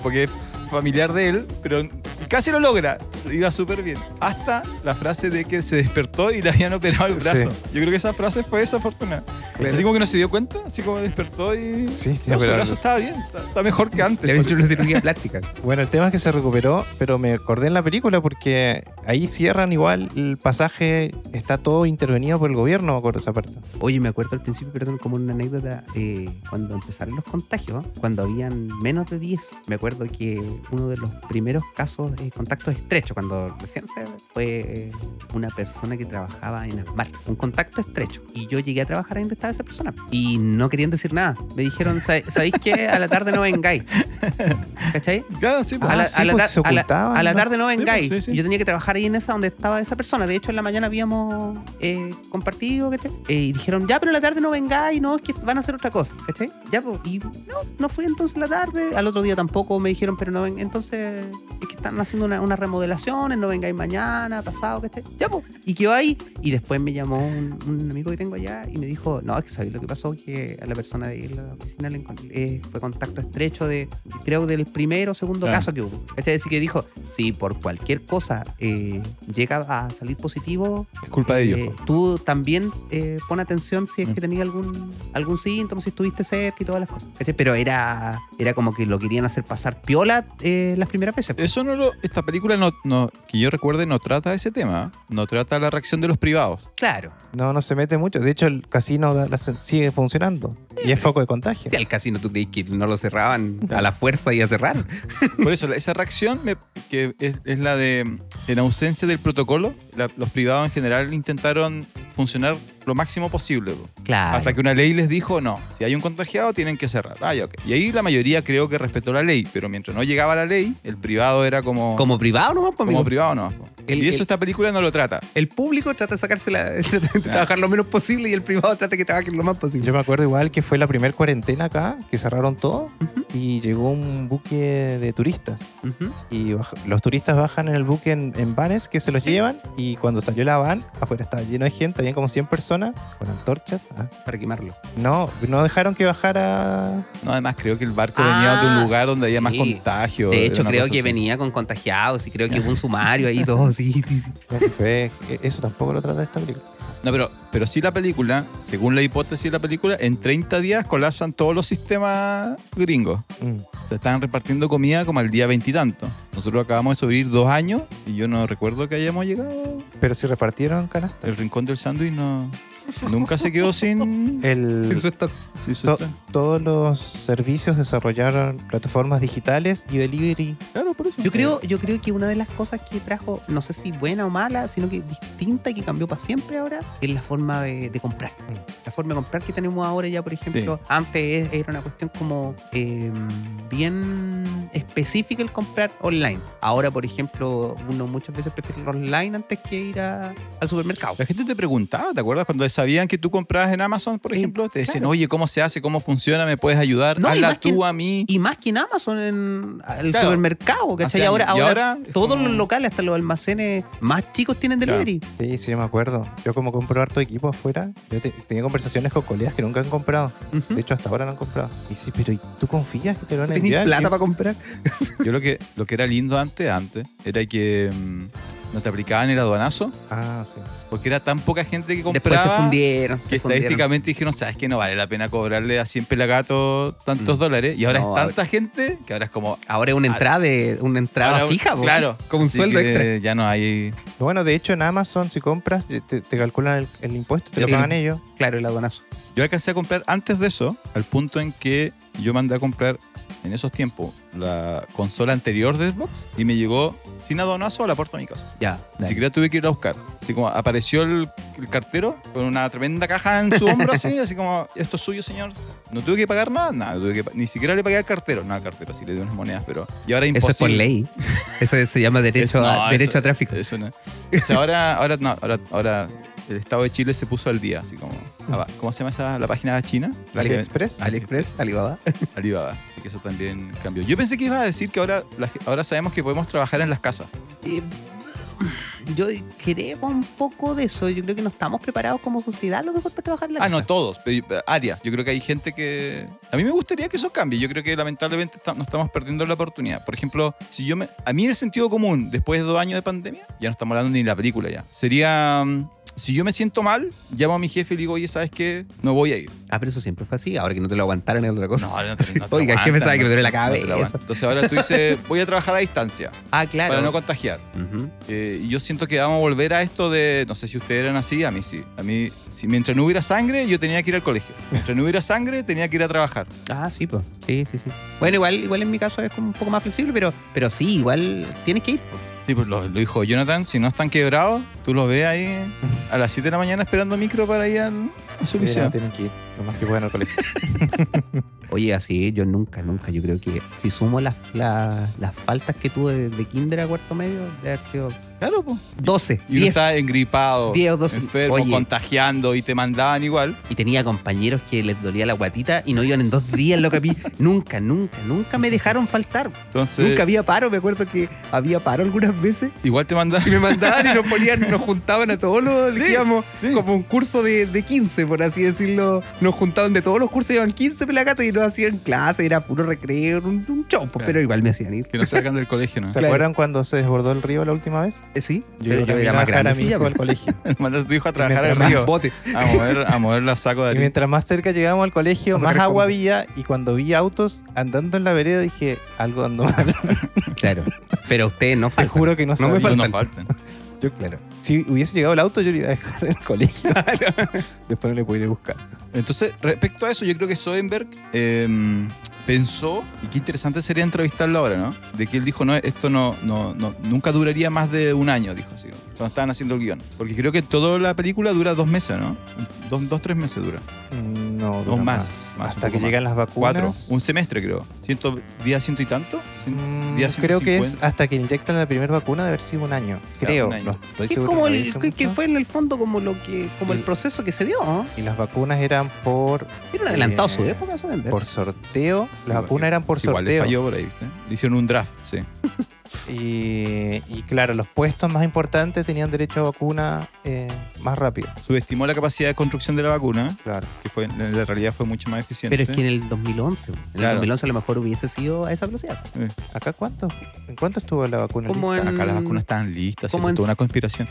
Speaker 3: porque es familiar de él, pero casi lo logra. Iba súper bien. Hasta la frase de que se despertó y le habían operado el brazo.
Speaker 1: Sí.
Speaker 3: Yo creo que esa frase fue desafortunada.
Speaker 2: Claro.
Speaker 3: Así como que no se dio cuenta, así como despertó y.
Speaker 1: Sí, sí,
Speaker 3: No, su
Speaker 1: pero-
Speaker 3: brazo estaba bien, está, está mejor que antes.
Speaker 2: Le habían hecho una
Speaker 3: parece.
Speaker 2: cirugía plástica.
Speaker 1: Bueno, el tema es que se recuperó, pero me acordé en la película porque ahí cierran igual el pasaje, está todo intervenido por el gobierno, me acuerdo esa parte.
Speaker 2: Oye, me acuerdo al principio, perdón, como una anécdota, eh, cuando empezaron los contagios, cuando habían menos de 10, me acuerdo que uno de los primeros casos de contactos estrechos, cuando recién se fue eh, una persona que trabajaba en Asmar, un contacto estrecho, y yo llegué a trabajar ahí donde estaba esa persona, y no querían decir nada, me dijeron, "Sa- ¿sabéis qué? A la tarde no vengáis, ¿cachai?
Speaker 3: Claro, sí, pues.
Speaker 2: a la,
Speaker 1: sí,
Speaker 2: a la
Speaker 1: pues,
Speaker 2: tar-
Speaker 1: se
Speaker 2: a la-
Speaker 1: ocultaban,
Speaker 2: a la
Speaker 1: ¿no?
Speaker 2: tarde no
Speaker 3: Sí,
Speaker 2: vengáis.
Speaker 3: pues, sí, sí.
Speaker 2: Yo tenía que trabajar ahí en esa donde estaba esa persona. De hecho, en la mañana habíamos eh, compartido, ¿cachai? Eh, y dijeron, ya, pero en la tarde no vengáis, no, es que van a hacer otra cosa, ¿cachai? Ya, pues, y no, no fui entonces en la tarde. Al otro día tampoco me dijeron, pero no ven, entonces es que están haciendo una- unas remodelaciones, no vengáis mañana, pasado, ¿cachai? Ya, pues, y quedó ahí. Y después me llamó un, un amigo que tengo allá y me dijo, no, es que sabéis lo que pasó, que a la persona de la oficina le encon- eh, fue contacto estrecho de, creo, del primero o segundo
Speaker 3: Claro.
Speaker 2: caso que hubo. Este decir que dijo, si por cualquier cosa eh, llega a salir positivo,
Speaker 3: Es culpa de ellos.
Speaker 2: eh,
Speaker 3: pues.
Speaker 2: tú también eh, pon atención si es
Speaker 3: Mm.
Speaker 2: que tenías algún, algún síntoma, si estuviste cerca y todas las cosas. ¿Cachai? Pero era, era como que lo querían hacer pasar piola eh, las primeras veces.
Speaker 3: Eso no lo. Esta película, no, no- que yo recuerde, no trata ese tema. ¿eh? No trata la reacción de los privados.
Speaker 2: Claro.
Speaker 1: No, no se mete mucho. De hecho, el casino da- la- sigue funcionando y es foco de contagio.
Speaker 2: Si al casino tú creí que no lo cerraban a la fuerza y a cerrar.
Speaker 3: Por eso, la- esa reacción me- que es, es la de, en ausencia del protocolo, la- los privados en general intentaron funcionar lo máximo posible. po.
Speaker 2: Claro.
Speaker 3: Hasta que una ley les dijo, no, si hay un contagiado tienen que cerrar. Ah, ya, ok. Y ahí la mayoría creo que respetó la ley, pero mientras no llegaba la ley, el privado era como...
Speaker 2: Como privado nomás, pues,
Speaker 3: como
Speaker 2: amigo.
Speaker 3: privado no. po.
Speaker 2: El-
Speaker 3: y eso
Speaker 2: el-
Speaker 3: esta película no lo trata.
Speaker 2: el público trata de sacarse la, trata de trabajar lo menos posible y el privado trata de que trabajen lo más posible.
Speaker 1: Yo me acuerdo igual que fue la primera cuarentena acá, que cerraron todo y llegó un buque de turistas.
Speaker 2: Ujú.
Speaker 1: Y baja- los turistas bajan en el buque en, en vanes que se los llevan y cuando salió la van, afuera estaba lleno de gente, habían como 100 personas con antorchas. Ah.
Speaker 2: Para quemarlo.
Speaker 1: No, no dejaron que bajara
Speaker 3: No, además creo que el barco
Speaker 2: Ah,
Speaker 3: venía de un lugar donde había más
Speaker 2: sí.
Speaker 3: contagio.
Speaker 2: De
Speaker 3: era
Speaker 2: hecho,
Speaker 3: una
Speaker 2: creo
Speaker 3: cosa
Speaker 2: que
Speaker 3: así.
Speaker 2: venía con contagiados y creo que hubo un sumario ahí, todo. Sí, sí, sí.
Speaker 1: No, si fue- Eh, eso tampoco lo trata esta película.
Speaker 3: No, pero, pero sí la película, según la hipótesis de la película, en 30 días colapsan todos los sistemas gringos.
Speaker 1: Mm.
Speaker 3: Se estaban repartiendo comida como al día veintitanto. Nosotros acabamos de sobrevivir dos años y yo no recuerdo que hayamos llegado.
Speaker 1: Pero si repartieron canastas.
Speaker 3: El rincón del sándwich no. Nunca se quedó sin.
Speaker 1: El-
Speaker 2: Sí, su stock.
Speaker 3: sin su-
Speaker 1: to- todos los servicios desarrollaron plataformas digitales y delivery.
Speaker 3: Claro, por eso.
Speaker 2: Yo creo, yo creo que una de las cosas que trajo, no sé si buena o mala, sino que distinta y que cambió para siempre ahora, es la forma de, de comprar.
Speaker 3: Mm.
Speaker 2: La forma de comprar que tenemos ahora ya, por ejemplo, antes era una cuestión como eh, bien específica el comprar online. Ahora, por ejemplo, uno muchas veces prefiere ir online antes que ir a- al supermercado.
Speaker 3: La gente te preguntaba, ¿te acuerdas? Cuando sabían que tú comprabas en Amazon, por
Speaker 2: Sí,
Speaker 3: ejemplo, te decían,
Speaker 2: claro.
Speaker 3: oye, ¿cómo se hace? ¿Cómo funciona? ¿Me puedes ayudar?
Speaker 2: No, y
Speaker 3: Hazla
Speaker 2: más que-
Speaker 3: tú a mí.
Speaker 2: Y más que en Amazon, en el
Speaker 3: Claro.
Speaker 2: supermercado, ¿cachai?
Speaker 3: Hace
Speaker 2: ahora,
Speaker 3: años. Y
Speaker 2: ahora
Speaker 3: ahora es
Speaker 2: todos
Speaker 3: como-
Speaker 2: los locales, hasta los almacenes más chicos tienen
Speaker 3: Claro.
Speaker 2: delivery.
Speaker 1: Sí, sí, yo me acuerdo. Yo como compro harto equipo afuera, yo te- tenía conversaciones con colegas que nunca han comprado.
Speaker 2: Ujú.
Speaker 1: De hecho, hasta ahora no han comprado. Y sí, pero ¿y ¿tú confías que te lo van a
Speaker 2: ¿Tenéis
Speaker 1: enviar?
Speaker 2: plata para comprar?
Speaker 3: Yo lo que, lo que era lindo antes, antes, era que mm, no te aplicaban el aduanazo,
Speaker 1: Ah, sí.
Speaker 3: porque era tan poca gente que compraba.
Speaker 2: Después se fundieron.
Speaker 3: que
Speaker 2: se fundieron.
Speaker 3: estadísticamente dijeron, sabes que no vale la pena cobrarle a 100 pelagatos tantos
Speaker 2: Mm.
Speaker 3: dólares. Y ahora
Speaker 2: No,
Speaker 3: es tanta gente que ahora es como.
Speaker 2: Ahora es una entrada, de- una entrada
Speaker 3: ahora-
Speaker 2: fija, po.
Speaker 3: Claro.
Speaker 2: Como un
Speaker 3: Así
Speaker 2: sueldo
Speaker 3: que
Speaker 2: extra.
Speaker 3: Ya no hay.
Speaker 1: Bueno, de hecho, en Amazon, si compras, te, te calculan el, el impuesto, te lo
Speaker 2: Sí.
Speaker 1: pagan ellos.
Speaker 2: Claro, el aduanazo.
Speaker 3: Yo alcancé a comprar antes de eso, al punto en que yo mandé a comprar en esos tiempos la consola anterior de Xbox y me llegó sin adonazo a la puerta de mi casa.
Speaker 2: Ya.
Speaker 3: Ni
Speaker 2: dale.
Speaker 3: siquiera tuve que ir a buscar. Así como apareció el, el cartero con una tremenda caja en su hombro, así, así como, esto es suyo, señor. No tuve que pagar nada, nada. no tuve que pa- ni siquiera le pagué al cartero. No, al cartero sí le di unas monedas, pero. Y ahora es
Speaker 2: Eso
Speaker 3: imposible.
Speaker 2: es por ley. Eso se llama derecho,
Speaker 3: Es- no,
Speaker 2: a, derecho
Speaker 3: eso-
Speaker 2: a tráfico.
Speaker 3: Eso no. O sea, ahora, ahora, no, ahora, ahora el Estado de Chile se puso al día, así como. ah, ¿Cómo se llama esa, la página china? La que-
Speaker 1: AliExpress.
Speaker 2: AliExpress, Alibaba.
Speaker 3: Alibaba. Así que eso también cambió. Yo pensé que iba a decir que ahora, la ge- ahora sabemos que podemos trabajar en las casas.
Speaker 2: Eh, yo queremos un poco de eso. Yo creo que no estamos preparados como sociedad a lo mejor para trabajar en la
Speaker 3: Ah, no,
Speaker 2: casa.
Speaker 3: todos, pe- áreas. Yo creo que hay gente que... A mí me gustaría que eso cambie. Yo creo que lamentablemente está- nos estamos perdiendo la oportunidad. Por ejemplo, si yo me... A mí el sentido común, después de dos años de pandemia, ya no estamos hablando ni de la película ya. Sería... mm, Si yo me siento mal, llamo a mi jefe y le digo, oye, ¿sabes qué? No voy a ir.
Speaker 2: Ah, pero eso siempre fue así. Ahora que no te lo aguantaron es otra cosa.
Speaker 3: No, no te- no te
Speaker 2: Oiga, el jefe
Speaker 3: aguantan,
Speaker 2: sabe que me duele la
Speaker 3: no te lo
Speaker 2: cabeza.
Speaker 3: aguantan. Entonces ahora tú dices, voy a trabajar a distancia
Speaker 2: ah, claro.
Speaker 3: para no contagiar.
Speaker 2: Ujú.
Speaker 3: Eh, y yo siento que vamos a volver a esto de, no sé si ustedes eran así, a mí sí. A mí, si mientras no hubiera sangre, yo tenía que ir al colegio. Mientras no hubiera sangre, tenía que ir a trabajar.
Speaker 2: Ah, sí, pues. Sí, sí, sí. Bueno, igual, igual en mi caso es como un poco más flexible, pero, pero sí, igual tienes que ir. po.
Speaker 3: Sí, pues lo, lo dijo Jonathan, si no están quebrados, tú los ves ahí a las 7 de la mañana esperando micro para ir al- a su
Speaker 1: Mira,
Speaker 3: liceo.
Speaker 1: Eh, tienen que ir lo más que puedan al colegio.
Speaker 2: Oye, así, yo nunca, nunca. Yo creo que si sumo las, la- las faltas que tuve de, de kinder a cuarto medio, de haber sido
Speaker 3: Claro, pues.
Speaker 2: 12,
Speaker 3: Y uno
Speaker 2: 10.
Speaker 3: está engripado,
Speaker 2: 10 o 12.
Speaker 3: enfermo,
Speaker 2: Oye.
Speaker 3: contagiando y te mandaban igual.
Speaker 2: Y tenía compañeros que les dolía la guatita y no iban en dos días, lo que a mí nunca, nunca, nunca me dejaron faltar.
Speaker 3: Entonces,
Speaker 2: Nunca había paro, me acuerdo que había paro algunas veces.
Speaker 3: igual te mandaban.
Speaker 2: Y me mandaban y nos ponían, nos juntaban a todos los
Speaker 3: Sí,
Speaker 2: que íbamos
Speaker 3: sí.
Speaker 2: como un curso de, de 15, por así decirlo. Nos juntaban de todos los cursos, iban 15 pelagatos y nos hacían clase, era puro recreo, era un, un show, pues,
Speaker 3: Claro.
Speaker 2: pero igual me hacían ir.
Speaker 3: Que nos sacan del colegio, ¿no?
Speaker 1: ¿Se
Speaker 2: Claro.
Speaker 1: acuerdan cuando se desbordó el río la última vez?
Speaker 2: Eh, Sí,
Speaker 1: Yo
Speaker 2: pero
Speaker 1: iba a dejar a mi
Speaker 2: sí,
Speaker 1: hija para el pues, colegio.
Speaker 3: Mandas a tu hijo a trabajar
Speaker 1: mientras
Speaker 3: al
Speaker 2: más
Speaker 3: río.
Speaker 2: bote.
Speaker 3: A mover, a mover la saco de
Speaker 1: Y
Speaker 3: harina.
Speaker 1: mientras más cerca llegábamos al colegio,
Speaker 2: Vamos a
Speaker 1: más
Speaker 2: sacar
Speaker 1: agua
Speaker 2: combo.
Speaker 1: había. Y cuando vi autos andando en la vereda, dije, algo andó mal.
Speaker 2: Claro, pero ustedes no
Speaker 1: Te juro que no,
Speaker 2: No me
Speaker 1: sabía.
Speaker 3: No, no
Speaker 2: faltan.
Speaker 3: faltan.
Speaker 1: Yo,
Speaker 2: Claro.
Speaker 1: si hubiese llegado el auto, yo lo iba a dejar en el colegio. Después no le pude ir a buscar.
Speaker 3: Entonces, respecto a eso, yo creo que Soderbergh eh, pensó, y qué interesante sería entrevistarlo ahora, ¿no? De que él dijo, no, esto no, no, no- nunca duraría más de un año, dijo así, cuando estaban haciendo el guión. Porque creo que toda la película dura dos meses, ¿no? Dos, dos tres meses dura.
Speaker 1: Mm, No,
Speaker 3: O
Speaker 1: dura
Speaker 3: más, más,
Speaker 1: Hasta
Speaker 3: un
Speaker 1: que
Speaker 3: poco
Speaker 1: llegan las
Speaker 3: Cuatro,
Speaker 1: vacunas.
Speaker 3: un semestre creo. ¿Ciento, ¿Día ciento y tanto? Cien-
Speaker 1: Mm,
Speaker 3: día
Speaker 1: creo que es
Speaker 3: 150.
Speaker 1: hasta que inyectan la primera vacuna de haber sido un año. Creo.
Speaker 3: un año.
Speaker 1: No estoy
Speaker 2: Que es
Speaker 1: seguro,
Speaker 2: como
Speaker 1: no lo
Speaker 2: el,
Speaker 1: hice
Speaker 2: que, que
Speaker 1: mucho.
Speaker 2: fue en el fondo como lo que como el
Speaker 1: Sí.
Speaker 2: proceso que se dio ¿no?
Speaker 1: Y las vacunas eran por,
Speaker 2: era un adelantado a su
Speaker 1: Eh,
Speaker 2: época Soderbergh.
Speaker 1: por sorteo. Las
Speaker 3: Igual-
Speaker 1: vacunas eran por
Speaker 3: Igual le
Speaker 1: sorteo.
Speaker 3: falló por ahí, ¿viste? Le hicieron un draft, sí.
Speaker 1: Y, y claro, los puestos más importantes tenían derecho a vacuna eh, más rápido.
Speaker 3: Subestimó la capacidad de construcción de la vacuna,
Speaker 1: Claro.
Speaker 3: que fue, en la realidad fue mucho más eficiente.
Speaker 2: pero es que en el 2011 en el
Speaker 3: Claro.
Speaker 2: 2011 a lo mejor hubiese sido a esa velocidad
Speaker 1: ¿Acá cuánto? ¿En cuánto estuvo la vacuna?
Speaker 2: Como
Speaker 1: lista?
Speaker 2: en-
Speaker 3: Acá las vacunas estaban listas,
Speaker 2: como
Speaker 3: es
Speaker 2: en-
Speaker 3: toda una conspiración.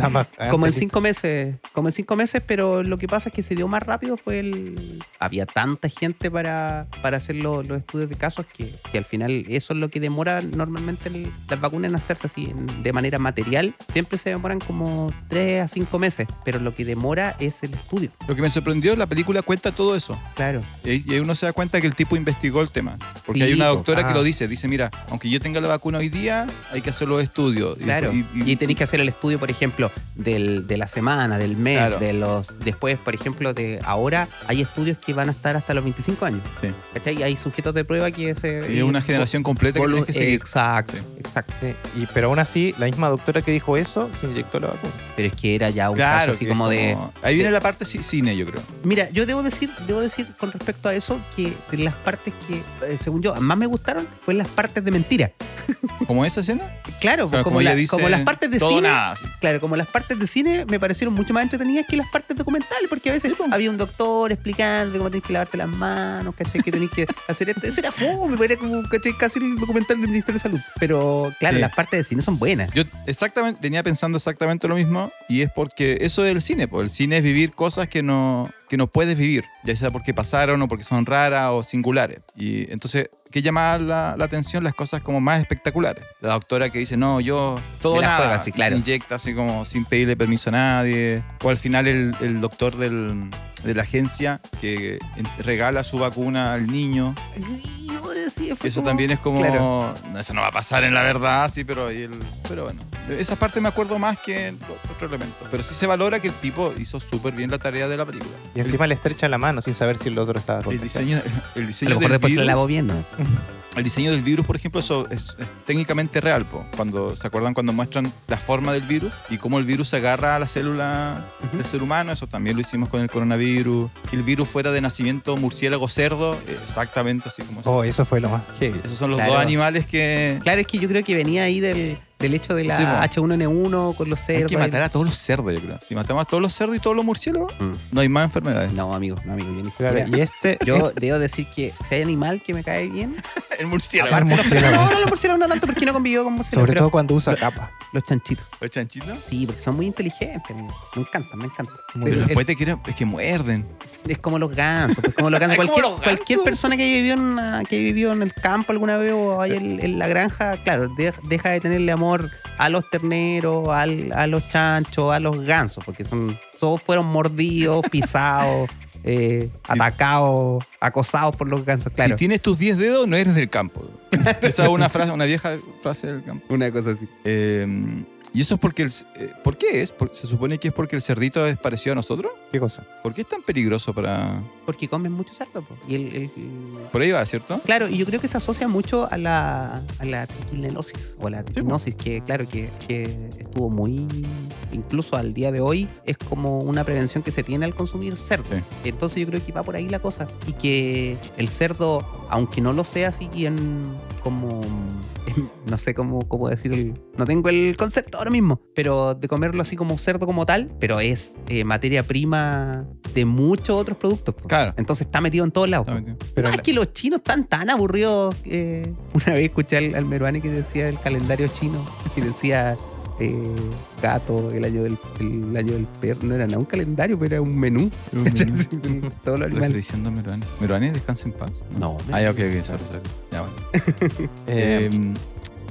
Speaker 1: Ah, más- antes
Speaker 2: como en
Speaker 1: lista.
Speaker 2: cinco meses como en cinco meses pero lo que pasa es que se dio más rápido fue el había tanta gente para, para hacer lo- los estudios de casos que, que al final eso es lo que demora normalmente el- las vacunas en hacerse así en- de manera material siempre se demoran como tres a cinco meses pero lo que demora es el estudio
Speaker 3: Lo que me sorprendió, la película cuenta todo eso.
Speaker 2: claro
Speaker 3: Y ahí- y ahí uno se da cuenta que el tipo investigó el tema. Porque
Speaker 2: Sí,
Speaker 3: hay una
Speaker 2: po.
Speaker 3: doctora
Speaker 2: Ah.
Speaker 3: que lo dice. Dice, mira, aunque yo tenga la vacuna hoy día, hay que hacer los estudios. Y- pues,
Speaker 2: Claro.
Speaker 3: Y,
Speaker 2: Y, tenéis que hacer el estudio, por ejemplo, del, de la semana, del mes,
Speaker 3: Claro.
Speaker 2: de los. Después, por ejemplo, de ahora hay estudios que van a estar hasta los 25 años.
Speaker 3: Sí.
Speaker 2: ¿Cachai? Hay sujetos de prueba que se.
Speaker 3: y es una generación completa que
Speaker 2: volu-
Speaker 3: tienes que seguir.
Speaker 2: Exacto,
Speaker 3: Sí.
Speaker 2: exacto.
Speaker 1: Sí, y- pero aún así, la misma doctora que dijo eso se inyectó la vacuna.
Speaker 2: Pero es que era ya un caso
Speaker 3: Claro,
Speaker 2: así
Speaker 3: que
Speaker 2: como
Speaker 3: es
Speaker 2: de.
Speaker 3: como- Ahí viene la parte ci- cine, yo creo.
Speaker 2: Mira, yo debo decir, debo decir con respecto a eso que de las partes que, eh, según yo, más me gustaron fue las partes de mentira.
Speaker 3: ¿Como esa escena?
Speaker 2: Claro,
Speaker 3: Claro,
Speaker 2: como, la- como las partes de
Speaker 3: todo
Speaker 2: cine.
Speaker 3: nada. así.
Speaker 2: Claro, como las partes de cine me parecieron mucho más entretenidas que las partes documentales, porque a veces había un doctor explicando cómo tenés que lavarte las manos, ¿cachai? Que tenés que hacer esto. Eso era fome, pues era como, ¿cachai? Casi el documental del Ministerio de Salud. Pero, claro,
Speaker 3: Sí.
Speaker 2: las partes de cine son buenas.
Speaker 3: Yo exactamente, venía pensando exactamente lo mismo y es porque eso es el cine, pues el cine es vivir cosas que no, que no puedes vivir, ya sea porque pasaron o porque son raras o singulares. Y entonces, ¿qué llamaba la, la atención? Las cosas como más espectaculares. La doctora que dice, no, yo todo
Speaker 2: Me la
Speaker 3: nada,
Speaker 2: juega, sí,
Speaker 3: y
Speaker 2: claro.
Speaker 3: se inyecta así como sin pedirle permiso a nadie. O al final el, el doctor del- de la agencia que en- regala su vacuna al niño.
Speaker 2: Y yo decía, fue
Speaker 3: Eso
Speaker 2: como-
Speaker 3: también es como.
Speaker 2: Claro.
Speaker 3: no, Eso no va a pasar en la verdad, sí, pero, ahí el- pero bueno. Esa parte me acuerdo más que los otros elementos. Pero sí se valora que el tipo hizo súper bien la tarea de la película.
Speaker 1: Y encima le estrecha la mano sin saber si el otro estaba
Speaker 3: El, el
Speaker 1: contagiado.
Speaker 3: diseño, el,
Speaker 2: A
Speaker 3: diseño
Speaker 2: lo mejor
Speaker 3: del
Speaker 2: después se la
Speaker 3: virus,
Speaker 2: lavo bien, ¿no?
Speaker 3: el diseño del virus, por ejemplo, eso es, es técnicamente real. po. Cuando se acuerdan cuando muestran la forma del virus y cómo el virus se agarra a la célula
Speaker 2: Ujú.
Speaker 3: del ser humano, eso también lo hicimos con el coronavirus. Que el virus fuera de nacimiento murciélago cerdo, exactamente así como
Speaker 1: Oh, eso fue lo más heavy.
Speaker 3: Esos son los
Speaker 2: Claro.
Speaker 3: dos animales que.
Speaker 2: Claro, es que yo creo que venía ahí del, del hecho de la
Speaker 3: Sí, po.
Speaker 2: H1N1 con los
Speaker 3: Hay
Speaker 2: cerdos.
Speaker 3: que matar a todos los cerdos, yo creo. Si matamos a todos los cerdos y todos los murciélagos,
Speaker 2: Mm.
Speaker 3: no hay más enfermedades.
Speaker 2: No, amigo, no, amigo, yo ni siquiera.
Speaker 1: Claro, y este.
Speaker 2: Yo debo decir que si hay animal que me cae bien.
Speaker 3: El
Speaker 1: Aparte,
Speaker 3: murciélago.
Speaker 2: No,
Speaker 1: murciélago,
Speaker 2: no, los murciélagos no tanto porque no convivió con murciélagos.
Speaker 1: sobre
Speaker 2: pero
Speaker 1: todo cuando usa capa.
Speaker 2: Los chanchitos.
Speaker 3: ¿Los chanchitos?
Speaker 2: Sí, porque son muy inteligentes, amigo. Me encantan, me encantan.
Speaker 1: Muy
Speaker 3: Pero
Speaker 2: El-
Speaker 1: bien.
Speaker 3: después te quieren. Es que muerden.
Speaker 2: Es como los gansos, pues, como los gansos.
Speaker 3: Es como
Speaker 2: cualquier,
Speaker 3: los gansos.
Speaker 2: cualquier persona que vivió, en una- que vivió en el campo alguna vez o ahí en, en la granja, claro, de- deja de tenerle amor a los terneros, al- a los chanchos, a los gansos, porque son todos fueron mordidos, pisados, eh, atacados, acosados por los gansos, claro.
Speaker 3: Si tienes tus 10 dedos, no eres del campo. Esa es una frase, una vieja frase del campo.
Speaker 2: Una cosa así.
Speaker 3: Eh, y eso es porque el, eh, ¿Por qué es? Por- ¿Se supone que es porque el cerdito es parecido a nosotros?
Speaker 1: ¿Qué cosa?
Speaker 3: ¿Por qué es tan peligroso para.?
Speaker 2: Porque comen mucho cerdo, po. Y el- el-
Speaker 3: Por ahí va, ¿cierto?
Speaker 2: Claro, y yo creo que se asocia mucho a la, a la triquinellosis o a la triquinosis, que claro, que, que estuvo muy, incluso al día de hoy, es como una prevención que se tiene al consumir cerdo.
Speaker 3: Sí.
Speaker 2: Entonces yo creo que va por ahí la cosa. Y que el cerdo, aunque no lo sea así en como, en- no sé cómo, cómo decir, el- no tengo el concepto ahora mismo, pero de comerlo así como cerdo como tal, pero es eh, materia prima de muchos otros productos. po.
Speaker 3: Claro.
Speaker 2: Entonces está metido en todos lados. po.
Speaker 1: Pero
Speaker 2: Ah,
Speaker 1: la-
Speaker 2: que los chinos están tan aburridos. eh, una vez escuché al, al Meruane que decía el calendario chino, que decía eh, gato, el año del, el año del perro. No era nada un calendario, pero era un menú. Todos los animales.
Speaker 3: Referenciando a Meruane. Meruane, descansa en paz.
Speaker 2: No,
Speaker 3: Ah, ya, ok, ok, sorry, sorry. Ya, bueno.
Speaker 1: eh,
Speaker 3: Eh,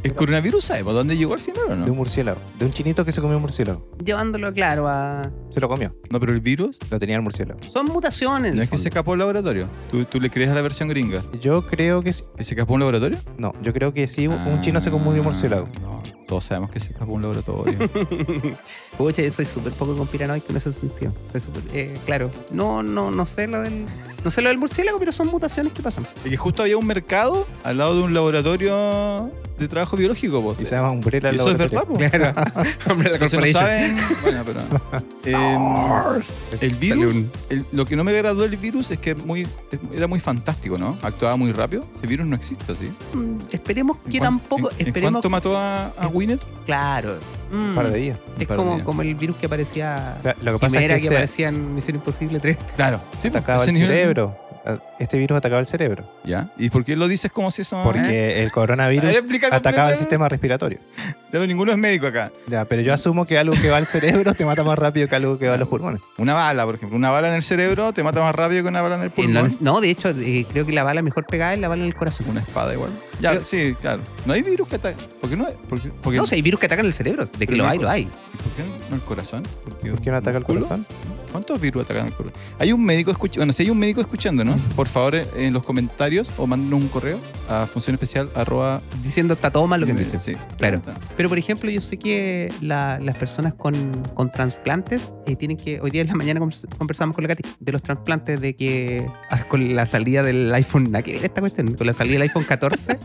Speaker 3: ¿El coronavirus sabe por dónde llegó al final
Speaker 1: de
Speaker 3: o
Speaker 1: un
Speaker 3: no?
Speaker 1: murciélago. De un chinito que se comió un murciélago.
Speaker 2: Llevándolo claro a.
Speaker 1: Se lo comió.
Speaker 3: No, pero el virus
Speaker 1: Lo tenía el murciélago.
Speaker 2: Son mutaciones. en
Speaker 3: no
Speaker 2: el
Speaker 3: es que se
Speaker 2: fondo.
Speaker 3: escapó del laboratorio. ¿Tú, tú le crees a la versión gringa?
Speaker 1: Yo creo que sí.
Speaker 3: ¿Que ¿Se escapó de un laboratorio? Ah,
Speaker 1: No, yo creo que sí. Un chino se comió un murciélago.
Speaker 3: No, todos sabemos que se escapó de un laboratorio.
Speaker 2: Pucha, yo soy súper poco conspiranoico en ese sentido. Soy súper, eh, claro. No, no, no sé lo del. No sé lo del murciélago, pero son mutaciones que pasan.
Speaker 3: y que justo había un mercado al lado de un laboratorio de trabajo biológico, vos.
Speaker 1: Y se llama Umbrella
Speaker 3: Y eso es verdad, po.
Speaker 2: Claro. Hombre, la
Speaker 3: Entonces no
Speaker 2: corporation.
Speaker 3: saben. Bueno, pero. Em, el virus. el- lo que no me agradó del virus es que muy, es- era muy fantástico, ¿no? Actuaba muy rápido. Ese virus no existe, ¿sí?
Speaker 2: Mm, Esperemos que
Speaker 3: ¿En cuán-
Speaker 2: tampoco.
Speaker 3: en- ¿En,
Speaker 2: esperemos
Speaker 3: cuánto mató a, a
Speaker 2: en-
Speaker 3: Winnet?
Speaker 2: Claro. Mm,
Speaker 1: Un par de días.
Speaker 2: Es
Speaker 3: Un par de
Speaker 2: como,
Speaker 3: días.
Speaker 2: como el virus que aparecía.
Speaker 1: La- Lo que pasa es
Speaker 2: Quimera
Speaker 1: que,
Speaker 2: que,
Speaker 1: este
Speaker 2: aparecía en Misión Imposible 3.
Speaker 3: Claro. Sí,
Speaker 1: atacaba
Speaker 3: ese
Speaker 1: el
Speaker 3: nivel-
Speaker 1: cerebro. Este virus atacaba el cerebro.
Speaker 3: ¿Ya? ¿Y por qué lo dices como si eso.?
Speaker 1: Porque el
Speaker 3: Ahí
Speaker 1: coronavirus
Speaker 3: explica
Speaker 1: atacaba el
Speaker 3: completamente.
Speaker 1: sistema respiratorio.
Speaker 3: Ya, pero ninguno es médico acá.
Speaker 1: Ya, pero yo asumo que algo que va al cerebro te mata más rápido que algo que va a los pulmones.
Speaker 3: Una bala, por ejemplo. Una bala en el cerebro te mata más rápido que una bala en el
Speaker 2: En la-
Speaker 3: pulmón.
Speaker 2: no, de hecho, eh, creo que la bala mejor pegada es la bala en el corazón.
Speaker 3: Una espada igual. Ya,
Speaker 2: Pero-
Speaker 3: sí, claro. No hay virus que ataque. ¿Por qué no? ¿Por qué, por qué-
Speaker 2: No, si hay virus que atacan el cerebro. De que
Speaker 3: Pero
Speaker 2: lo
Speaker 3: no
Speaker 2: hay,
Speaker 3: con-
Speaker 2: lo hay.
Speaker 3: ¿Por qué no el corazón? ¿Por qué,
Speaker 1: ¿Por qué no ataca el
Speaker 3: culo?
Speaker 1: corazón?
Speaker 3: ¿Cuántos virus atacan el corazón? Hay un médico escuchando. Bueno, si hay un médico escuchando,
Speaker 2: Mm.
Speaker 3: ¿no? Por favor, eh, en los comentarios o mándenos un correo a función especial arroba.
Speaker 2: Diciendo está todo mal lo que me
Speaker 3: Sí,
Speaker 2: Claro. Pero por ejemplo, yo sé que la- las personas con, con trasplantes eh, tienen que. Hoy día en la mañana convers- conversamos con la Katy de los trasplantes, de que ah, con la salida del iPhone. Nada que ver esta cuestión. Con la salida del iPhone 14.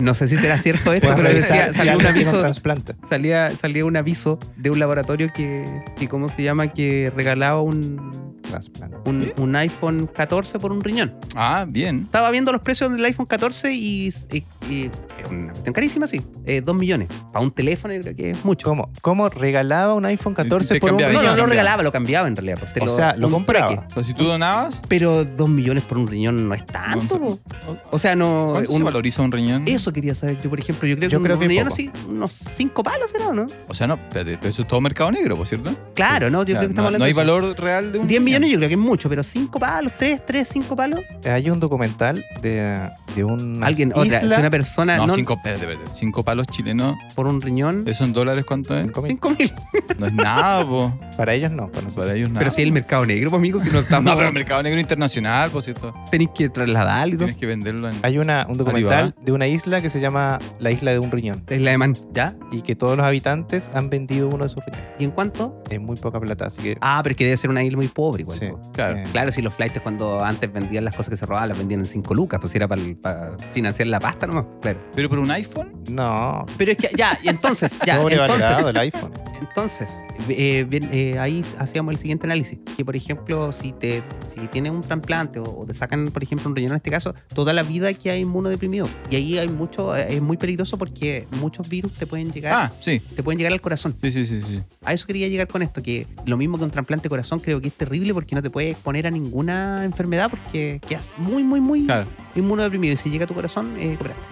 Speaker 2: no sé si será cierto esto,
Speaker 1: Puedes
Speaker 2: pero decía,
Speaker 1: revisar si
Speaker 2: salió un
Speaker 1: alguien tiene un
Speaker 2: aviso.
Speaker 1: trasplante.
Speaker 2: Salía, salía un aviso de un laboratorio que, que ¿cómo se llama? Que regalaba un,
Speaker 1: Trasplante.
Speaker 2: un,
Speaker 3: ¿Qué?
Speaker 2: un iPhone 14 por un riñón.
Speaker 3: Ah, bien.
Speaker 2: Estaba viendo los precios del iPhone 14 y, y- y- es una cuestión carísima, sí. Eh, dos millones. Para un teléfono yo creo que es mucho.
Speaker 1: ¿Cómo? ¿Cómo regalaba un iPhone 14
Speaker 3: Te
Speaker 1: por un
Speaker 3: cambiaba.
Speaker 2: No, no,
Speaker 1: riñón?
Speaker 2: lo regalaba, lo cambiaba en realidad. pues, te
Speaker 1: O sea, lo
Speaker 2: un
Speaker 1: compraba.
Speaker 2: trueque.
Speaker 3: O sea, si tú donabas.
Speaker 2: Pero dos millones por un riñón no es tanto.
Speaker 3: No,
Speaker 2: po. o sea, no...
Speaker 3: ¿Cuánto se
Speaker 2: un-
Speaker 3: valoriza un riñón?
Speaker 2: eso quería saber. Yo, por ejemplo, yo creo
Speaker 1: Yo
Speaker 2: que
Speaker 1: creo
Speaker 2: un
Speaker 1: que
Speaker 2: riñón
Speaker 1: poco.
Speaker 2: así, unos cinco palos será, ¿o ¿no?
Speaker 3: O sea, no, espérate, pero eso es todo mercado negro, por cierto.
Speaker 2: Claro, ¿no? Yo
Speaker 3: Ya,
Speaker 2: creo que
Speaker 3: no,
Speaker 2: estamos hablando
Speaker 3: no
Speaker 2: de
Speaker 3: hay
Speaker 2: eso.
Speaker 3: valor real de un.
Speaker 2: 10 millones
Speaker 3: riñón.
Speaker 2: yo creo que es mucho, pero 5 palos, 3, 3, 5 palos.
Speaker 1: Hay un documental de, de un.
Speaker 2: Alguien, otra, si una persona
Speaker 3: No,
Speaker 2: no,
Speaker 3: cinco, espérate, espérate. Cinco palos chilenos.
Speaker 2: por un riñón,
Speaker 3: ¿Eso en dólares cuánto es?
Speaker 2: 5 mil.
Speaker 3: No es nada, po.
Speaker 1: Para ellos no, para nosotros.
Speaker 3: Para ellos nada.
Speaker 2: Pero si es el mercado negro, pues amigo, si no estamos,
Speaker 3: No, pero el mercado negro internacional, por cierto.
Speaker 2: tenéis que trasladarlo y todo.
Speaker 3: Tienes que venderlo en.
Speaker 1: Hay una, un documental
Speaker 3: Alibaba.
Speaker 1: de una isla que se llama La Isla de un Riñón
Speaker 2: Es la de man. ¿Ya?
Speaker 1: y que todos los habitantes han vendido uno de sus riñones.
Speaker 2: ¿Y en cuánto?
Speaker 1: Es muy poca plata, así que.
Speaker 2: Ah, pero es que debe ser una isla muy pobre igual.
Speaker 1: sí,
Speaker 2: po.
Speaker 3: Claro.
Speaker 1: eh,
Speaker 2: Claro, si los flights cuando antes vendían las cosas que se robaban, las vendían en 5 lucas, pues era para financiar la pasta nomás. Claro.
Speaker 3: Pero por un iPhone,
Speaker 1: No,
Speaker 2: Pero es que, ya, y entonces, ya,
Speaker 1: sobrevalorado
Speaker 2: entonces,
Speaker 1: el iPhone.
Speaker 2: Entonces, eh, bien, eh, ahí hacíamos el siguiente análisis, que por ejemplo, si te si tienes un trasplante o, o te sacan, por ejemplo, un riñón en este caso, toda la vida que hay inmunodeprimido. Y ahí hay mucho, eh, es muy peligroso porque muchos virus te pueden llegar,
Speaker 3: Ah, sí.
Speaker 2: te pueden llegar al corazón.
Speaker 3: Sí, sí, sí, sí.
Speaker 2: A eso quería llegar con esto, que lo mismo que un trasplante de corazón creo que es terrible porque no te puedes exponer a ninguna enfermedad porque quedas muy, muy, muy
Speaker 3: Claro.
Speaker 2: inmunodeprimido. Y si llega a tu corazón, eh, cobraste.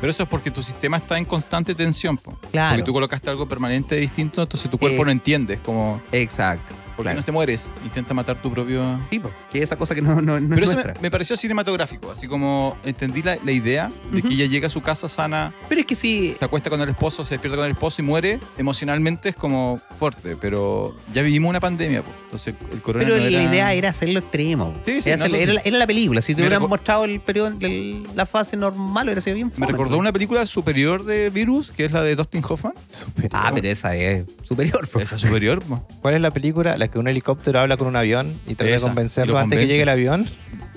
Speaker 3: Pero eso es porque tu sistema está en constante tensión. po. Porque
Speaker 2: Claro.
Speaker 3: tú colocaste algo permanente distinto, entonces tu cuerpo
Speaker 2: Eh.
Speaker 3: no entiende. Es como,
Speaker 2: Exacto.
Speaker 3: ¿por qué
Speaker 2: Claro.
Speaker 3: no te mueres? Intenta matar tu propio.
Speaker 2: Sí, porque esa cosa que no, no, no
Speaker 3: Pero
Speaker 2: es
Speaker 3: eso
Speaker 2: nuestra.
Speaker 3: me, me pareció cinematográfico, así como entendí la, la idea de que
Speaker 2: Ujú.
Speaker 3: ella llega a su casa sana,
Speaker 2: Pero es que sí,
Speaker 3: se acuesta con el esposo, se despierta con el esposo y muere. Emocionalmente es como fuerte, pero ya vivimos una pandemia, po. entonces el corona
Speaker 2: pero
Speaker 3: no
Speaker 2: la idea era hacerlo extremo.
Speaker 3: Sí, sí,
Speaker 2: era,
Speaker 3: no,
Speaker 2: hacerlo-
Speaker 3: eso sí.
Speaker 2: era la, era la película. Si te
Speaker 3: Me
Speaker 2: hubieran
Speaker 3: reco-
Speaker 2: mostrado el periodo, el- la fase normal, hubiera sido bien
Speaker 3: Me
Speaker 2: fome.
Speaker 3: recordó una película superior de Virus, que es la de Dustin Hoffman.
Speaker 1: Super.
Speaker 2: Ah, pero esa es superior. pues. po.
Speaker 3: Esa superior, po.
Speaker 1: ¿Cuál es la película? La que un helicóptero habla con un avión y trata de
Speaker 3: Esa, y
Speaker 1: convencerlo
Speaker 3: lo
Speaker 1: antes que
Speaker 3: convence.
Speaker 1: llegue el avión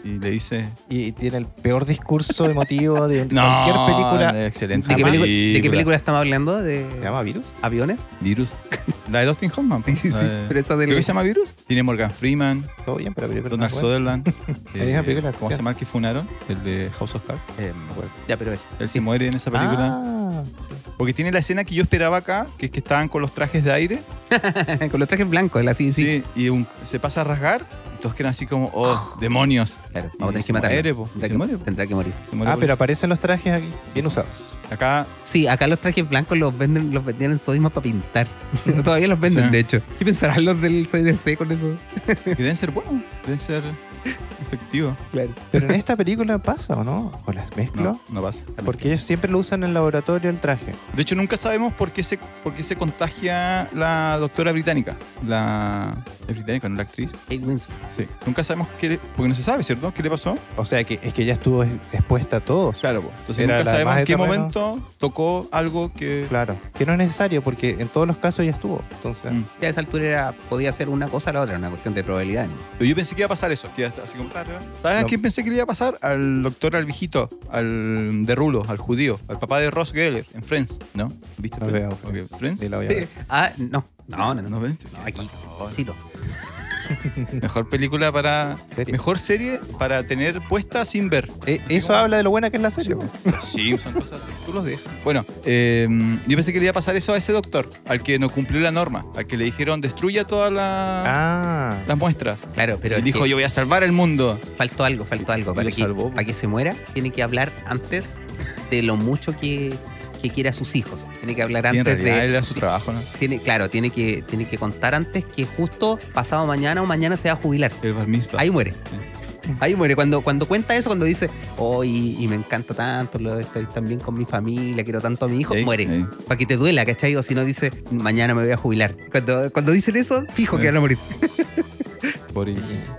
Speaker 3: y le dice...
Speaker 1: y tiene el peor discurso emotivo de
Speaker 3: No,
Speaker 1: cualquier película.
Speaker 3: Excelente.
Speaker 2: ¿De, qué
Speaker 1: Jamás.
Speaker 2: película, de qué película estamos hablando? ¿De
Speaker 1: ¿Se llama Virus?
Speaker 2: aviones?
Speaker 3: Virus. La de Dustin Hoffman. po. La de-
Speaker 2: Pero esa del-
Speaker 3: Eh, Creo que se llama Virus. Tiene Morgan Freeman,
Speaker 1: Todo bien, pero la película no
Speaker 3: Donald
Speaker 1: es buena.
Speaker 3: Sutherland. eh,
Speaker 1: Hay una película de
Speaker 3: ¿Cómo se
Speaker 1: acción.
Speaker 3: llama el que funaron? El de House of Cards.
Speaker 2: Eh, ya, pero él.
Speaker 3: Él se muere en esa película.
Speaker 1: Ah, sí.
Speaker 3: Porque tiene la escena que yo esperaba acá, que es que estaban con los trajes de aire.
Speaker 2: Con los trajes blancos, él así, sí.
Speaker 3: Sí. Y un- se pasa a rasgar. Y todos quedan así como, oh, demonios.
Speaker 2: Claro,
Speaker 3: Y
Speaker 2: vamos a tener
Speaker 3: se
Speaker 2: que matarlo.
Speaker 3: muere, po.
Speaker 2: Tendrá
Speaker 3: Se
Speaker 2: que-
Speaker 3: muere, po.
Speaker 2: Tendrá que morir.
Speaker 3: Se muere
Speaker 1: Ah,
Speaker 3: por
Speaker 1: pero
Speaker 3: eso.
Speaker 1: aparecen los trajes aquí, bien usados.
Speaker 3: Acá
Speaker 2: Sí, acá los trajes blancos los venden, los vendían en Sodima para pintar. Todavía los venden,
Speaker 3: Sí.
Speaker 2: de hecho. ¿Qué pensarán los del CDC con eso?
Speaker 3: deben ser buenos, deben ser efectivos.
Speaker 2: Claro.
Speaker 1: Pero en esta película pasa, ¿o no? ¿O las mezclo?
Speaker 3: No, no pasa.
Speaker 1: Porque ellos siempre lo usan en el laboratorio el traje.
Speaker 3: De hecho, nunca sabemos por qué se, por qué se contagia la doctora británica. La. ¿Es británica, no la actriz?
Speaker 2: Kate Winslet.
Speaker 3: Sí. Nunca sabemos qué. le- Porque no se sabe, ¿cierto? ¿Qué le pasó?
Speaker 1: O sea, que es que ella estuvo expuesta a todos.
Speaker 3: Claro, pues. Entonces
Speaker 1: Era
Speaker 3: nunca
Speaker 1: la
Speaker 3: sabemos
Speaker 1: más
Speaker 3: en qué
Speaker 1: heterogénea.
Speaker 3: momento tocó algo que.
Speaker 1: Claro. Que no es necesario porque en todos los casos ya estuvo. Entonces,
Speaker 3: Mm.
Speaker 2: Ya a esa altura era, podía ser una cosa a la otra, una cuestión de probabilidad. ¿no?
Speaker 3: Pero Yo pensé que iba a pasar eso. que iba a- así como, claro. ¿Sabes a
Speaker 1: No.
Speaker 3: quién pensé que le iba a pasar? Al doctor, al viejito, al de Rulo, al judío, al papá de Ross Geller en Friends, ¿no? ¿Viste
Speaker 1: no
Speaker 3: Friends?
Speaker 1: veo. pues.
Speaker 3: Ok, Friends.
Speaker 1: Sí, la voy a ver.
Speaker 2: Ah, no. No, no, no.
Speaker 3: ¿No ves? ¿Qué
Speaker 2: aquí.
Speaker 3: pasó?
Speaker 2: Chito.
Speaker 3: Mejor película para.
Speaker 1: Serie.
Speaker 3: Mejor serie para tener puesta sin ver.
Speaker 1: Eh, eso habla de lo buena que es la serie. pues. po.
Speaker 3: Sí, son cosas. Tú los dejas. Bueno, eh, yo pensé que le iba a pasar eso a ese doctor, al que no cumplió la norma, al que le dijeron destruya todas la-
Speaker 1: Ah.
Speaker 3: las muestras.
Speaker 2: Claro, pero
Speaker 3: y
Speaker 2: es
Speaker 3: dijo,
Speaker 2: que
Speaker 3: yo voy a salvar el mundo.
Speaker 2: faltó algo, faltó algo.
Speaker 3: Y
Speaker 2: Para
Speaker 3: lo
Speaker 2: que,
Speaker 3: salvó.
Speaker 2: para que se muera, tiene que hablar antes de lo mucho que, que quiere a sus hijos. Tiene que hablar
Speaker 3: Sí, en
Speaker 2: antes
Speaker 3: realidad
Speaker 2: de.
Speaker 3: era su trabajo, ¿no?
Speaker 2: Tiene, claro, tiene que, tiene que contar antes que justo pasado mañana o mañana se va a jubilar.
Speaker 3: El bar mitzvah.
Speaker 2: Ahí muere. Ahí muere. Cuando, cuando cuenta eso, cuando dice, oh, y, y me encanta tanto, lo, estoy tan bien con mi familia, quiero tanto a mi hijo,
Speaker 3: Ahí,
Speaker 2: muere.
Speaker 3: ahí.
Speaker 2: Para que te duela, ¿cachai? O si no dice, mañana me voy a jubilar. Cuando, cuando dicen eso, fijo que
Speaker 3: Sí.
Speaker 2: van a morir.
Speaker 3: Por ahí.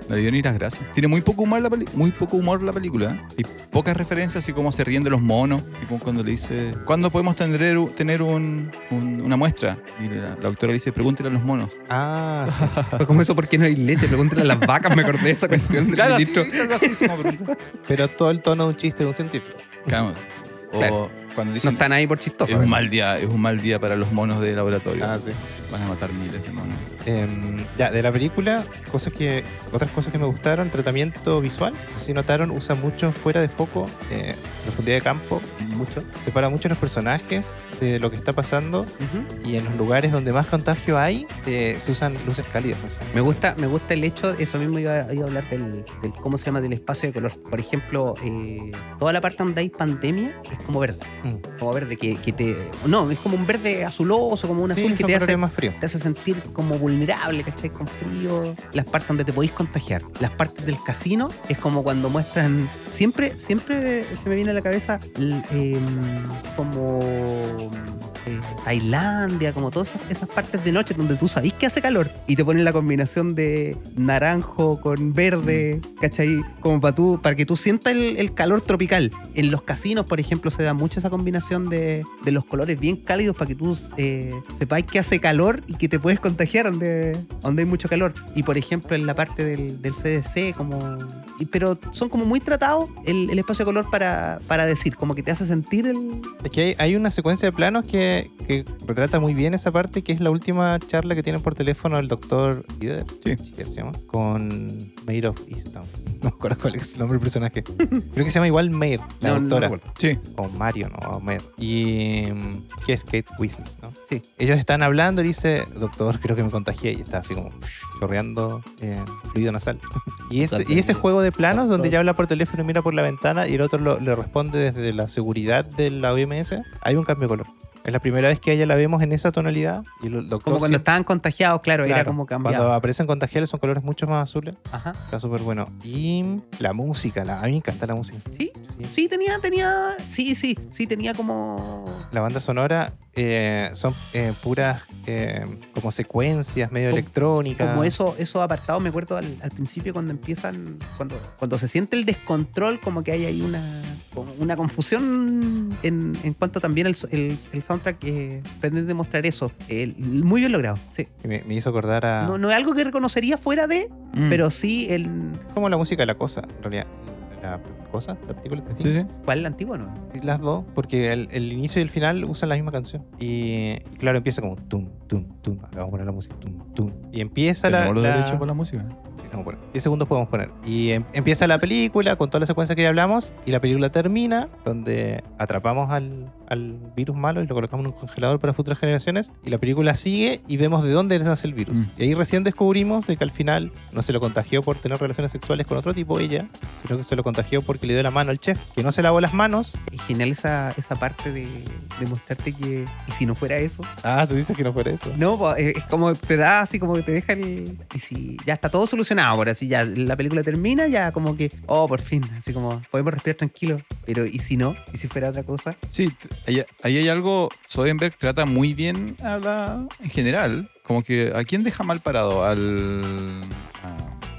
Speaker 3: No le dio ni las gracias. Tiene muy poco humor la, peli- muy poco humor la película. ¿eh? Y pocas referencias, así como se ríen de los monos. Y como cuando le dice, ¿cuándo podemos tener, u- tener un- un- una muestra? Y la, la doctora le dice, pregúntele a los monos.
Speaker 1: Ah.
Speaker 2: Pero como eso, ¿por qué no hay leche? Pregúntale a las vacas, me acordé de esa cuestión del
Speaker 3: Claro, así,
Speaker 2: ministro.
Speaker 3: dice algo así, es como pregunta.
Speaker 1: Pero todo el tono de un chiste de un científico.
Speaker 3: Claro. O
Speaker 2: Claro.
Speaker 3: cuando
Speaker 2: No
Speaker 3: dicen,
Speaker 2: están ahí por
Speaker 3: es
Speaker 2: chistoso.
Speaker 3: un mal día, es un mal día para los monos de laboratorio.
Speaker 1: sí.
Speaker 3: Van a matar miles de monos.
Speaker 1: Em, ya, de la película, cosas que otras cosas que me gustaron, tratamiento visual. Si notaron, usa mucho fuera de foco, eh, profundidad de campo, mucho. Separa mucho los personajes de lo que está pasando
Speaker 2: Ujú.
Speaker 1: y en los lugares donde más contagio hay, eh, se usan luces cálidas. o sea.
Speaker 2: Me gusta, me gusta el hecho, eso mismo iba, iba a hablar del, del- cómo se llama, del espacio de color. Por ejemplo, eh, toda la parte donde hay pandemia es como verde.
Speaker 1: Mm.
Speaker 2: Como verde que, que te. No, es como un verde azuloso, como un
Speaker 1: Sí,
Speaker 2: azul
Speaker 1: son
Speaker 2: que te
Speaker 1: colores
Speaker 2: hace
Speaker 1: más frío.
Speaker 2: te hace sentir como vulnerable, ¿cachai? Con frío. Las partes donde te podéis contagiar. Las partes del casino es como cuando muestran. Siempre, siempre se me viene a la cabeza l- em, como eh, Tailandia, como todas esas, esas partes de noche donde tú sabís que hace calor y te ponen la combinación de naranjo con verde, ¿cachai? Como para tú, para que tú sientas el, el calor tropical. En los casinos, por ejemplo, se da mucho esa combinación de, de los colores bien cálidos para que tú eh, sepáis que hace calor y que te puedes contagiar donde, donde hay mucho calor. Y por ejemplo, en la parte del, del CDC, como y- pero son como muy tratados el, el espacio de color para, para decir, como que te hace sentir el...
Speaker 1: Es que hay, hay una secuencia de planos que, que retrata muy bien esa parte, que es la última charla que tienen por teléfono el doctor
Speaker 3: Sí.
Speaker 1: se llama? con Mayor of Easton. No me acuerdo cuál es el nombre del personaje. Creo que se llama igual Mayor, la
Speaker 2: No, no
Speaker 1: doctora.
Speaker 2: recuerdo.
Speaker 3: Sí,
Speaker 1: o Mario, ¿no? O Mayor. Y mm, que es Kate Weasley, ¿no?
Speaker 2: Sí.
Speaker 1: Ellos están hablando y dice, doctor, creo que me contagié. Y está así como psh, chorreando eh, fluido nasal. Y ese, y ese juego de planos donde ya habla por teléfono y mira por la ventana y el otro lo- le responde desde la seguridad de la OMS, hay un cambio de color. Es la primera vez que a ella la vemos en esa tonalidad. Y el doctor
Speaker 2: Como cuando
Speaker 1: siempre-
Speaker 2: estaban contagiados, claro, era
Speaker 1: claro,
Speaker 2: como
Speaker 1: Cuando
Speaker 2: cambiado.
Speaker 1: aparecen contagiados son colores mucho más azules.
Speaker 2: Ajá.
Speaker 1: Está súper bueno. Y la música, la, a mí me encanta la música.
Speaker 2: Sí,
Speaker 1: Sí.
Speaker 2: sí, tenía, tenía, sí, sí, sí, tenía como...
Speaker 1: La banda sonora eh, son eh, puras eh, como secuencias medio
Speaker 2: Como-
Speaker 1: electrónicas.
Speaker 2: Como eso, esos apartados, me acuerdo al, al principio cuando empiezan, cuando, cuando se siente el descontrol, como que hay ahí una, como una confusión en, en cuanto también el, so- el- el soundtrack eh, pretende mostrar eso. El- muy bien logrado, sí.
Speaker 1: Que Me, me hizo acordar a.
Speaker 2: No, no es algo que reconocería fuera de,
Speaker 3: Mm.
Speaker 2: pero sí el...
Speaker 1: Como la música de la cosa, en realidad. La cosa, la película. ¿te
Speaker 3: sí,
Speaker 1: fijas?
Speaker 3: sí.
Speaker 2: ¿Cuál el antiguo no?
Speaker 1: Las dos, porque el, el inicio y el final usan la misma canción. Y, y claro, empieza como tum, tum, tum. Acá vamos a poner la música, tum, tum. Y empieza la.
Speaker 3: Tenemos los
Speaker 1: la-
Speaker 3: derechos para la música.
Speaker 1: Sí, vamos a poner. 10 segundos podemos poner. Y em- empieza la película con toda la secuencia que ya hablamos. Y la película termina donde atrapamos al, al virus malo y lo colocamos en un congelador para futuras generaciones. Y la película sigue y vemos de dónde nace el virus.
Speaker 3: Mm.
Speaker 1: Y ahí recién descubrimos de que al final no se lo contagió por tener relaciones sexuales con otro tipo ella, sino que se lo contagió porque le dio la mano al chef, que no se lavó las manos.
Speaker 2: Es genial esa, esa parte de, de mostrarte que, y si no fuera eso,
Speaker 1: Ah, tú dices que no fue eso.
Speaker 2: No, po, eh, es como te da así, como que te deja el. Y si ya está todo solucionado, ahora así ya la película termina, ya como que, oh, por fin, así como podemos respirar tranquilo. Pero, ¿y si no? ¿Y si fuera otra cosa?
Speaker 3: Sí, tr- ahí, ahí hay algo. Soderbergh trata muy bien a la. En general, como que. ¿A quién deja mal parado? ¿Al. a-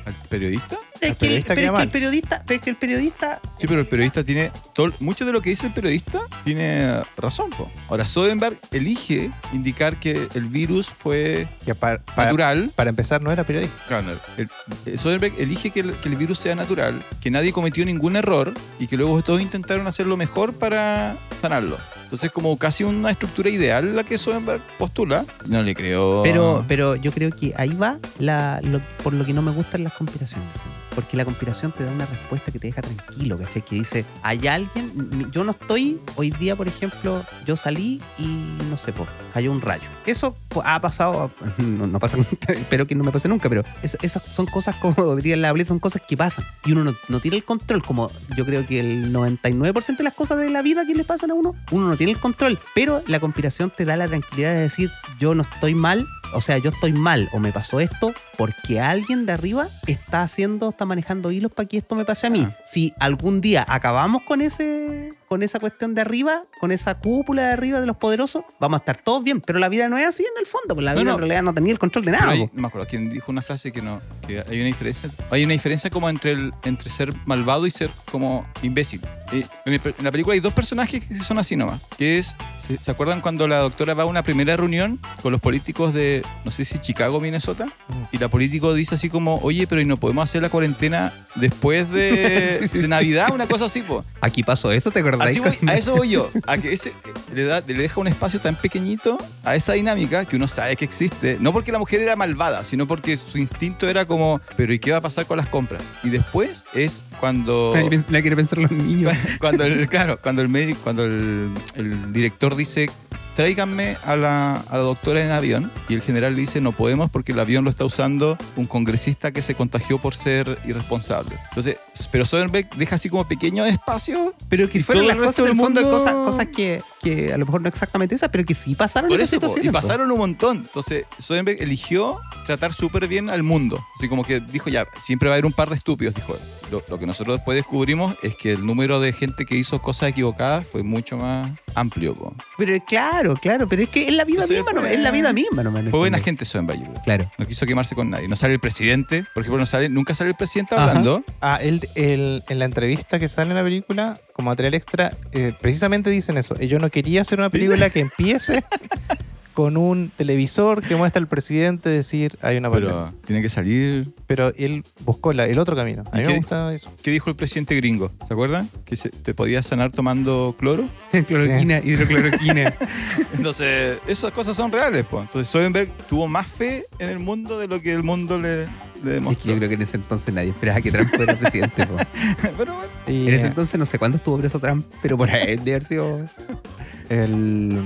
Speaker 3: ¿Al periodista?
Speaker 2: Pero es que el,
Speaker 1: periodista queda
Speaker 2: pero es que el
Speaker 1: mal.
Speaker 2: periodista, pero es que el periodista.
Speaker 3: Sí, pero el periodista tiene. tol- mucho de lo que dice el periodista tiene razón. po. Ahora, Soderbergh elige indicar que el virus fue
Speaker 1: Que pa- para,
Speaker 3: natural.
Speaker 1: para empezar, no era periodista.
Speaker 3: Claro, el- el- Soderbergh elige que el, que el virus sea natural, que nadie cometió ningún error y que luego todos intentaron hacerlo mejor para sanarlo. Entonces, como casi una estructura ideal la que Soderbergh postula. No le creo.
Speaker 2: Pero, pero yo creo que ahí va la, lo- por lo que no me gustan las conspiraciones. Porque la conspiración te da una respuesta que te deja tranquilo, ¿cachai? Que dice, hay alguien, n- yo no estoy, hoy día, por ejemplo, yo salí y no sé, po, cayó un rayo. Eso po, ha pasado, no, no pasa, nunca, espero que no me pase nunca, pero es- esas son cosas como diría la Blitz, son cosas que pasan. Y uno no, no tiene el control, como yo creo que el 99% de las cosas de la vida que le pasan a uno, uno no tiene el control. Pero la conspiración te da la tranquilidad de decir, yo no estoy mal, o sea, yo estoy mal o me pasó esto porque alguien de arriba está haciendo, está manejando hilos para que esto me pase a mí.
Speaker 3: Ah.
Speaker 2: Si algún día acabamos con ese, con esa cuestión de arriba, con esa cúpula de arriba de los poderosos, vamos a estar todos bien. Pero la vida no es así en el fondo, pues la
Speaker 3: No,
Speaker 2: vida
Speaker 3: no.
Speaker 2: en realidad no tenía el control de
Speaker 3: Pero
Speaker 2: nada. pues.
Speaker 3: hay-
Speaker 2: po.
Speaker 3: no me acuerdo quién dijo una frase que no. que hay una diferencia. Hay una diferencia como entre, el, entre ser malvado y ser como imbécil. Eh, en, el- en la película hay dos personajes que son así nomás. Que es. ¿se, se acuerdan cuando la doctora va a una primera reunión con los políticos de. No sé si Chicago, Minnesota?
Speaker 2: Mm.
Speaker 3: Y la político dice así como, oye, pero ¿y no podemos hacer la cuarentena después de,
Speaker 2: Sí, sí,
Speaker 3: de
Speaker 2: sí.
Speaker 3: Navidad? Una cosa así, po.
Speaker 2: Aquí pasó eso, ¿te acordás?
Speaker 3: Así voy- a eso voy yo. A que ese, le, da- le deja un espacio tan pequeñito a esa dinámica que uno sabe que existe. No porque la mujer era malvada, sino porque su instinto era como, pero ¿y qué va a pasar con las compras? Y después es cuando...
Speaker 2: quiere pensar los niños.
Speaker 3: Cuando el, claro, cuando el médico, cuando el, el director dice, tráiganme a la, a la doctora en avión, y el general le dice, no podemos porque el avión lo está usando un congresista que se contagió por ser irresponsable. Entonces, pero Soderbergh deja así como pequeños espacios
Speaker 2: Pero que
Speaker 3: Y
Speaker 2: fueron
Speaker 3: todo
Speaker 2: las
Speaker 3: el
Speaker 2: cosas
Speaker 3: resto
Speaker 2: en el
Speaker 3: del
Speaker 2: fondo,
Speaker 3: mundo-
Speaker 2: cosas, cosas que, que a lo mejor no exactamente esas, pero que sí pasaron
Speaker 3: Por
Speaker 2: esas
Speaker 3: eso, po,
Speaker 2: situaciones.
Speaker 3: y
Speaker 2: po.
Speaker 3: pasaron un montón. Entonces, Soderbergh eligió tratar súper bien al mundo. Así como que dijo, ya, siempre va a haber un par de estúpidos, dijo él. Lo, lo que nosotros después descubrimos es que el número de gente que hizo cosas equivocadas fue mucho más amplio. po.
Speaker 2: Pero claro, claro, pero es que es la vida
Speaker 3: Entonces
Speaker 2: misma, no,
Speaker 3: fue-
Speaker 2: es la vida misma, no
Speaker 3: Fue buena gente Soderbergh. yo creo.
Speaker 2: Claro.
Speaker 3: No quiso quemarse con nadie. No sale el presidente, por ejemplo, no sale, nunca sale el presidente
Speaker 2: Ajá.
Speaker 3: hablando.
Speaker 1: Ah, él, él- en la entrevista que sale en la película, como material extra, eh, precisamente dicen eso. Eh, Yo no quería hacer una película que empiece con un televisor que muestra al presidente decir hay una pandemia.
Speaker 3: Pero tiene que salir.
Speaker 1: Pero él buscó la- el otro camino. A
Speaker 3: ¿Y
Speaker 1: mí me
Speaker 3: qué?
Speaker 1: gusta eso.
Speaker 3: ¿Qué dijo el presidente gringo? ¿Se acuerdan? Que se- te podías sanar tomando cloro.
Speaker 2: Cloroquina, hidrocloroquina.
Speaker 3: Entonces, esas cosas son reales, pues. Entonces, Soyenberg tuvo más fe en el mundo de lo que el mundo le, le
Speaker 2: es que
Speaker 3: demostró.
Speaker 2: yo creo que en ese entonces nadie esperaba que Trump fuera presidente. po.
Speaker 3: Pero bueno,
Speaker 1: Y,
Speaker 2: En ese
Speaker 1: eh,
Speaker 2: entonces no sé cuándo estuvo preso Trump, pero por ahí de haber sido-
Speaker 1: el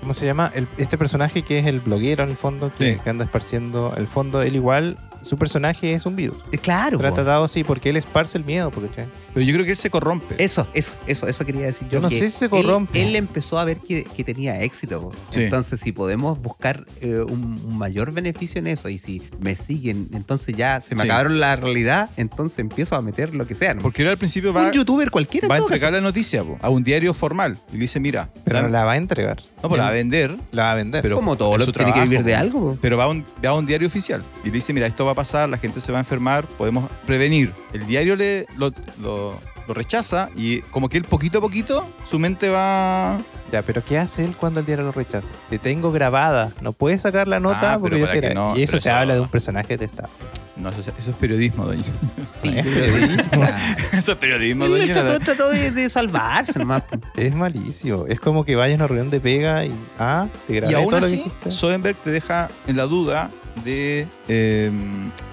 Speaker 1: ¿cómo se llama? El- este personaje que es el bloguero en el fondo, que,
Speaker 3: Sí.
Speaker 1: que anda esparciendo el fondo, él igual, su personaje es un virus.
Speaker 2: Eh, Claro.
Speaker 1: Pero ha
Speaker 2: po.
Speaker 1: tratado sí, porque él esparce el miedo, porque ¿cachai?
Speaker 3: pero yo creo que él se corrompe.
Speaker 2: Eso, eso, eso, eso quería decir yo.
Speaker 1: Yo no
Speaker 2: que
Speaker 1: sé si se
Speaker 2: él-
Speaker 1: corrompe.
Speaker 2: Él, empezó a ver que, que tenía éxito. po.
Speaker 3: Sí.
Speaker 2: Entonces, si podemos buscar eh, un, un mayor beneficio en eso y si me siguen, entonces ya se me
Speaker 3: Sí.
Speaker 2: acabaron la realidad, entonces empiezo a meter lo que sea. ¿no?
Speaker 3: Porque él al principio va,
Speaker 2: un youtuber cualquiera en
Speaker 3: va a
Speaker 2: todo caso.
Speaker 3: entregar la noticia po, a un diario formal. Y le dice, mira,
Speaker 1: Pero
Speaker 3: dame-
Speaker 1: no la va a entregar.
Speaker 3: no, pues la va a vender,
Speaker 1: La va a vender.
Speaker 3: pero
Speaker 2: como todo
Speaker 3: es
Speaker 2: lo
Speaker 3: su
Speaker 2: que tiene que
Speaker 3: trabajo,
Speaker 2: vivir de
Speaker 3: po.
Speaker 2: algo. po.
Speaker 3: Pero va a, un, va a un diario oficial y le dice, mira, esto va a pasar, la gente se va a enfermar, podemos prevenir. El diario le, lo, lo- lo rechaza y como que él poquito a poquito, su mente va...
Speaker 1: Ya, pero ¿qué hace él cuando el diario lo rechaza? Te tengo grabada, no puedes sacar la
Speaker 3: Ah,
Speaker 1: nota
Speaker 3: pero
Speaker 1: porque yo
Speaker 3: para que
Speaker 1: quiero.
Speaker 3: no,
Speaker 1: y eso
Speaker 3: pero
Speaker 1: te
Speaker 3: eso-
Speaker 1: habla de un personaje detestable.
Speaker 3: No, eso, es- eso es periodismo, doña.
Speaker 2: Sí,
Speaker 1: ¿eh?
Speaker 2: yo creo que sí. Claro.
Speaker 3: eso es periodismo,
Speaker 2: Él
Speaker 3: doña.
Speaker 2: trató, trató de, de salvarse nomás. po.
Speaker 1: Es malísimo. Es como que vayas a una reunión de pega y ah, te grabé
Speaker 3: Y aún
Speaker 1: todo lo que
Speaker 3: así,
Speaker 1: dijiste.
Speaker 3: Soderbergh te deja en la duda de eh,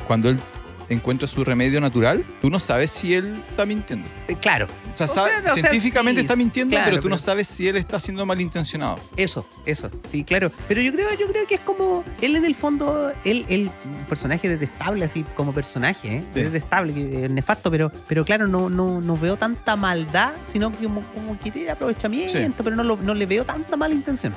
Speaker 3: cuando él encuentra su remedio natural, tú no sabes si él está mintiendo.
Speaker 2: Eh, Claro,
Speaker 3: O sea,
Speaker 2: O
Speaker 3: sabe-
Speaker 2: sea, o sea,
Speaker 3: científicamente
Speaker 2: sí,
Speaker 3: está mintiendo,
Speaker 2: claro,
Speaker 3: pero tú
Speaker 2: pero-
Speaker 3: no sabes si él está siendo malintencionado.
Speaker 2: Eso, eso, sí, claro. Pero yo creo, yo creo que es como. Él en el fondo, él, él, un personaje detestable, así como personaje, ¿eh?
Speaker 3: Sí.
Speaker 2: detestable, que es nefasto, pero, pero claro, no, no, no veo tanta maldad, sino que como, como quiere aprovechamiento,
Speaker 3: Sí.
Speaker 2: pero no, lo- no le veo tanta mala intención.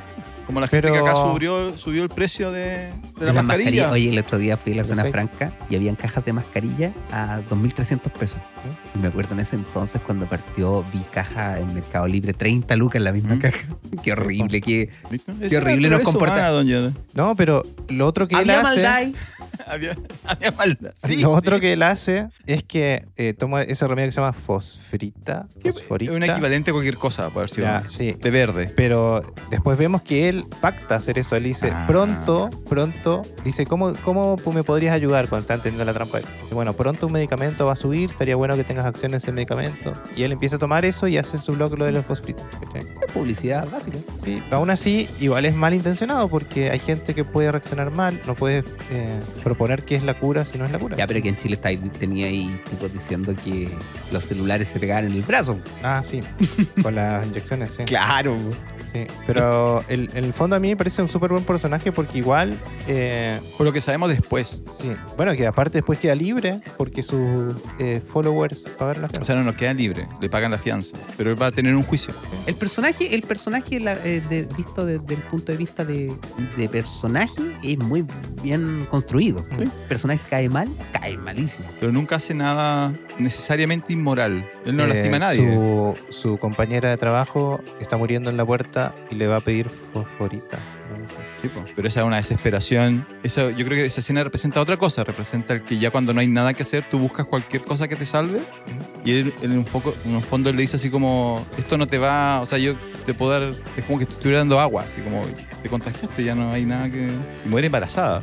Speaker 3: Como la gente
Speaker 1: Pero-
Speaker 3: que acá subió, subió el precio de, de la
Speaker 2: Las
Speaker 3: mascarilla.
Speaker 2: mascarillas- Oye, el otro día fui a la
Speaker 1: Pero
Speaker 2: zona
Speaker 1: sí.
Speaker 2: franca y habían cajas de mascarilla a 2.300 pesos.
Speaker 3: ¿Eh?
Speaker 2: Y me acuerdo en ese entonces cuando partió, vi caja en Mercado Libre, 30 lucas la misma
Speaker 3: Mm.
Speaker 2: caja. Qué horrible, qué,
Speaker 3: ¿Viste? Esa
Speaker 2: Qué
Speaker 3: era
Speaker 2: horrible
Speaker 3: la
Speaker 2: nos
Speaker 3: naturaleza
Speaker 2: comporta-
Speaker 3: humana, doña.
Speaker 1: No, pero lo otro que él
Speaker 2: Había
Speaker 1: hace.
Speaker 2: maldad ahí.
Speaker 3: Había, había maldad. Sí,
Speaker 1: lo
Speaker 3: sí.
Speaker 1: otro que él hace es que eh, toma ese remedio que se llama fosfrita.
Speaker 3: Qué-
Speaker 1: Fosforita.
Speaker 3: Es un equivalente a cualquier cosa, por haber sido
Speaker 1: Ya, sí.
Speaker 3: de verde.
Speaker 1: Pero después vemos que él pacta hacer eso. Él dice,
Speaker 3: Ah.
Speaker 1: pronto, pronto. Dice, ¿cómo, ¿cómo me podrías ayudar cuando están teniendo la trampa? Dice, bueno, pronto un medicamento va a subir. Estaría bueno que tengas acciones en el medicamento. Y él empieza a tomar eso y hace su blog lo de los fosfritos. ¿cachai?
Speaker 2: Publicidad básica.
Speaker 1: Sí, aún así, igual es malintencionado porque hay gente que puede reaccionar mal, no puede eh, proponer qué es la cura si no es la cura.
Speaker 2: Ya, pero que en Chile está ahí- tenía ahí tipos diciendo que los celulares se pegaban en el brazo.
Speaker 1: Ah, sí, con las inyecciones, sí.
Speaker 2: Claro.
Speaker 1: sí. Pero el- en el fondo a mí me parece un súper buen personaje porque igual, eh,
Speaker 3: Por lo que sabemos después.
Speaker 1: sí. Bueno, que aparte después queda libre porque sus eh, followers pagaron la
Speaker 3: O
Speaker 1: fianza.
Speaker 3: sea, no nos queda libre, le pagan la fianza. Pero él va a tener un juicio.
Speaker 2: El personaje, el personaje la- eh, de- visto desde el punto de vista de, de personaje es muy bien construido.
Speaker 1: Sí.
Speaker 2: El personaje cae mal, cae malísimo.
Speaker 3: Pero nunca hace nada necesariamente inmoral. Él no
Speaker 1: Eh,
Speaker 3: lastima a nadie.
Speaker 1: Su, su compañera de trabajo está muriendo en la puerta y le va a pedir fosforita. No sé.
Speaker 3: Sí, po. Pero esa es una desesperación. Eso, yo creo que esa escena representa otra cosa. Representa el que ya cuando no hay nada que hacer, tú buscas cualquier cosa que te salve. Y él, él en, un foco, en un fondo él le dice así como, esto no te va, o sea, yo te puedo dar, es como que te estuviera dando agua, así como te contagiaste, ya no hay nada que... Y muere embarazada.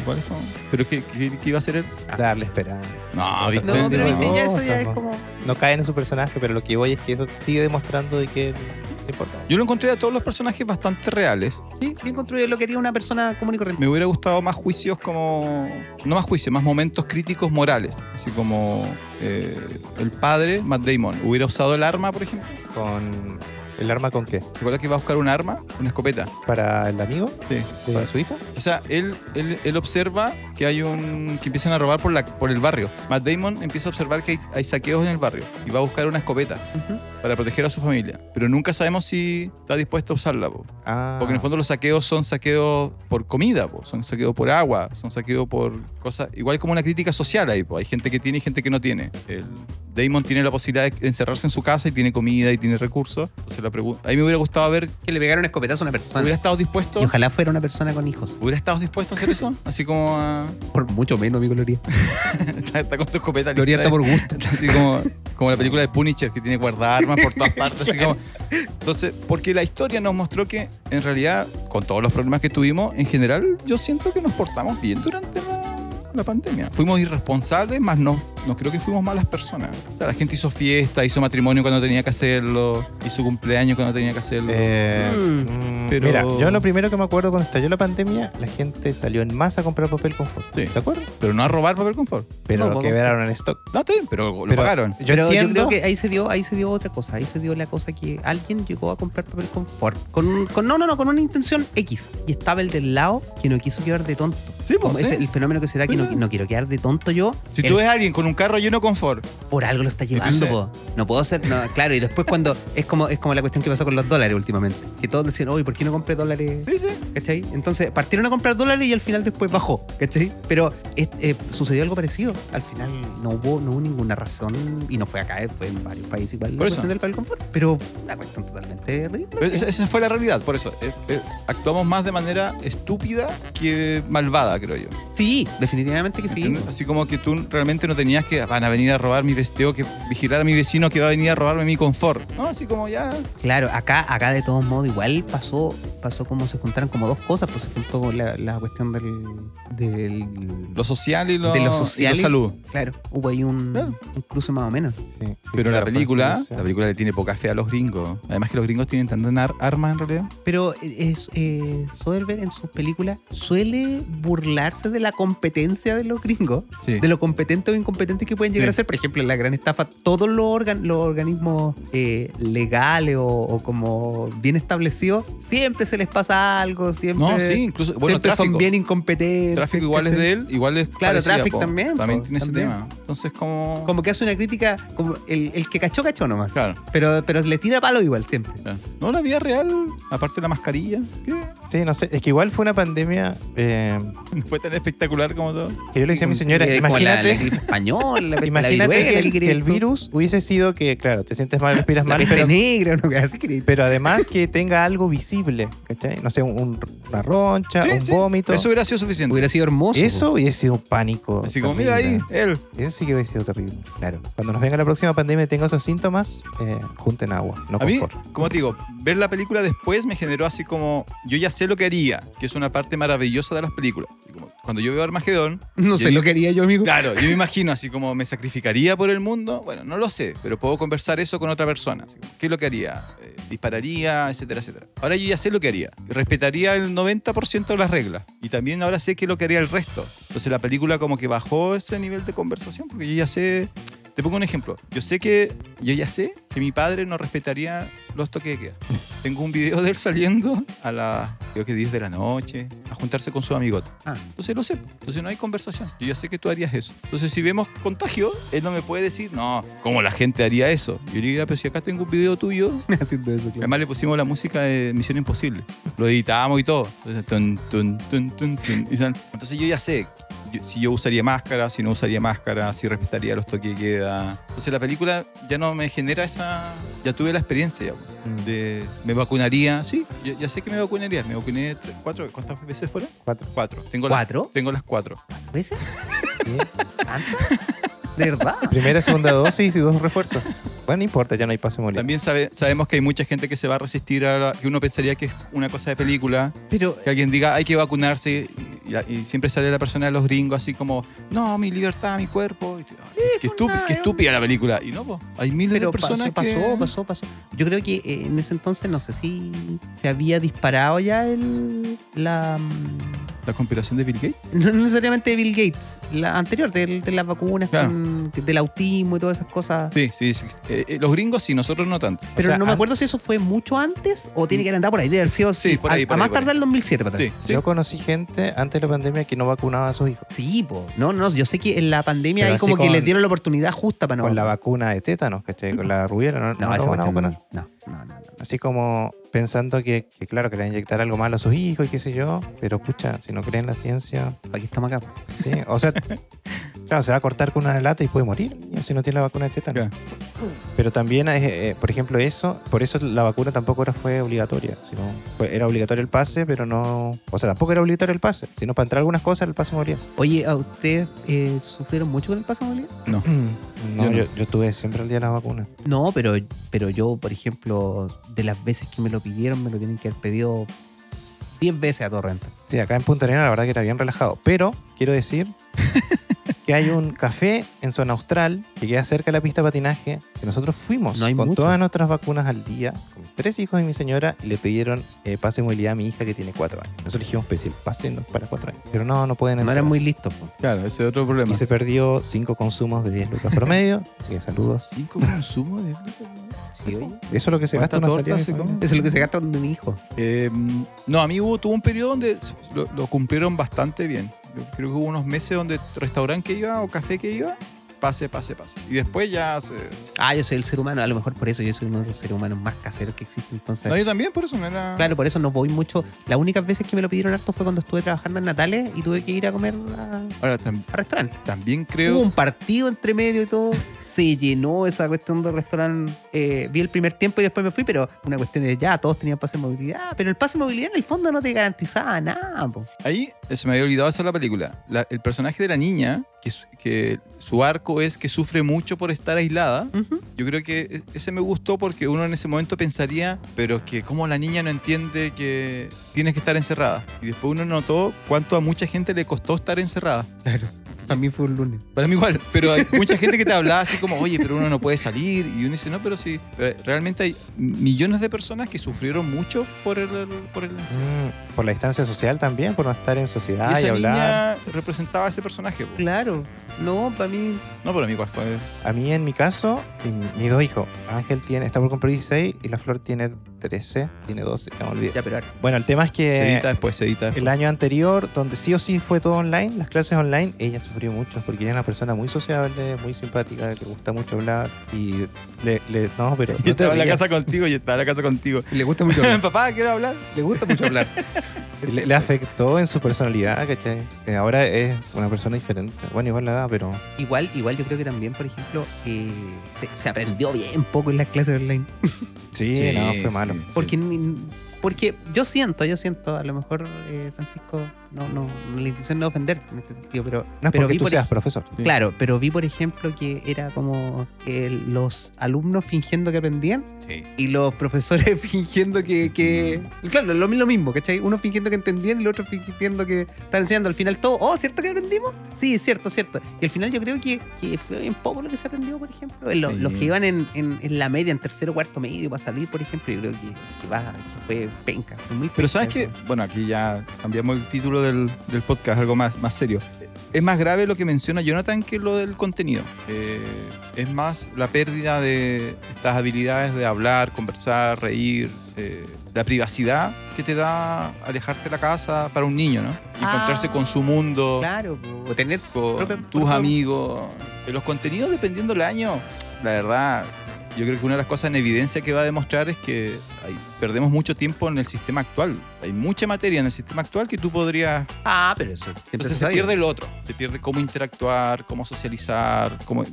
Speaker 3: Igual es como- ¿Pero qué, qué, qué iba a hacer él?
Speaker 1: Darle esperanza.
Speaker 3: No, viste.
Speaker 2: No, pero
Speaker 1: no.
Speaker 2: viste, ya eso ya
Speaker 1: Cosas,
Speaker 2: es
Speaker 1: po.
Speaker 2: como.
Speaker 1: no cae en su personaje, pero lo que voy es que eso sigue demostrando de que es importante.
Speaker 3: Yo lo encontré a todos los personajes bastante reales.
Speaker 2: Sí, bien construido, lo quería una persona común y corriente.
Speaker 3: Me hubiera gustado más juicios como... No más juicios, más momentos críticos morales. Así como eh, el padre, Matt Damon, hubiera usado el arma, por ejemplo.
Speaker 1: Con el arma con qué?
Speaker 3: ¿Te acuerdas que va a buscar un arma? Una escopeta.
Speaker 1: Para el amigo
Speaker 3: Sí.
Speaker 1: de su hija.
Speaker 3: O sea, él, él, él observa que hay un. que empiezan a robar por, la, por el barrio. Matt Damon empieza a observar que hay, hay saqueos en el barrio y va a buscar una escopeta
Speaker 2: Ujú.
Speaker 3: para proteger a su familia. Pero nunca sabemos si está dispuesto a usarla, po.
Speaker 1: Ah,
Speaker 3: porque en el fondo los saqueos son saqueos por comida, po. son saqueos por agua, son saqueos por cosas. Igual como una crítica social ahí, po. hay gente que tiene y gente que no tiene. El Damon tiene la posibilidad de encerrarse en su casa y tiene comida y tiene recursos. Entonces la pregunta. A mí me hubiera gustado ver,
Speaker 2: Que le pegaron escopetazo a una
Speaker 3: ¿hubiera
Speaker 2: persona.
Speaker 3: estado dispuesto?
Speaker 2: Y ojalá fuera una persona con hijos.
Speaker 3: ¿Hubiera estado dispuesto a hacer eso? Así como a.
Speaker 2: Por mucho menos, amigo Gloria.
Speaker 3: Está, está con tu escopeta.
Speaker 2: Gloria
Speaker 3: lista,
Speaker 2: está por gusto.
Speaker 3: Así como, Como la película de Punisher que tiene guardaarmas por todas partes. así como- Entonces, porque la historia nos mostró que en realidad, con todos los problemas que tuvimos, en general yo siento que nos portamos bien durante la, la pandemia. Fuimos irresponsables, más no, no creo que fuimos malas personas. O sea, la gente hizo fiesta, hizo matrimonio cuando tenía que hacerlo, hizo cumpleaños cuando tenía que hacerlo.
Speaker 1: Eh,
Speaker 2: Mm.
Speaker 1: mm,
Speaker 3: Pero-
Speaker 1: Mira, yo lo primero que me acuerdo cuando estalló la pandemia, la gente salió en masa a comprar papel confort.
Speaker 3: Sí.
Speaker 1: ¿Te acuerdas?
Speaker 3: Pero no a robar papel confort.
Speaker 1: Pero
Speaker 2: No,
Speaker 1: lo
Speaker 2: papel
Speaker 1: que
Speaker 2: confort.
Speaker 1: veraron en stock.
Speaker 3: No, está bien, pero lo
Speaker 1: Pero
Speaker 3: pagaron.
Speaker 1: Yo
Speaker 2: Pero yo
Speaker 1: entiendo
Speaker 2: creo que ahí se dio, ahí se dio otra cosa, ahí se dio la cosa que alguien llegó a comprar papel confort con, con no, no, no, con una intención X y estaba el del lado que no quiso quedar de tonto.
Speaker 3: Sí, pues,
Speaker 2: Como ese
Speaker 3: sí.
Speaker 2: es el fenómeno que se da que no,
Speaker 3: Pues sí.
Speaker 2: no quiero quedar de tonto yo.
Speaker 3: Si
Speaker 2: el-
Speaker 3: tú ves a alguien con un carro lleno de confort,
Speaker 2: por algo lo está llevando,
Speaker 3: sé.
Speaker 2: po. No puedo ser, no, claro, y después cuando es como es como la cuestión que pasó con los dólares últimamente, que todos decían, "Oye, ¿por qué no compré dólares?"
Speaker 3: sí, sí.
Speaker 2: ¿Cachai? Entonces, partieron a comprar dólares y al final después bajó, ¿cachai? Pero es- eh, sucedió algo parecido. Al final no hubo, no hubo ninguna razón y no fue acá, eh, fue en varios países igual. la
Speaker 3: Por eso.
Speaker 2: cuestión del papel confort, pero una cuestión totalmente ridícula.
Speaker 3: Pero Esa, esa fue la realidad, por eso. eh, eh, actuamos más de manera estúpida que malvada, creo yo.
Speaker 2: Sí, definitivamente que sí.
Speaker 3: ¿Entiendes? Así como que tú realmente no tenías que "Ah, van a venir a robar mi vestido, que vigilar a mi vecino que va a venir a robarme mi confort. No, así como ya.
Speaker 2: Claro, acá, acá de todos modos igual pasó, pasó como se juntaron como dos cosas, pues se juntó con la, la cuestión del, del
Speaker 3: Lo social y lo,
Speaker 2: De lo
Speaker 3: y
Speaker 2: social y-
Speaker 3: salud.
Speaker 2: Claro, hubo ahí un,
Speaker 3: Claro.
Speaker 2: un cruce más o menos.
Speaker 1: Sí, sí,
Speaker 3: Pero
Speaker 1: claro,
Speaker 3: la película,
Speaker 1: porque-
Speaker 3: la película le tiene poca fe a los gringos. Además que los gringos tienen tantas ar- armas en realidad.
Speaker 2: Pero es, eh, Soderbergh en sus películas suele burlarse de la competencia de los gringos,
Speaker 3: Sí.
Speaker 2: de lo competente o incompetente que pueden llegar
Speaker 3: Sí.
Speaker 2: a ser. Por ejemplo, en la gran estafa, todos los, organ- los organismos eh, legales o, o como bien establecidos, siempre se les pasa algo, siempre,
Speaker 3: no, sí, incluso. Bueno,
Speaker 2: siempre
Speaker 3: tráfico.
Speaker 2: son bien incompetentes.
Speaker 3: Tráfico igual es
Speaker 2: ¿cachai?
Speaker 3: de él, igual es.
Speaker 2: Claro,
Speaker 3: parecida,
Speaker 2: Traffic
Speaker 3: po.
Speaker 2: también,
Speaker 3: También
Speaker 2: po,
Speaker 3: tiene
Speaker 2: también.
Speaker 3: ese tema. Entonces, como.
Speaker 2: Como que hace una crítica, como el, el que cachó, cachó nomás.
Speaker 3: Claro.
Speaker 2: Pero, pero le tira palo igual siempre.
Speaker 3: claro. No, la vida real, aparte de la mascarilla, que
Speaker 1: Sí, no sé. Es que igual fue una pandemia eh,
Speaker 3: no fue tan espectacular como todo.
Speaker 1: que yo le decía a mi señora,
Speaker 2: Eh, como la-
Speaker 1: imagínate.
Speaker 2: la gripe española, la, la
Speaker 1: Imagínate
Speaker 2: viruela,
Speaker 1: que
Speaker 2: ¿qué
Speaker 1: el,
Speaker 2: querés
Speaker 1: que el
Speaker 2: tú?
Speaker 1: virus hubiese sido que, claro, te sientes mal, respiras
Speaker 2: La
Speaker 1: mal,
Speaker 2: peste
Speaker 1: pero,
Speaker 2: negra, una cosa así, querés.
Speaker 1: pero además que tenga algo visible, ¿cachai? No sé, un- un- una roncha,
Speaker 3: Sí,
Speaker 1: un
Speaker 3: sí,
Speaker 1: vómito.
Speaker 3: Eso
Speaker 1: Eso,
Speaker 3: hubiera sido suficiente.
Speaker 2: Hubiera sido hermoso.
Speaker 1: hubiese sido un pánico.
Speaker 3: Así como, mira ahí,
Speaker 1: terrible.
Speaker 3: él.
Speaker 1: Eso sí que hubiese sido terrible.
Speaker 2: po. Claro.
Speaker 1: Cuando nos venga la próxima pandemia y tenga esos síntomas, eh, junten agua, no
Speaker 3: A mí,
Speaker 1: confort.
Speaker 3: como te digo, ver la película después me generó así como, yo ya sé lo que haría, que es una parte maravillosa de las películas. Y como, cuando yo veo Armagedón,
Speaker 2: No
Speaker 3: Yo
Speaker 2: sé, lo
Speaker 3: digo-
Speaker 2: quería yo, amigo.
Speaker 3: claro, yo me imagino así como, ¿me sacrificaría por el mundo? Bueno, no lo sé, pero puedo conversar eso con otra persona. Así como, ¿Qué es lo que haría? Eh, dispararía, etcétera, etcétera. Ahora yo ya sé lo que haría. Respetaría el 90% de las reglas. Y también ahora sé qué es lo que haría el resto. Entonces la película como que bajó ese nivel de conversación porque yo ya sé... Te pongo un ejemplo. Yo sé que, yo ya sé que mi padre no respetaría los toques de queda. Tengo un video de él saliendo a las, creo que 10 de la noche, a juntarse con su amigote.
Speaker 2: Ah.
Speaker 3: Entonces lo sé. Entonces no hay conversación. Yo ya sé que tú harías eso. Entonces si vemos contagio, él no me puede decir, no, ¿cómo la gente haría eso? Yo le diría, pero si acá tengo un video tuyo.
Speaker 2: Haciendo eso, claro.
Speaker 3: Además le pusimos la música de Misión Imposible. Lo editábamos y todo. Entonces, tun, tun, tun, tun, tun. Y son- entonces yo ya sé yo- si yo usaría máscara, si no usaría máscara, si respetaría los toques de queda. Entonces la película ya no me genera esa... Ya tuve la experiencia. ya,
Speaker 1: Mm,
Speaker 3: de me vacunaría, sí, ya, ya sé que me vacunaría, me vacuné tres, cuatro, ¿cuántas veces fueron?
Speaker 1: Cuatro.
Speaker 3: Cuatro. Tengo las-
Speaker 2: ¿Cuatro
Speaker 3: tengo las cuatro.
Speaker 2: veces?
Speaker 1: Sí.
Speaker 2: ¿Tanto? ¿De verdad?
Speaker 1: Primera, segunda dosis y dos refuerzos. Bueno, no importa, ya no hay pase molesto.
Speaker 3: También sabe- sabemos que hay mucha gente que se va a resistir a la- que uno pensaría que es una cosa de película,
Speaker 2: Pero
Speaker 3: que alguien diga hay que vacunarse y, y- y siempre sale la persona de los gringos así como, no, mi libertad, mi cuerpo. Y, "Ay, qué, estúpi-
Speaker 2: una-
Speaker 3: qué estúpida la película. Y no, po, hay miles
Speaker 2: pero
Speaker 3: de personas
Speaker 2: pasó,
Speaker 3: que...
Speaker 2: pasó, pasó, pasó. Yo creo que eh, en ese entonces no sé si se había disparado ya el la mm,
Speaker 3: La conspiración de Bill Gates.
Speaker 2: no necesariamente de Bill Gates, la anterior del- de, las vacunas
Speaker 3: Claro.
Speaker 2: con- del autismo y todas esas cosas.
Speaker 3: Sí, sí, sí. Eh, eh, los gringos sí, nosotros no tanto.
Speaker 2: Pero
Speaker 1: O sea,
Speaker 2: no me
Speaker 1: an-
Speaker 2: acuerdo si eso fue mucho antes o tiene que haber andado por ahí, debe haber sido
Speaker 3: Sí, por ahí,
Speaker 2: a-
Speaker 3: por
Speaker 2: a
Speaker 3: ahí,
Speaker 2: más
Speaker 3: por ahí.
Speaker 2: tardar el 2007 para atrás.
Speaker 3: Sí, sí.
Speaker 1: Yo conocí gente antes de la pandemia que no vacunaba a sus hijos.
Speaker 2: Sí, po. No, no, yo sé que en la pandemia
Speaker 1: Pero
Speaker 2: ahí como
Speaker 1: así
Speaker 2: que
Speaker 1: con-
Speaker 2: les dieron la oportunidad justa para no.
Speaker 1: Con la vacuna de tétanos, ¿cachai? Con la rubiera, no, no,
Speaker 2: No,
Speaker 1: lo
Speaker 2: esa
Speaker 1: van a
Speaker 2: cuestión-
Speaker 1: vacunar.
Speaker 2: no, no, no, no.
Speaker 1: Así como pensando que, que, claro, que le van a inyectar algo malo a sus hijos y qué sé yo. Pero escucha, si no creen la ciencia,
Speaker 2: Aquí estamos acá.
Speaker 1: sí. O sea, claro, se va a cortar con una lata y puede morir el niño si no tiene la vacuna de tétanos.
Speaker 3: Claro.
Speaker 1: Pero también, eh, eh, por ejemplo, eso, por eso la vacuna tampoco era, fue obligatoria, sino fue- era obligatorio el pase, pero no, o sea, tampoco era obligatorio el pase, sino para entrar a algunas cosas el pase moría.
Speaker 2: Oye, ¿a ustedes eh, sufrieron mucho con el pase de movilidad?
Speaker 1: No,
Speaker 3: Yo
Speaker 1: Mm. yo,
Speaker 3: no.
Speaker 1: yo tuve siempre el día de la vacuna.
Speaker 2: No, pero, pero yo, por ejemplo, de las veces que me lo pidieron, me lo tienen que haber pedido 10 veces a Torrente.
Speaker 1: Sí, acá en Punta Arenas la verdad que era bien relajado, pero quiero decir que hay un café en zona austral que queda cerca de la pista de patinaje que nosotros fuimos
Speaker 2: No hay
Speaker 1: con
Speaker 2: muchos.
Speaker 1: todas nuestras vacunas al día, con mis tres hijos y mi señora, y le pidieron eh, pase de movilidad a mi hija que tiene cuatro años. Nosotros dijimos, pues el pase no es para cuatro años, pero no, no pueden
Speaker 2: No
Speaker 1: entrar.
Speaker 2: eran muy listos. po.
Speaker 3: Claro, ese es otro problema.
Speaker 1: Y se perdió 5 consumos de 10 lucas promedio. Así que saludos.
Speaker 3: ¿Cinco consumos de
Speaker 2: Sí, oye.
Speaker 1: Eso es lo que se gasta
Speaker 3: ¿Cuánta
Speaker 1: una salida
Speaker 3: torta
Speaker 1: de
Speaker 3: se
Speaker 1: mi familia.
Speaker 3: come?
Speaker 2: Eso es lo que se gasta un hijo.
Speaker 3: Eh, no, a mí hubo, tuvo un periodo donde lo, lo cumplieron bastante bien. Yo creo que hubo unos meses donde restaurante que iba o café que iba, pase, pase, pase. Y después ya se...
Speaker 2: Ah, yo soy el ser humano, a lo mejor por eso yo soy uno de los seres humanos más caseros que existe. Entonces,
Speaker 3: No, yo también, por eso no era...
Speaker 2: claro, por eso no voy mucho. Las únicas veces que me lo pidieron harto fue cuando estuve trabajando en Natales y tuve que ir a comer a,
Speaker 3: Ahora, tam-
Speaker 2: a restaurante.
Speaker 3: también
Speaker 2: Hubo
Speaker 3: creo...
Speaker 2: un partido entre medio y todo. Se llenó esa cuestión del restaurante. Eh, vi el primer tiempo y después me fui, pero una cuestión es ya, todos tenían pase de movilidad. Pero el pase de movilidad en el fondo no te garantizaba nada. po.
Speaker 3: Ahí se me había olvidado hacer la película. La- el personaje de la niña, que, su- que su arco es que sufre mucho por estar aislada,
Speaker 2: Ujú.
Speaker 3: Yo creo que e-, ese me gustó porque uno en ese momento pensaría, pero que como la niña no entiende que tienes que estar encerrada. Y después uno notó cuánto a mucha gente le costó estar encerrada.
Speaker 2: A mí fue un lunes.
Speaker 3: Para mí igual, pero hay mucha gente que te hablaba así como, oye, pero uno no puede salir. Y uno dice, no, pero sí, Pero realmente hay millones de personas que sufrieron mucho por el, por el encierro.
Speaker 1: Mm, por la distancia social también, por no estar en
Speaker 3: Y
Speaker 1: sociedad y,
Speaker 3: esa
Speaker 1: Mm, hablar.
Speaker 3: niña representaba a ese personaje. po.
Speaker 2: Claro. No, para mí.
Speaker 3: No, pero a mí igual fue...
Speaker 1: A mí, en mi caso, mi- mis dos hijos, Ángel tiene, está por cumplir 16 y la Flor tiene 13, tiene 12, ya me olvidé.
Speaker 2: Ya, pero ahora-
Speaker 1: Bueno, el tema es
Speaker 3: Se
Speaker 1: que
Speaker 3: edita después, se edita después.
Speaker 1: el año anterior, donde sí o sí fue todo online, las clases online, ella sufrió mucho porque ella es una persona muy sociable, muy simpática, que le gusta mucho hablar y le, le- no, pero no
Speaker 3: Yo estaba en la
Speaker 1: rías.
Speaker 3: casa contigo y estaba en la casa contigo.
Speaker 2: Le gusta mucho
Speaker 3: Papá, quiero hablar.
Speaker 2: Le gusta mucho hablar.
Speaker 1: Le, le afectó en su personalidad, ¿cachai? Que ahora es una persona diferente. Bueno, igual la edad, pero.
Speaker 2: Igual, igual yo creo que también, por ejemplo, eh, se, se aprendió bien poco en las clases online.
Speaker 1: Sí,
Speaker 3: Sí,
Speaker 1: no, fue malo.
Speaker 3: sí, sí.
Speaker 2: Porque, ni- porque yo siento, yo siento, a lo mejor, eh, Francisco, no, no, la intención no es ofender en este sentido, pero,
Speaker 1: No es
Speaker 2: pero
Speaker 1: porque tú
Speaker 2: por
Speaker 1: seas
Speaker 2: ej-
Speaker 1: profesor.
Speaker 3: Sí.
Speaker 2: Claro, pero vi, por ejemplo, que era como eh, los alumnos fingiendo que aprendían
Speaker 3: Sí.
Speaker 2: y los profesores fingiendo que. que- claro, lo, lo mismo, ¿cachai? Uno fingiendo que entendían y el otro fingiendo que están enseñando al final todo. Oh, ¿cierto que aprendimos? Sí, cierto, cierto. Y al final yo creo que, que fue bien poco lo que se aprendió, por ejemplo. En lo-
Speaker 3: Sí.
Speaker 2: Los que iban en, en- en la media, en tercero, cuarto, medio, para salir, por ejemplo, yo creo que, que va- que fue penca. Fue muy
Speaker 3: Pero
Speaker 2: penca
Speaker 3: sabes que,
Speaker 2: eso.
Speaker 3: bueno, aquí ya cambiamos el título del, del podcast, algo más, más serio. Es más grave lo que menciona Jonathan que lo del contenido. Eh, es más la pérdida de estas habilidades de hablar, conversar, reír, eh, la privacidad que te da alejarte de la casa para un niño, ¿no? Y
Speaker 2: Ah.
Speaker 3: Encontrarse con su mundo,
Speaker 2: Claro, po, o tener.
Speaker 3: con
Speaker 2: propio-
Speaker 3: tus
Speaker 2: propio-
Speaker 3: amigos. Eh, Los contenidos, dependiendo del año, la verdad, yo creo que una de las cosas en evidencia que va a demostrar es que hay- perdemos mucho tiempo en el sistema actual. Hay mucha materia en el sistema actual que tú podrías...
Speaker 2: Ah, pero eso. siempre
Speaker 3: Entonces se
Speaker 2: sabía.
Speaker 3: pierde el otro. Se pierde cómo interactuar, cómo socializar, cómo, eh,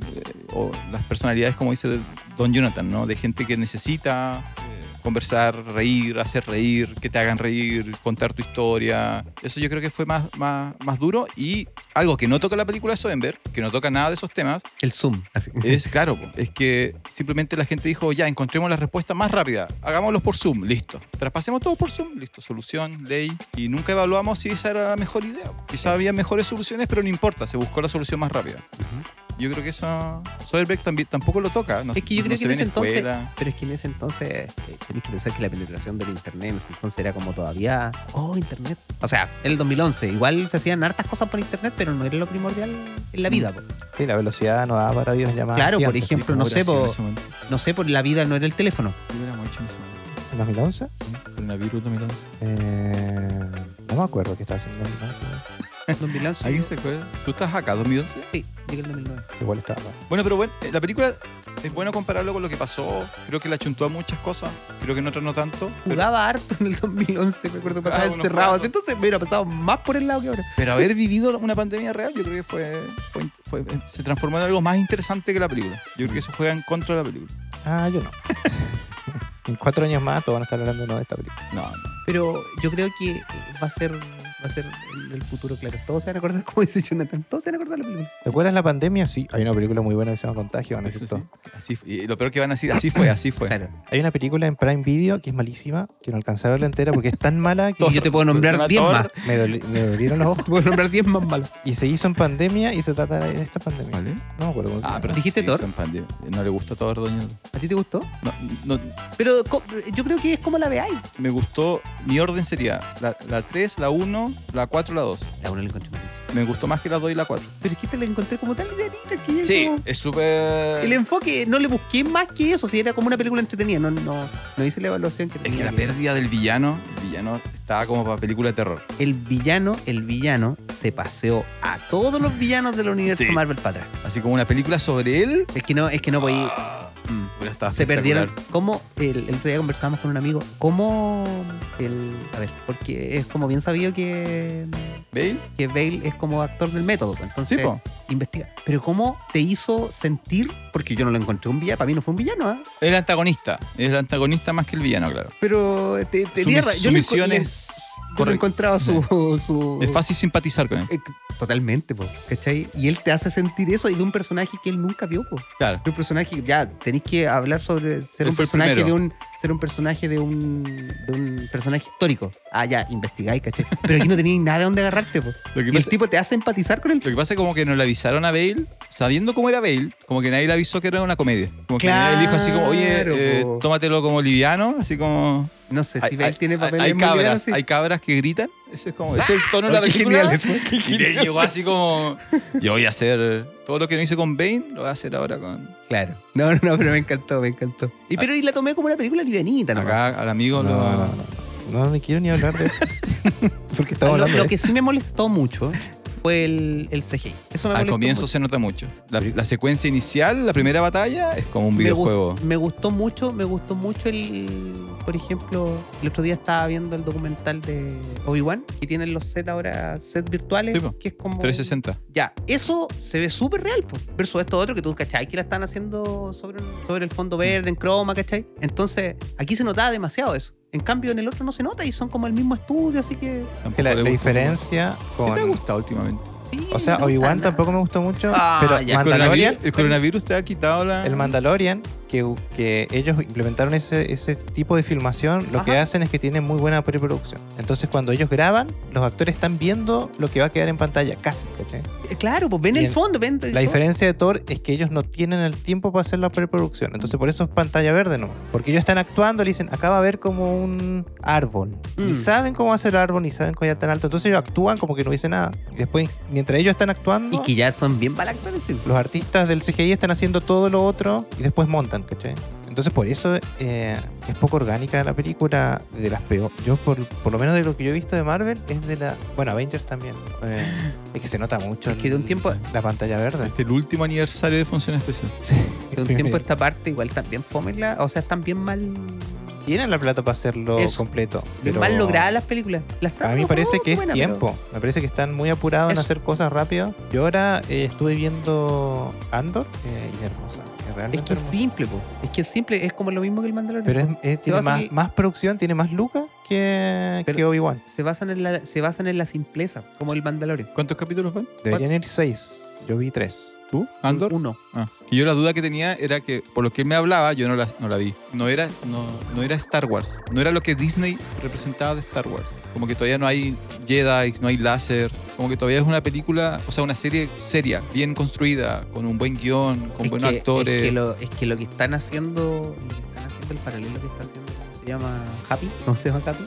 Speaker 3: o las personalidades, como dice Don Jonathan, ¿no? De gente que necesita eh, conversar, reír, hacer reír, que te hagan reír, contar tu historia. Eso yo creo que fue más, más, más duro y algo que no toca la película de Soenberg, que no toca nada de esos temas,
Speaker 2: El Zoom. Así.
Speaker 3: es claro, po, es que simplemente la gente dijo, ya, encontremos la respuesta más rápida, hagámoslos por Zoom, listo. Traspasemos todo por Zoom, listo, solución, ley, y nunca evaluamos si esa era la mejor idea. po. Quizá había mejores soluciones, pero no importa, se buscó la solución más rápida. Yo creo que eso Soderbergh también, tampoco lo toca. No,
Speaker 2: Es que yo
Speaker 3: no
Speaker 2: creo
Speaker 3: se
Speaker 2: que en
Speaker 3: ve
Speaker 2: ese entonces-
Speaker 3: escuela.
Speaker 2: Pero es que en ese entonces eh, tenéis que pensar que la penetración del internet en ese entonces era como todavía, oh, internet. O sea, en el 2011 igual se hacían hartas cosas por internet, pero no era lo primordial en la vida. po.
Speaker 1: Sí, la velocidad no daba para videollamadas.
Speaker 2: Claro, por
Speaker 1: gigantes.
Speaker 2: ejemplo, no sé, po, no sé, por la vida no era el teléfono.
Speaker 3: ¿Qué hubiéramos hecho en ese momento?
Speaker 1: ¿En 2011?
Speaker 3: Coronavirus 2011.
Speaker 1: Eh, no me acuerdo qué estaba haciendo en 2011. ¿no?
Speaker 2: 2011.
Speaker 3: ¿Alguien se acuerda? ¿Tú estás acá, 2011?
Speaker 2: Sí, llegué el 2009.
Speaker 1: Igual estaba.
Speaker 3: Bueno, pero bueno, eh, la película es bueno compararlo con lo que pasó. Creo que la chuntó a muchas cosas, creo que en otras no tanto. Pero,
Speaker 2: Jugaba harto en el 2011, me acuerdo,
Speaker 3: Ah,
Speaker 2: pasaba
Speaker 3: unos
Speaker 2: encerrado.
Speaker 3: cuantos.
Speaker 2: Entonces me hubiera pasado más por el lado que ahora.
Speaker 3: pero haber vivido una pandemia real, yo creo que fue, fue, fue- eh, se transformó en algo más interesante que la película. Yo creo que eso juega en contra de la película.
Speaker 1: Ah, yo no. en cuatro años más todos van a estar hablando no, de esta película.
Speaker 3: No, no.
Speaker 2: Pero yo creo que eh, va a ser va a ser el, el futuro, claro. Todos se van a acordar, como dice Jonathan, todos se van a acordar de la película.
Speaker 1: ¿Te acuerdas la pandemia? Sí, hay una película muy buena que se llama Contagio, ¿no es
Speaker 3: Eso
Speaker 1: cierto?
Speaker 3: sí. Así fu- y lo peor que van a decir, así fue, así fue.
Speaker 2: Claro.
Speaker 1: Hay una película en Prime Video que es malísima, que no alcancé a verla entera porque es tan mala que
Speaker 2: Y yo te puedo nombrar
Speaker 3: Thor.
Speaker 2: 10 más. Te
Speaker 1: me, doli- me dolieron los ojos.
Speaker 2: puedo nombrar 10 más malos.
Speaker 1: Y se hizo en pandemia y se trata de esta pandemia.
Speaker 3: ¿Vale?
Speaker 1: No me acuerdo cómo se
Speaker 3: Ah,
Speaker 1: llama.
Speaker 3: pero
Speaker 2: ¿Dijiste
Speaker 3: sí,
Speaker 2: Thor?
Speaker 3: son pandemia. No le gustó Thor, doña.
Speaker 2: ¿A ti te gustó?
Speaker 3: No, no,
Speaker 2: Pero co- yo creo que es como la veáis.
Speaker 3: me gustó. Mi orden sería la, la 3, la 1, la 4, la 2.
Speaker 2: La uno la encontré malísima.
Speaker 3: Me gustó más que la 2 y la 4.
Speaker 2: Pero es que te la encontré como tan livianita que ya
Speaker 3: Sí,
Speaker 2: como-
Speaker 3: es súper.
Speaker 2: El enfoque, no le busqué más que eso, si era como una película entretenida, no, no, no hice la evaluación que
Speaker 3: Es
Speaker 2: tenía.
Speaker 3: que la
Speaker 2: que-
Speaker 3: pérdida del villano, el villano estaba como para película de terror.
Speaker 2: El villano, el villano se paseó a todos los villanos del universo
Speaker 3: Sí.
Speaker 2: Marvel para atrás.
Speaker 3: Así como una película sobre él.
Speaker 2: Es que no, es que no voy.
Speaker 3: Ah,
Speaker 2: Mm.
Speaker 3: hubiera estado
Speaker 2: se perdieron.
Speaker 3: espectacular.
Speaker 2: ¿Cómo? El, el otro día conversábamos con un amigo. ¿Cómo el. A ver, porque es como bien sabido que,
Speaker 3: ¿Bale?
Speaker 2: que Bale es como actor del método. pues,
Speaker 3: Sí,
Speaker 2: Entonces,
Speaker 3: po.
Speaker 2: investiga. Pero ¿cómo te hizo sentir? Porque yo no lo encontré un villano, para mí no fue un villano, ¿ah?
Speaker 3: El antagonista. Es el antagonista más que el villano, claro.
Speaker 2: Pero eh, te, tenía
Speaker 3: Su,
Speaker 2: ra-
Speaker 3: mis-
Speaker 2: yo
Speaker 3: su
Speaker 2: le-
Speaker 3: misión
Speaker 2: le-
Speaker 3: es.
Speaker 2: yo le
Speaker 3: correcta.
Speaker 2: encontraba su. su
Speaker 3: Es fácil simpatizar con él.
Speaker 2: eh, Totalmente, po, ¿cachai? Y él te hace sentir eso y de un personaje que él nunca vio, po.
Speaker 3: Claro.
Speaker 2: un personaje ya tenéis que hablar sobre ser
Speaker 3: Él
Speaker 2: un
Speaker 3: fue el
Speaker 2: personaje
Speaker 3: primero.
Speaker 2: de un ser un personaje de un de un personaje histórico ah ya investigáis caché pero aquí no teníais nada donde agarrarte po.
Speaker 3: Lo que
Speaker 2: y el
Speaker 3: pasa-
Speaker 2: tipo te hace empatizar con él
Speaker 3: Lo que pasa es como que nos le avisaron a Bale, sabiendo cómo era Bale, como que nadie le avisó que era una comedia. Como que
Speaker 2: Claro,
Speaker 3: nadie le dijo así como, oye, eh,
Speaker 2: po.
Speaker 3: tómatelo como liviano, así como...
Speaker 2: no sé si
Speaker 3: Hay-
Speaker 2: él
Speaker 3: hay-
Speaker 2: tiene
Speaker 3: hay-
Speaker 2: papeles
Speaker 3: hay
Speaker 2: muy livianos,
Speaker 3: cabras,
Speaker 2: sí.
Speaker 3: hay cabras que gritan. Ese es como, ese es el tono de la
Speaker 2: Ay, qué
Speaker 3: película.
Speaker 2: genial eso, qué
Speaker 3: Y
Speaker 2: genial
Speaker 3: Bale llegó así
Speaker 2: eso.
Speaker 3: como, yo voy a hacer todo lo que no hice con Bane, lo voy a hacer ahora con...
Speaker 2: claro no no no pero me encantó me encantó y pero y la tomé como una película livianita nomás.
Speaker 3: Acá al amigo
Speaker 1: No,
Speaker 3: lo...
Speaker 1: no, no, no. No, ni quiero ni hablar de esto. Porque estamos
Speaker 2: lo,
Speaker 1: hablando
Speaker 2: lo
Speaker 1: de
Speaker 2: que sí me molestó mucho fue el, el CGI eso me
Speaker 3: Al
Speaker 2: molestó
Speaker 3: comienzo
Speaker 2: mucho.
Speaker 3: se nota mucho. La, la secuencia inicial, la primera batalla, es como un
Speaker 2: Me gust-
Speaker 3: videojuego.
Speaker 2: Me, gustó mucho, me gustó mucho el. Por ejemplo, el otro día estaba viendo el documental de Obi-Wan, que tienen los sets ahora, sets virtuales,
Speaker 3: Sí, po.
Speaker 2: que es como.
Speaker 3: 360.
Speaker 2: Ya, eso se ve súper real, po, versus esto otro que tú, ¿cachai? Que la están haciendo sobre, sobre el fondo verde, en croma, ¿cachai? Entonces, aquí se notaba demasiado eso. En cambio, en el otro no se nota y son como el mismo estudio, así que.
Speaker 1: que la, la
Speaker 3: Tampoco le gustó
Speaker 1: diferencia
Speaker 3: mucho.
Speaker 1: con.
Speaker 3: ¿Qué te ha gustado últimamente?
Speaker 2: Sí,
Speaker 1: O sea,
Speaker 2: no me gusta
Speaker 1: Obi-Wan
Speaker 2: nada.
Speaker 1: tampoco me gustó mucho.
Speaker 2: Ah,
Speaker 1: pero
Speaker 2: ya,
Speaker 3: El
Speaker 1: Mandalorian.
Speaker 3: coronavirus, el coronavirus te ha quitado la.
Speaker 1: El Mandalorian, que, que ellos implementaron ese, ese tipo de filmación, lo que
Speaker 2: Ajá.
Speaker 1: hacen es que tienen muy buena preproducción. Entonces, cuando ellos graban, los actores están viendo lo que va a quedar en pantalla, casi, ¿cachai?
Speaker 2: Eh, Claro, pues ven
Speaker 1: Y
Speaker 2: el
Speaker 1: en-
Speaker 2: fondo, ven.
Speaker 1: La diferencia de Thor es que ellos no tienen el tiempo para hacer la preproducción. Entonces, por eso es pantalla verde, ¿no? Porque ellos están actuando, le dicen, acá va a haber como un árbol. Ni
Speaker 2: Mm.
Speaker 1: saben cómo hacer el árbol, ni saben cuál es tan alto. Entonces, ellos actúan como que no dicen nada. Y después, mientras ellos están actuando.
Speaker 2: Y que ya son bien balactores, sí.
Speaker 1: los artistas del CGI están haciendo todo lo otro y después montan, ¿cachai? Entonces por eso eh, es poco orgánica la película de las peores. Yo por, por lo menos de lo que yo he visto de Marvel es de la... Bueno, Avengers también. eh, es que se nota mucho.
Speaker 2: Es que de un
Speaker 1: el-
Speaker 2: tiempo-
Speaker 1: La pantalla verde.
Speaker 3: Este es el último aniversario de Función Especial.
Speaker 2: De un tiempo a esta parte igual también fome la- o sea, están bien mal,
Speaker 1: Tienen la plata para hacerlo
Speaker 2: Eso.
Speaker 1: completo.
Speaker 2: bien
Speaker 1: pero
Speaker 2: mal logradas las películas. Las
Speaker 1: A
Speaker 2: tramas
Speaker 1: mí me
Speaker 2: no
Speaker 1: parece
Speaker 2: son
Speaker 1: que es
Speaker 2: buenas, pero-
Speaker 1: tiempo. Me parece que están muy apurados
Speaker 2: Eso.
Speaker 1: en hacer cosas rápido. Yo ahora eh, estuve viendo Andor eh, y es hermosa. Es realmente
Speaker 2: Es que es
Speaker 1: hermosa.
Speaker 2: simple, po. es que es simple, es como lo mismo que el Mandalorian.
Speaker 1: Pero es,
Speaker 2: po.
Speaker 1: es-
Speaker 2: Se
Speaker 1: tiene
Speaker 2: basa
Speaker 1: más,
Speaker 2: en el-
Speaker 1: más producción, tiene más lucas que,
Speaker 2: Pero-
Speaker 1: que Obi-Wan.
Speaker 2: se, basan en la, se basan en la simpleza, como el Mandalorian.
Speaker 3: ¿Cuántos capítulos van?
Speaker 1: Deberían ir seis. Yo vi tres.
Speaker 3: ¿Tú? ¿Andor?
Speaker 2: Uno.
Speaker 3: Ah. Y yo la duda que tenía era que, por lo que él me hablaba, yo no la, no la vi. No era, no, no era Star Wars. No era lo que Disney representaba de Star Wars. Como que todavía no hay Jedi, no hay láser. Como que todavía es una película, o sea, una serie seria, bien construida, con un buen eh. guión, con
Speaker 2: Es
Speaker 3: buenos
Speaker 2: que,
Speaker 3: actores.
Speaker 2: Es que, lo, es que lo que están haciendo, lo que están haciendo, el paralelo que está haciendo, ¿cómo se llama Happy, ¿cómo se llama Happy?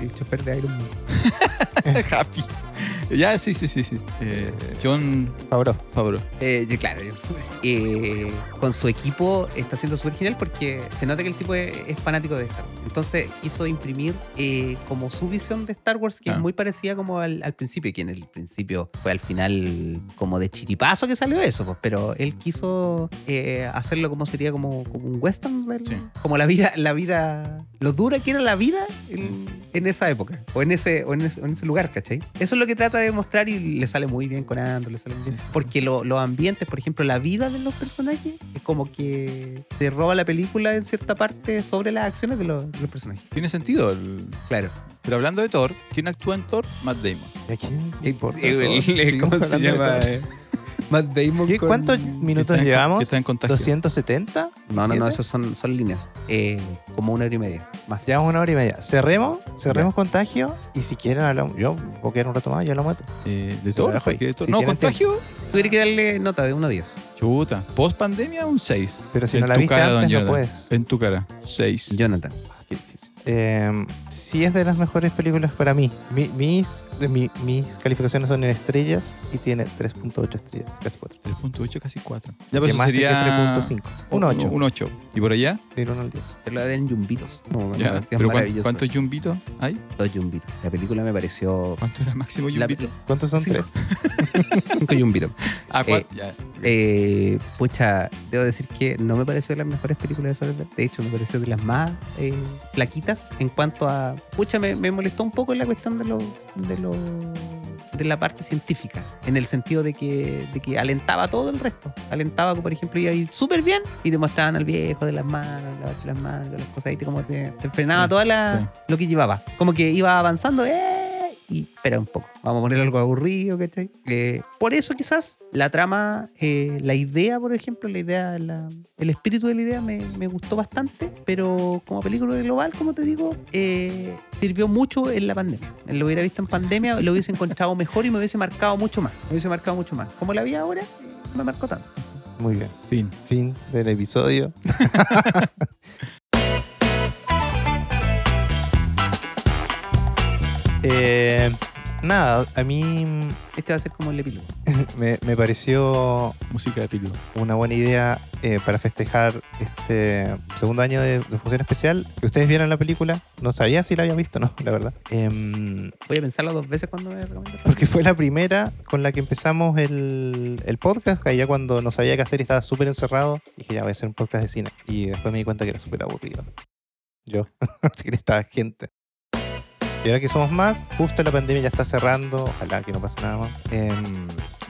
Speaker 2: El chofer de Iron Man.
Speaker 3: Happy. ya, sí, sí, sí, sí. Eh, John
Speaker 1: Favreau.
Speaker 3: Favreau.
Speaker 2: Eh, yo- claro, yo- eh, con su equipo está siendo súper genial porque se nota que el tipo es, es fanático de Star Wars. Entonces quiso imprimir eh, como su visión de Star Wars, que
Speaker 3: Ah.
Speaker 2: es muy parecida como al, al principio, que en el principio fue al final como de chiripazo que salió eso, pues, pero él quiso eh, hacerlo como sería como, como un western, del-
Speaker 3: Sí.
Speaker 2: como la vida, la vida, lo dura que era la vida en, en esa época o en ese, o en ese, o en ese lugar, ¿cachai? Eso es lo que trata de mostrar y le sale muy bien con Andro, le sale muy bien. Porque lo- los ambientes, por ejemplo, la vida de los personajes es como que se roba la película en cierta parte sobre las acciones de los, de los personajes.
Speaker 3: Tiene sentido. el-
Speaker 2: Claro.
Speaker 3: Pero hablando de Thor, ¿quién actúa en Thor? Matt Damon.
Speaker 1: ¿Y a quién le
Speaker 2: Eh,
Speaker 1: importa
Speaker 2: eh,
Speaker 1: todo?
Speaker 2: el-
Speaker 1: Sí,
Speaker 2: ¿Cómo se
Speaker 1: hablando de
Speaker 2: llama?
Speaker 1: todo.
Speaker 2: eh? Matt Damon.
Speaker 1: ¿Qué-
Speaker 2: con-
Speaker 1: ¿Cuántos
Speaker 3: Que
Speaker 1: minutos
Speaker 3: está en-
Speaker 1: llevamos?
Speaker 3: Que está en contagio.
Speaker 1: 270.
Speaker 2: No, no, no,
Speaker 1: ¿Siete?
Speaker 2: esas son, son líneas. Eh, como una hora y media. Más.
Speaker 1: Llevamos una hora y media. Cerremos, cerremos contagio y si quieren hablamos. Yo voy a quedar un rato más, ya lo mato.
Speaker 3: Eh, ¿De
Speaker 1: Se
Speaker 3: Thor?
Speaker 1: la dejo ahí.
Speaker 3: ¿De Thor?
Speaker 1: Si
Speaker 3: no,
Speaker 1: tienen
Speaker 3: contagio.
Speaker 2: Tuviera que darle nota de 1 a 10.
Speaker 3: Chuta. Post pandemia, un 6.
Speaker 1: Pero si
Speaker 3: En
Speaker 1: no la
Speaker 3: tu
Speaker 1: viste
Speaker 3: cara, don
Speaker 1: antes, no
Speaker 3: Jonathan.
Speaker 1: puedes.
Speaker 3: En tu cara. 6.
Speaker 2: Jonathan.
Speaker 1: Eh, sí es de las mejores películas para mí. Mi- mis, de mi- mis calificaciones son en estrellas y tiene 3.8 estrellas, casi 4.
Speaker 3: 3.8, casi 4. Ya,
Speaker 2: pues
Speaker 3: pero
Speaker 1: Y
Speaker 3: eso
Speaker 1: más
Speaker 3: sería.
Speaker 1: 3.5. Un 8.
Speaker 3: Un 8. ¿Y por allá?
Speaker 1: Del 1 al 10.
Speaker 2: Te lo den yumbitos. Como cuando
Speaker 3: Ya.
Speaker 2: hacían
Speaker 3: ¿Pero cuán-
Speaker 2: maravilloso.
Speaker 3: cuántos yumbitos hay?
Speaker 2: Dos yumbitos. La película me pareció.
Speaker 3: ¿Cuánto era el máximo
Speaker 2: La-
Speaker 3: yumbito?
Speaker 1: ¿Cuántos son?
Speaker 2: Sí.
Speaker 1: 3?
Speaker 2: Cinco yumbitos.
Speaker 3: Ah,
Speaker 2: eh,
Speaker 3: cuatro. ya.
Speaker 2: Eh, pucha, debo decir que no me pareció de las mejores películas de Soledad. De hecho, me pareció de las más eh, flaquitas en cuanto a. Pucha, me, me molestó un poco la cuestión de lo. De lo de la parte científica, en el sentido de que, de que alentaba todo el resto. Alentaba, por ejemplo, iba ahí súper bien y te mostraban al viejo de las manos, lavarse las manos, las cosas ahí, te, como te, te frenaba
Speaker 3: Sí,
Speaker 2: toda la,
Speaker 3: sí.
Speaker 2: lo que llevaba. Como que iba avanzando, ¡eh! Y espera un poco, vamos a poner algo aburrido, ¿cachai? Eh, por eso quizás la trama, eh, la idea, por ejemplo, la idea, la- el espíritu de la idea me, me gustó bastante, pero como película global, como te digo, eh, sirvió mucho en la pandemia. Lo hubiera visto en pandemia, lo hubiese encontrado mejor y me hubiese marcado mucho más. Me hubiese marcado mucho más. Como la vi ahora, no me marcó tanto.
Speaker 1: Muy bien.
Speaker 3: Fin.
Speaker 1: Fin del episodio. Eh, nada, a mí mm,
Speaker 2: Este va a ser como el epílogo.
Speaker 1: me, me pareció
Speaker 3: Música de pilo.
Speaker 1: una buena idea eh, para festejar este segundo año de, de función especial. Que ustedes vieron la película, no sabía si la habían visto, no, la verdad. Em,
Speaker 2: Voy a pensarlo dos veces cuando me recomiendo.
Speaker 1: porque fue la primera con la que empezamos el, el podcast, que ya cuando no sabía qué hacer y estaba súper encerrado, dije ya voy a hacer un podcast de cine. Y después me di cuenta que era súper aburrido. Yo, así que necesitaba gente. Y ahora que somos más, justo la pandemia ya está cerrando, ojalá que no pase nada más. Em,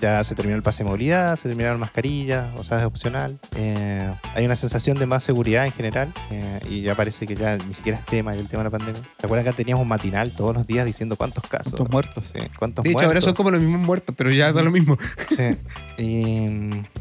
Speaker 1: ya se terminó el pase de movilidad, se terminaron mascarillas, o sea, es opcional. Eh, hay una sensación de más seguridad en general eh, y ya parece que ya ni siquiera es tema el tema de la pandemia. ¿Te acuerdas que acá teníamos un matinal todos los días diciendo cuántos casos?
Speaker 3: ¿Cuántos muertos?
Speaker 1: Sí, ¿Cuántos
Speaker 2: De hecho, ahora
Speaker 1: muertos?
Speaker 2: son como los mismos muertos, pero ya da lo mismo.
Speaker 1: Sí. Y,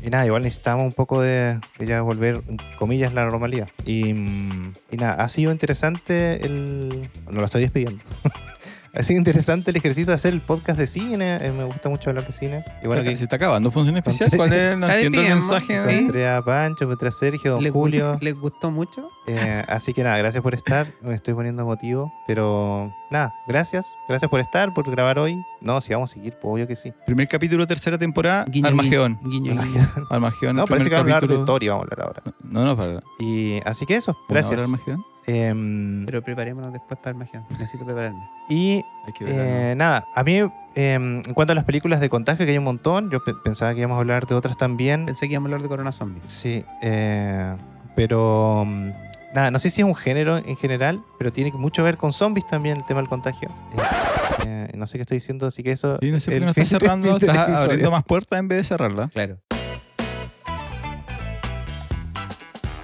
Speaker 1: y nada, igual necesitamos un poco de, de ya volver, comillas, la normalidad. Y, y nada, ha sido interesante el... No lo estoy despidiendo. ha sido interesante el ejercicio de hacer el podcast de cine. eh, me gusta mucho hablar de cine. Y bueno, que
Speaker 3: se está acabando función especial. ¿Cuál es? No
Speaker 2: Está
Speaker 3: entiendo el
Speaker 2: bien,
Speaker 3: mensaje.
Speaker 2: ¿no? Sí.
Speaker 3: ¿no?
Speaker 1: encontré a Pancho, encontré a Sergio, don
Speaker 2: ¿Les gu-
Speaker 1: Julio.
Speaker 2: ¿Les gustó mucho?
Speaker 1: Eh, así que nada, gracias por estar. Me estoy poniendo emotivo. Pero nada, gracias. Gracias por estar, por grabar hoy. No, si vamos a seguir, pues obvio que sí.
Speaker 3: Primer capítulo, tercera temporada.
Speaker 2: Guiño,
Speaker 3: Armagedón.
Speaker 2: guiño, guiño.
Speaker 3: Armagedón.
Speaker 1: No,
Speaker 3: el
Speaker 1: parece que
Speaker 3: primer
Speaker 1: vamos a hablar de
Speaker 3: capítulo.
Speaker 1: Tori, vamos a hablar ahora.
Speaker 3: No, no, para.
Speaker 1: Y así que eso,
Speaker 3: ¿Ahora
Speaker 1: gracias.
Speaker 3: Armagedón?
Speaker 1: Em,
Speaker 2: Pero preparémonos después para Armagedón. Necesito prepararme.
Speaker 1: y
Speaker 3: Hay que ver.
Speaker 1: eh, nada, a mí, em, en cuanto a las películas de contagio, que hay un montón, yo pe- pensaba que íbamos a hablar de otras también.
Speaker 2: Pensé que íbamos a hablar de Corona Zombie.
Speaker 1: Sí, eh, pero mm, nada, no sé si es un género en general, pero tiene mucho que ver con zombies también el tema del contagio. Eh, eh, no sé qué estoy diciendo, así que eso.
Speaker 3: Sí, no sé por
Speaker 1: el
Speaker 3: qué no estás
Speaker 1: fin del-
Speaker 3: cerrando,
Speaker 1: fin del
Speaker 3: estás
Speaker 1: episodio.
Speaker 3: abriendo más puertas en vez de cerrarla.
Speaker 2: Claro.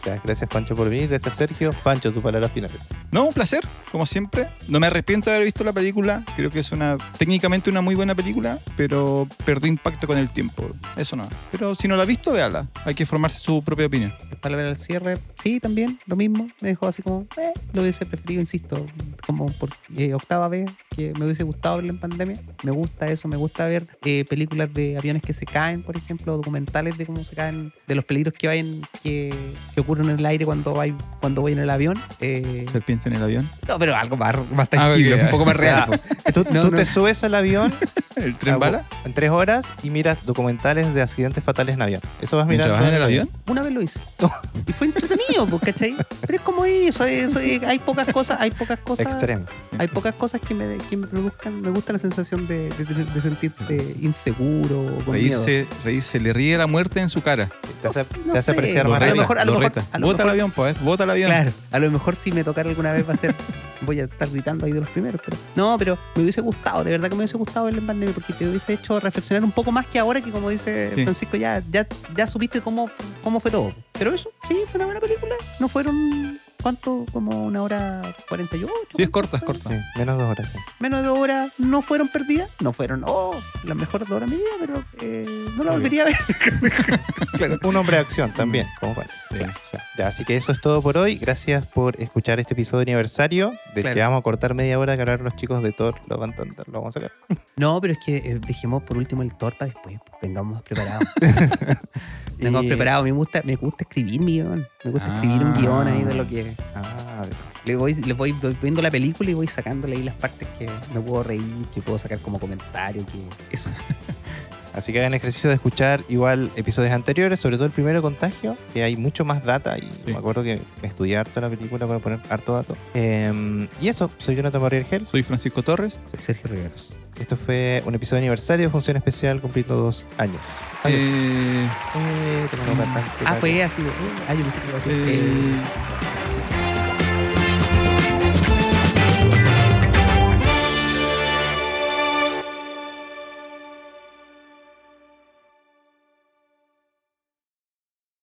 Speaker 1: Ya, gracias, Pancho, por venir. Gracias, Sergio. Pancho, tus palabras finales.
Speaker 3: No, un placer, como siempre. No me arrepiento de haber visto la película. Creo que es una técnicamente una muy buena película, pero perdió impacto con el tiempo. Eso no. Pero si no la ha visto, véala. Hay que formarse su propia opinión.
Speaker 2: Para ver al cierre, sí, también, lo mismo. Me dejó así como, eh, lo hubiese preferido, insisto, como por eh, octava vez que me hubiese gustado verlo en pandemia. Me gusta eso, me gusta ver eh, películas de aviones que se caen, por ejemplo, documentales de cómo se caen, de los peligros que vayan, que, que ocurren en el aire cuando, hay, cuando voy en el avión. Eh,
Speaker 3: Serpiente en el avión.
Speaker 2: no, pero algo más, más tangible,
Speaker 3: ok,
Speaker 2: un poco más
Speaker 1: o sea,
Speaker 2: real. po.
Speaker 1: Tú,
Speaker 2: No,
Speaker 1: tú
Speaker 2: no.
Speaker 1: te subes al avión
Speaker 3: El tren
Speaker 1: a-
Speaker 3: bala.
Speaker 1: en tres horas y miras documentales de accidentes fatales en avión. Eso vas mirando.
Speaker 3: ¿Trabajas en el avión?
Speaker 2: Una vez lo hice. Y fue entretenido, pues, ¿cachai? Pero es como eso, eso, eh, hay pocas cosas, hay pocas cosas.
Speaker 1: Extremo.
Speaker 2: Hay pocas cosas que me, que me produzcan, me gusta la sensación de, de, tener- de sentirte inseguro o con miedo.
Speaker 3: Reírse, reírse, le ríe la muerte en su cara.
Speaker 1: Te hace,
Speaker 2: No
Speaker 1: te hace
Speaker 2: sé,
Speaker 1: apreciar
Speaker 3: lo
Speaker 1: más
Speaker 2: a
Speaker 1: la
Speaker 2: lo
Speaker 3: reta,
Speaker 1: vida.
Speaker 2: mejor, a lo
Speaker 3: lo
Speaker 2: mejor
Speaker 3: reta.
Speaker 1: Vota.
Speaker 2: a lo
Speaker 3: Bota el
Speaker 2: mejor-
Speaker 3: avión, pues. Bota el avión.
Speaker 2: Claro, a lo mejor si me tocara alguna vez va a ser. Voy a estar gritando ahí de los primeros. Pero, no, pero me hubiese gustado, de verdad que me hubiese gustado verlo en pandemia, porque te hubiese hecho reflexionar un poco más que ahora, que como dice
Speaker 3: Sí.
Speaker 2: Francisco, ya, ya, ya supiste cómo, fu- cómo fue todo. Pero eso, sí, fue una buena película. No fueron, ¿cuánto? Como una hora 48.
Speaker 3: Sí, es
Speaker 2: ¿cuánto
Speaker 3: corta, es
Speaker 2: fue?
Speaker 3: corta.
Speaker 1: Sí, menos dos horas. sí.
Speaker 2: Menos de dos horas no fueron perdidas. No fueron, oh, las mejores dos horas de mi vida, pero eh, no la
Speaker 1: Muy
Speaker 2: volvería a ver.
Speaker 1: Un hombre de acción también, como para.
Speaker 3: Sí.
Speaker 1: Ya, así que eso es todo por hoy. Gracias por escuchar este episodio de aniversario. De
Speaker 2: Claro.
Speaker 1: que vamos a cortar media hora que hablar los chicos de Thor. Lo van a intentar, lo vamos a sacar.
Speaker 2: No, pero es que eh, dejemos por último el torpa después. Vengamos preparados. Vengamos
Speaker 1: Y-
Speaker 2: preparados. Me gusta, me gusta escribir mi guión. Me gusta escribir un
Speaker 3: Ah.
Speaker 2: guión ahí de lo que.
Speaker 1: Ah,
Speaker 2: Le voy, le voy, voy viendo la película y voy sacándole ahí las partes que me puedo reír, que puedo sacar como comentario, que. Eso.
Speaker 1: Así que hagan ejercicio de escuchar igual episodios anteriores, sobre todo el primero contagio, que hay mucho más data y
Speaker 3: Sí.
Speaker 1: me acuerdo que estudié harto la película para poner harto dato. Em, y eso, soy Jonathan Barrier Gel.
Speaker 3: Soy Francisco Torres.
Speaker 2: Soy Sergio Riveros.
Speaker 1: Esto fue un episodio de aniversario de Función Especial cumpliendo dos años. Adiós.
Speaker 3: Eh, mm,
Speaker 1: Eh, tenemos bastante
Speaker 2: Ah,
Speaker 1: para-
Speaker 2: "Uh, fue así. de, eh, ah, yo pensé que iba a decir,
Speaker 3: eh,
Speaker 2: eh,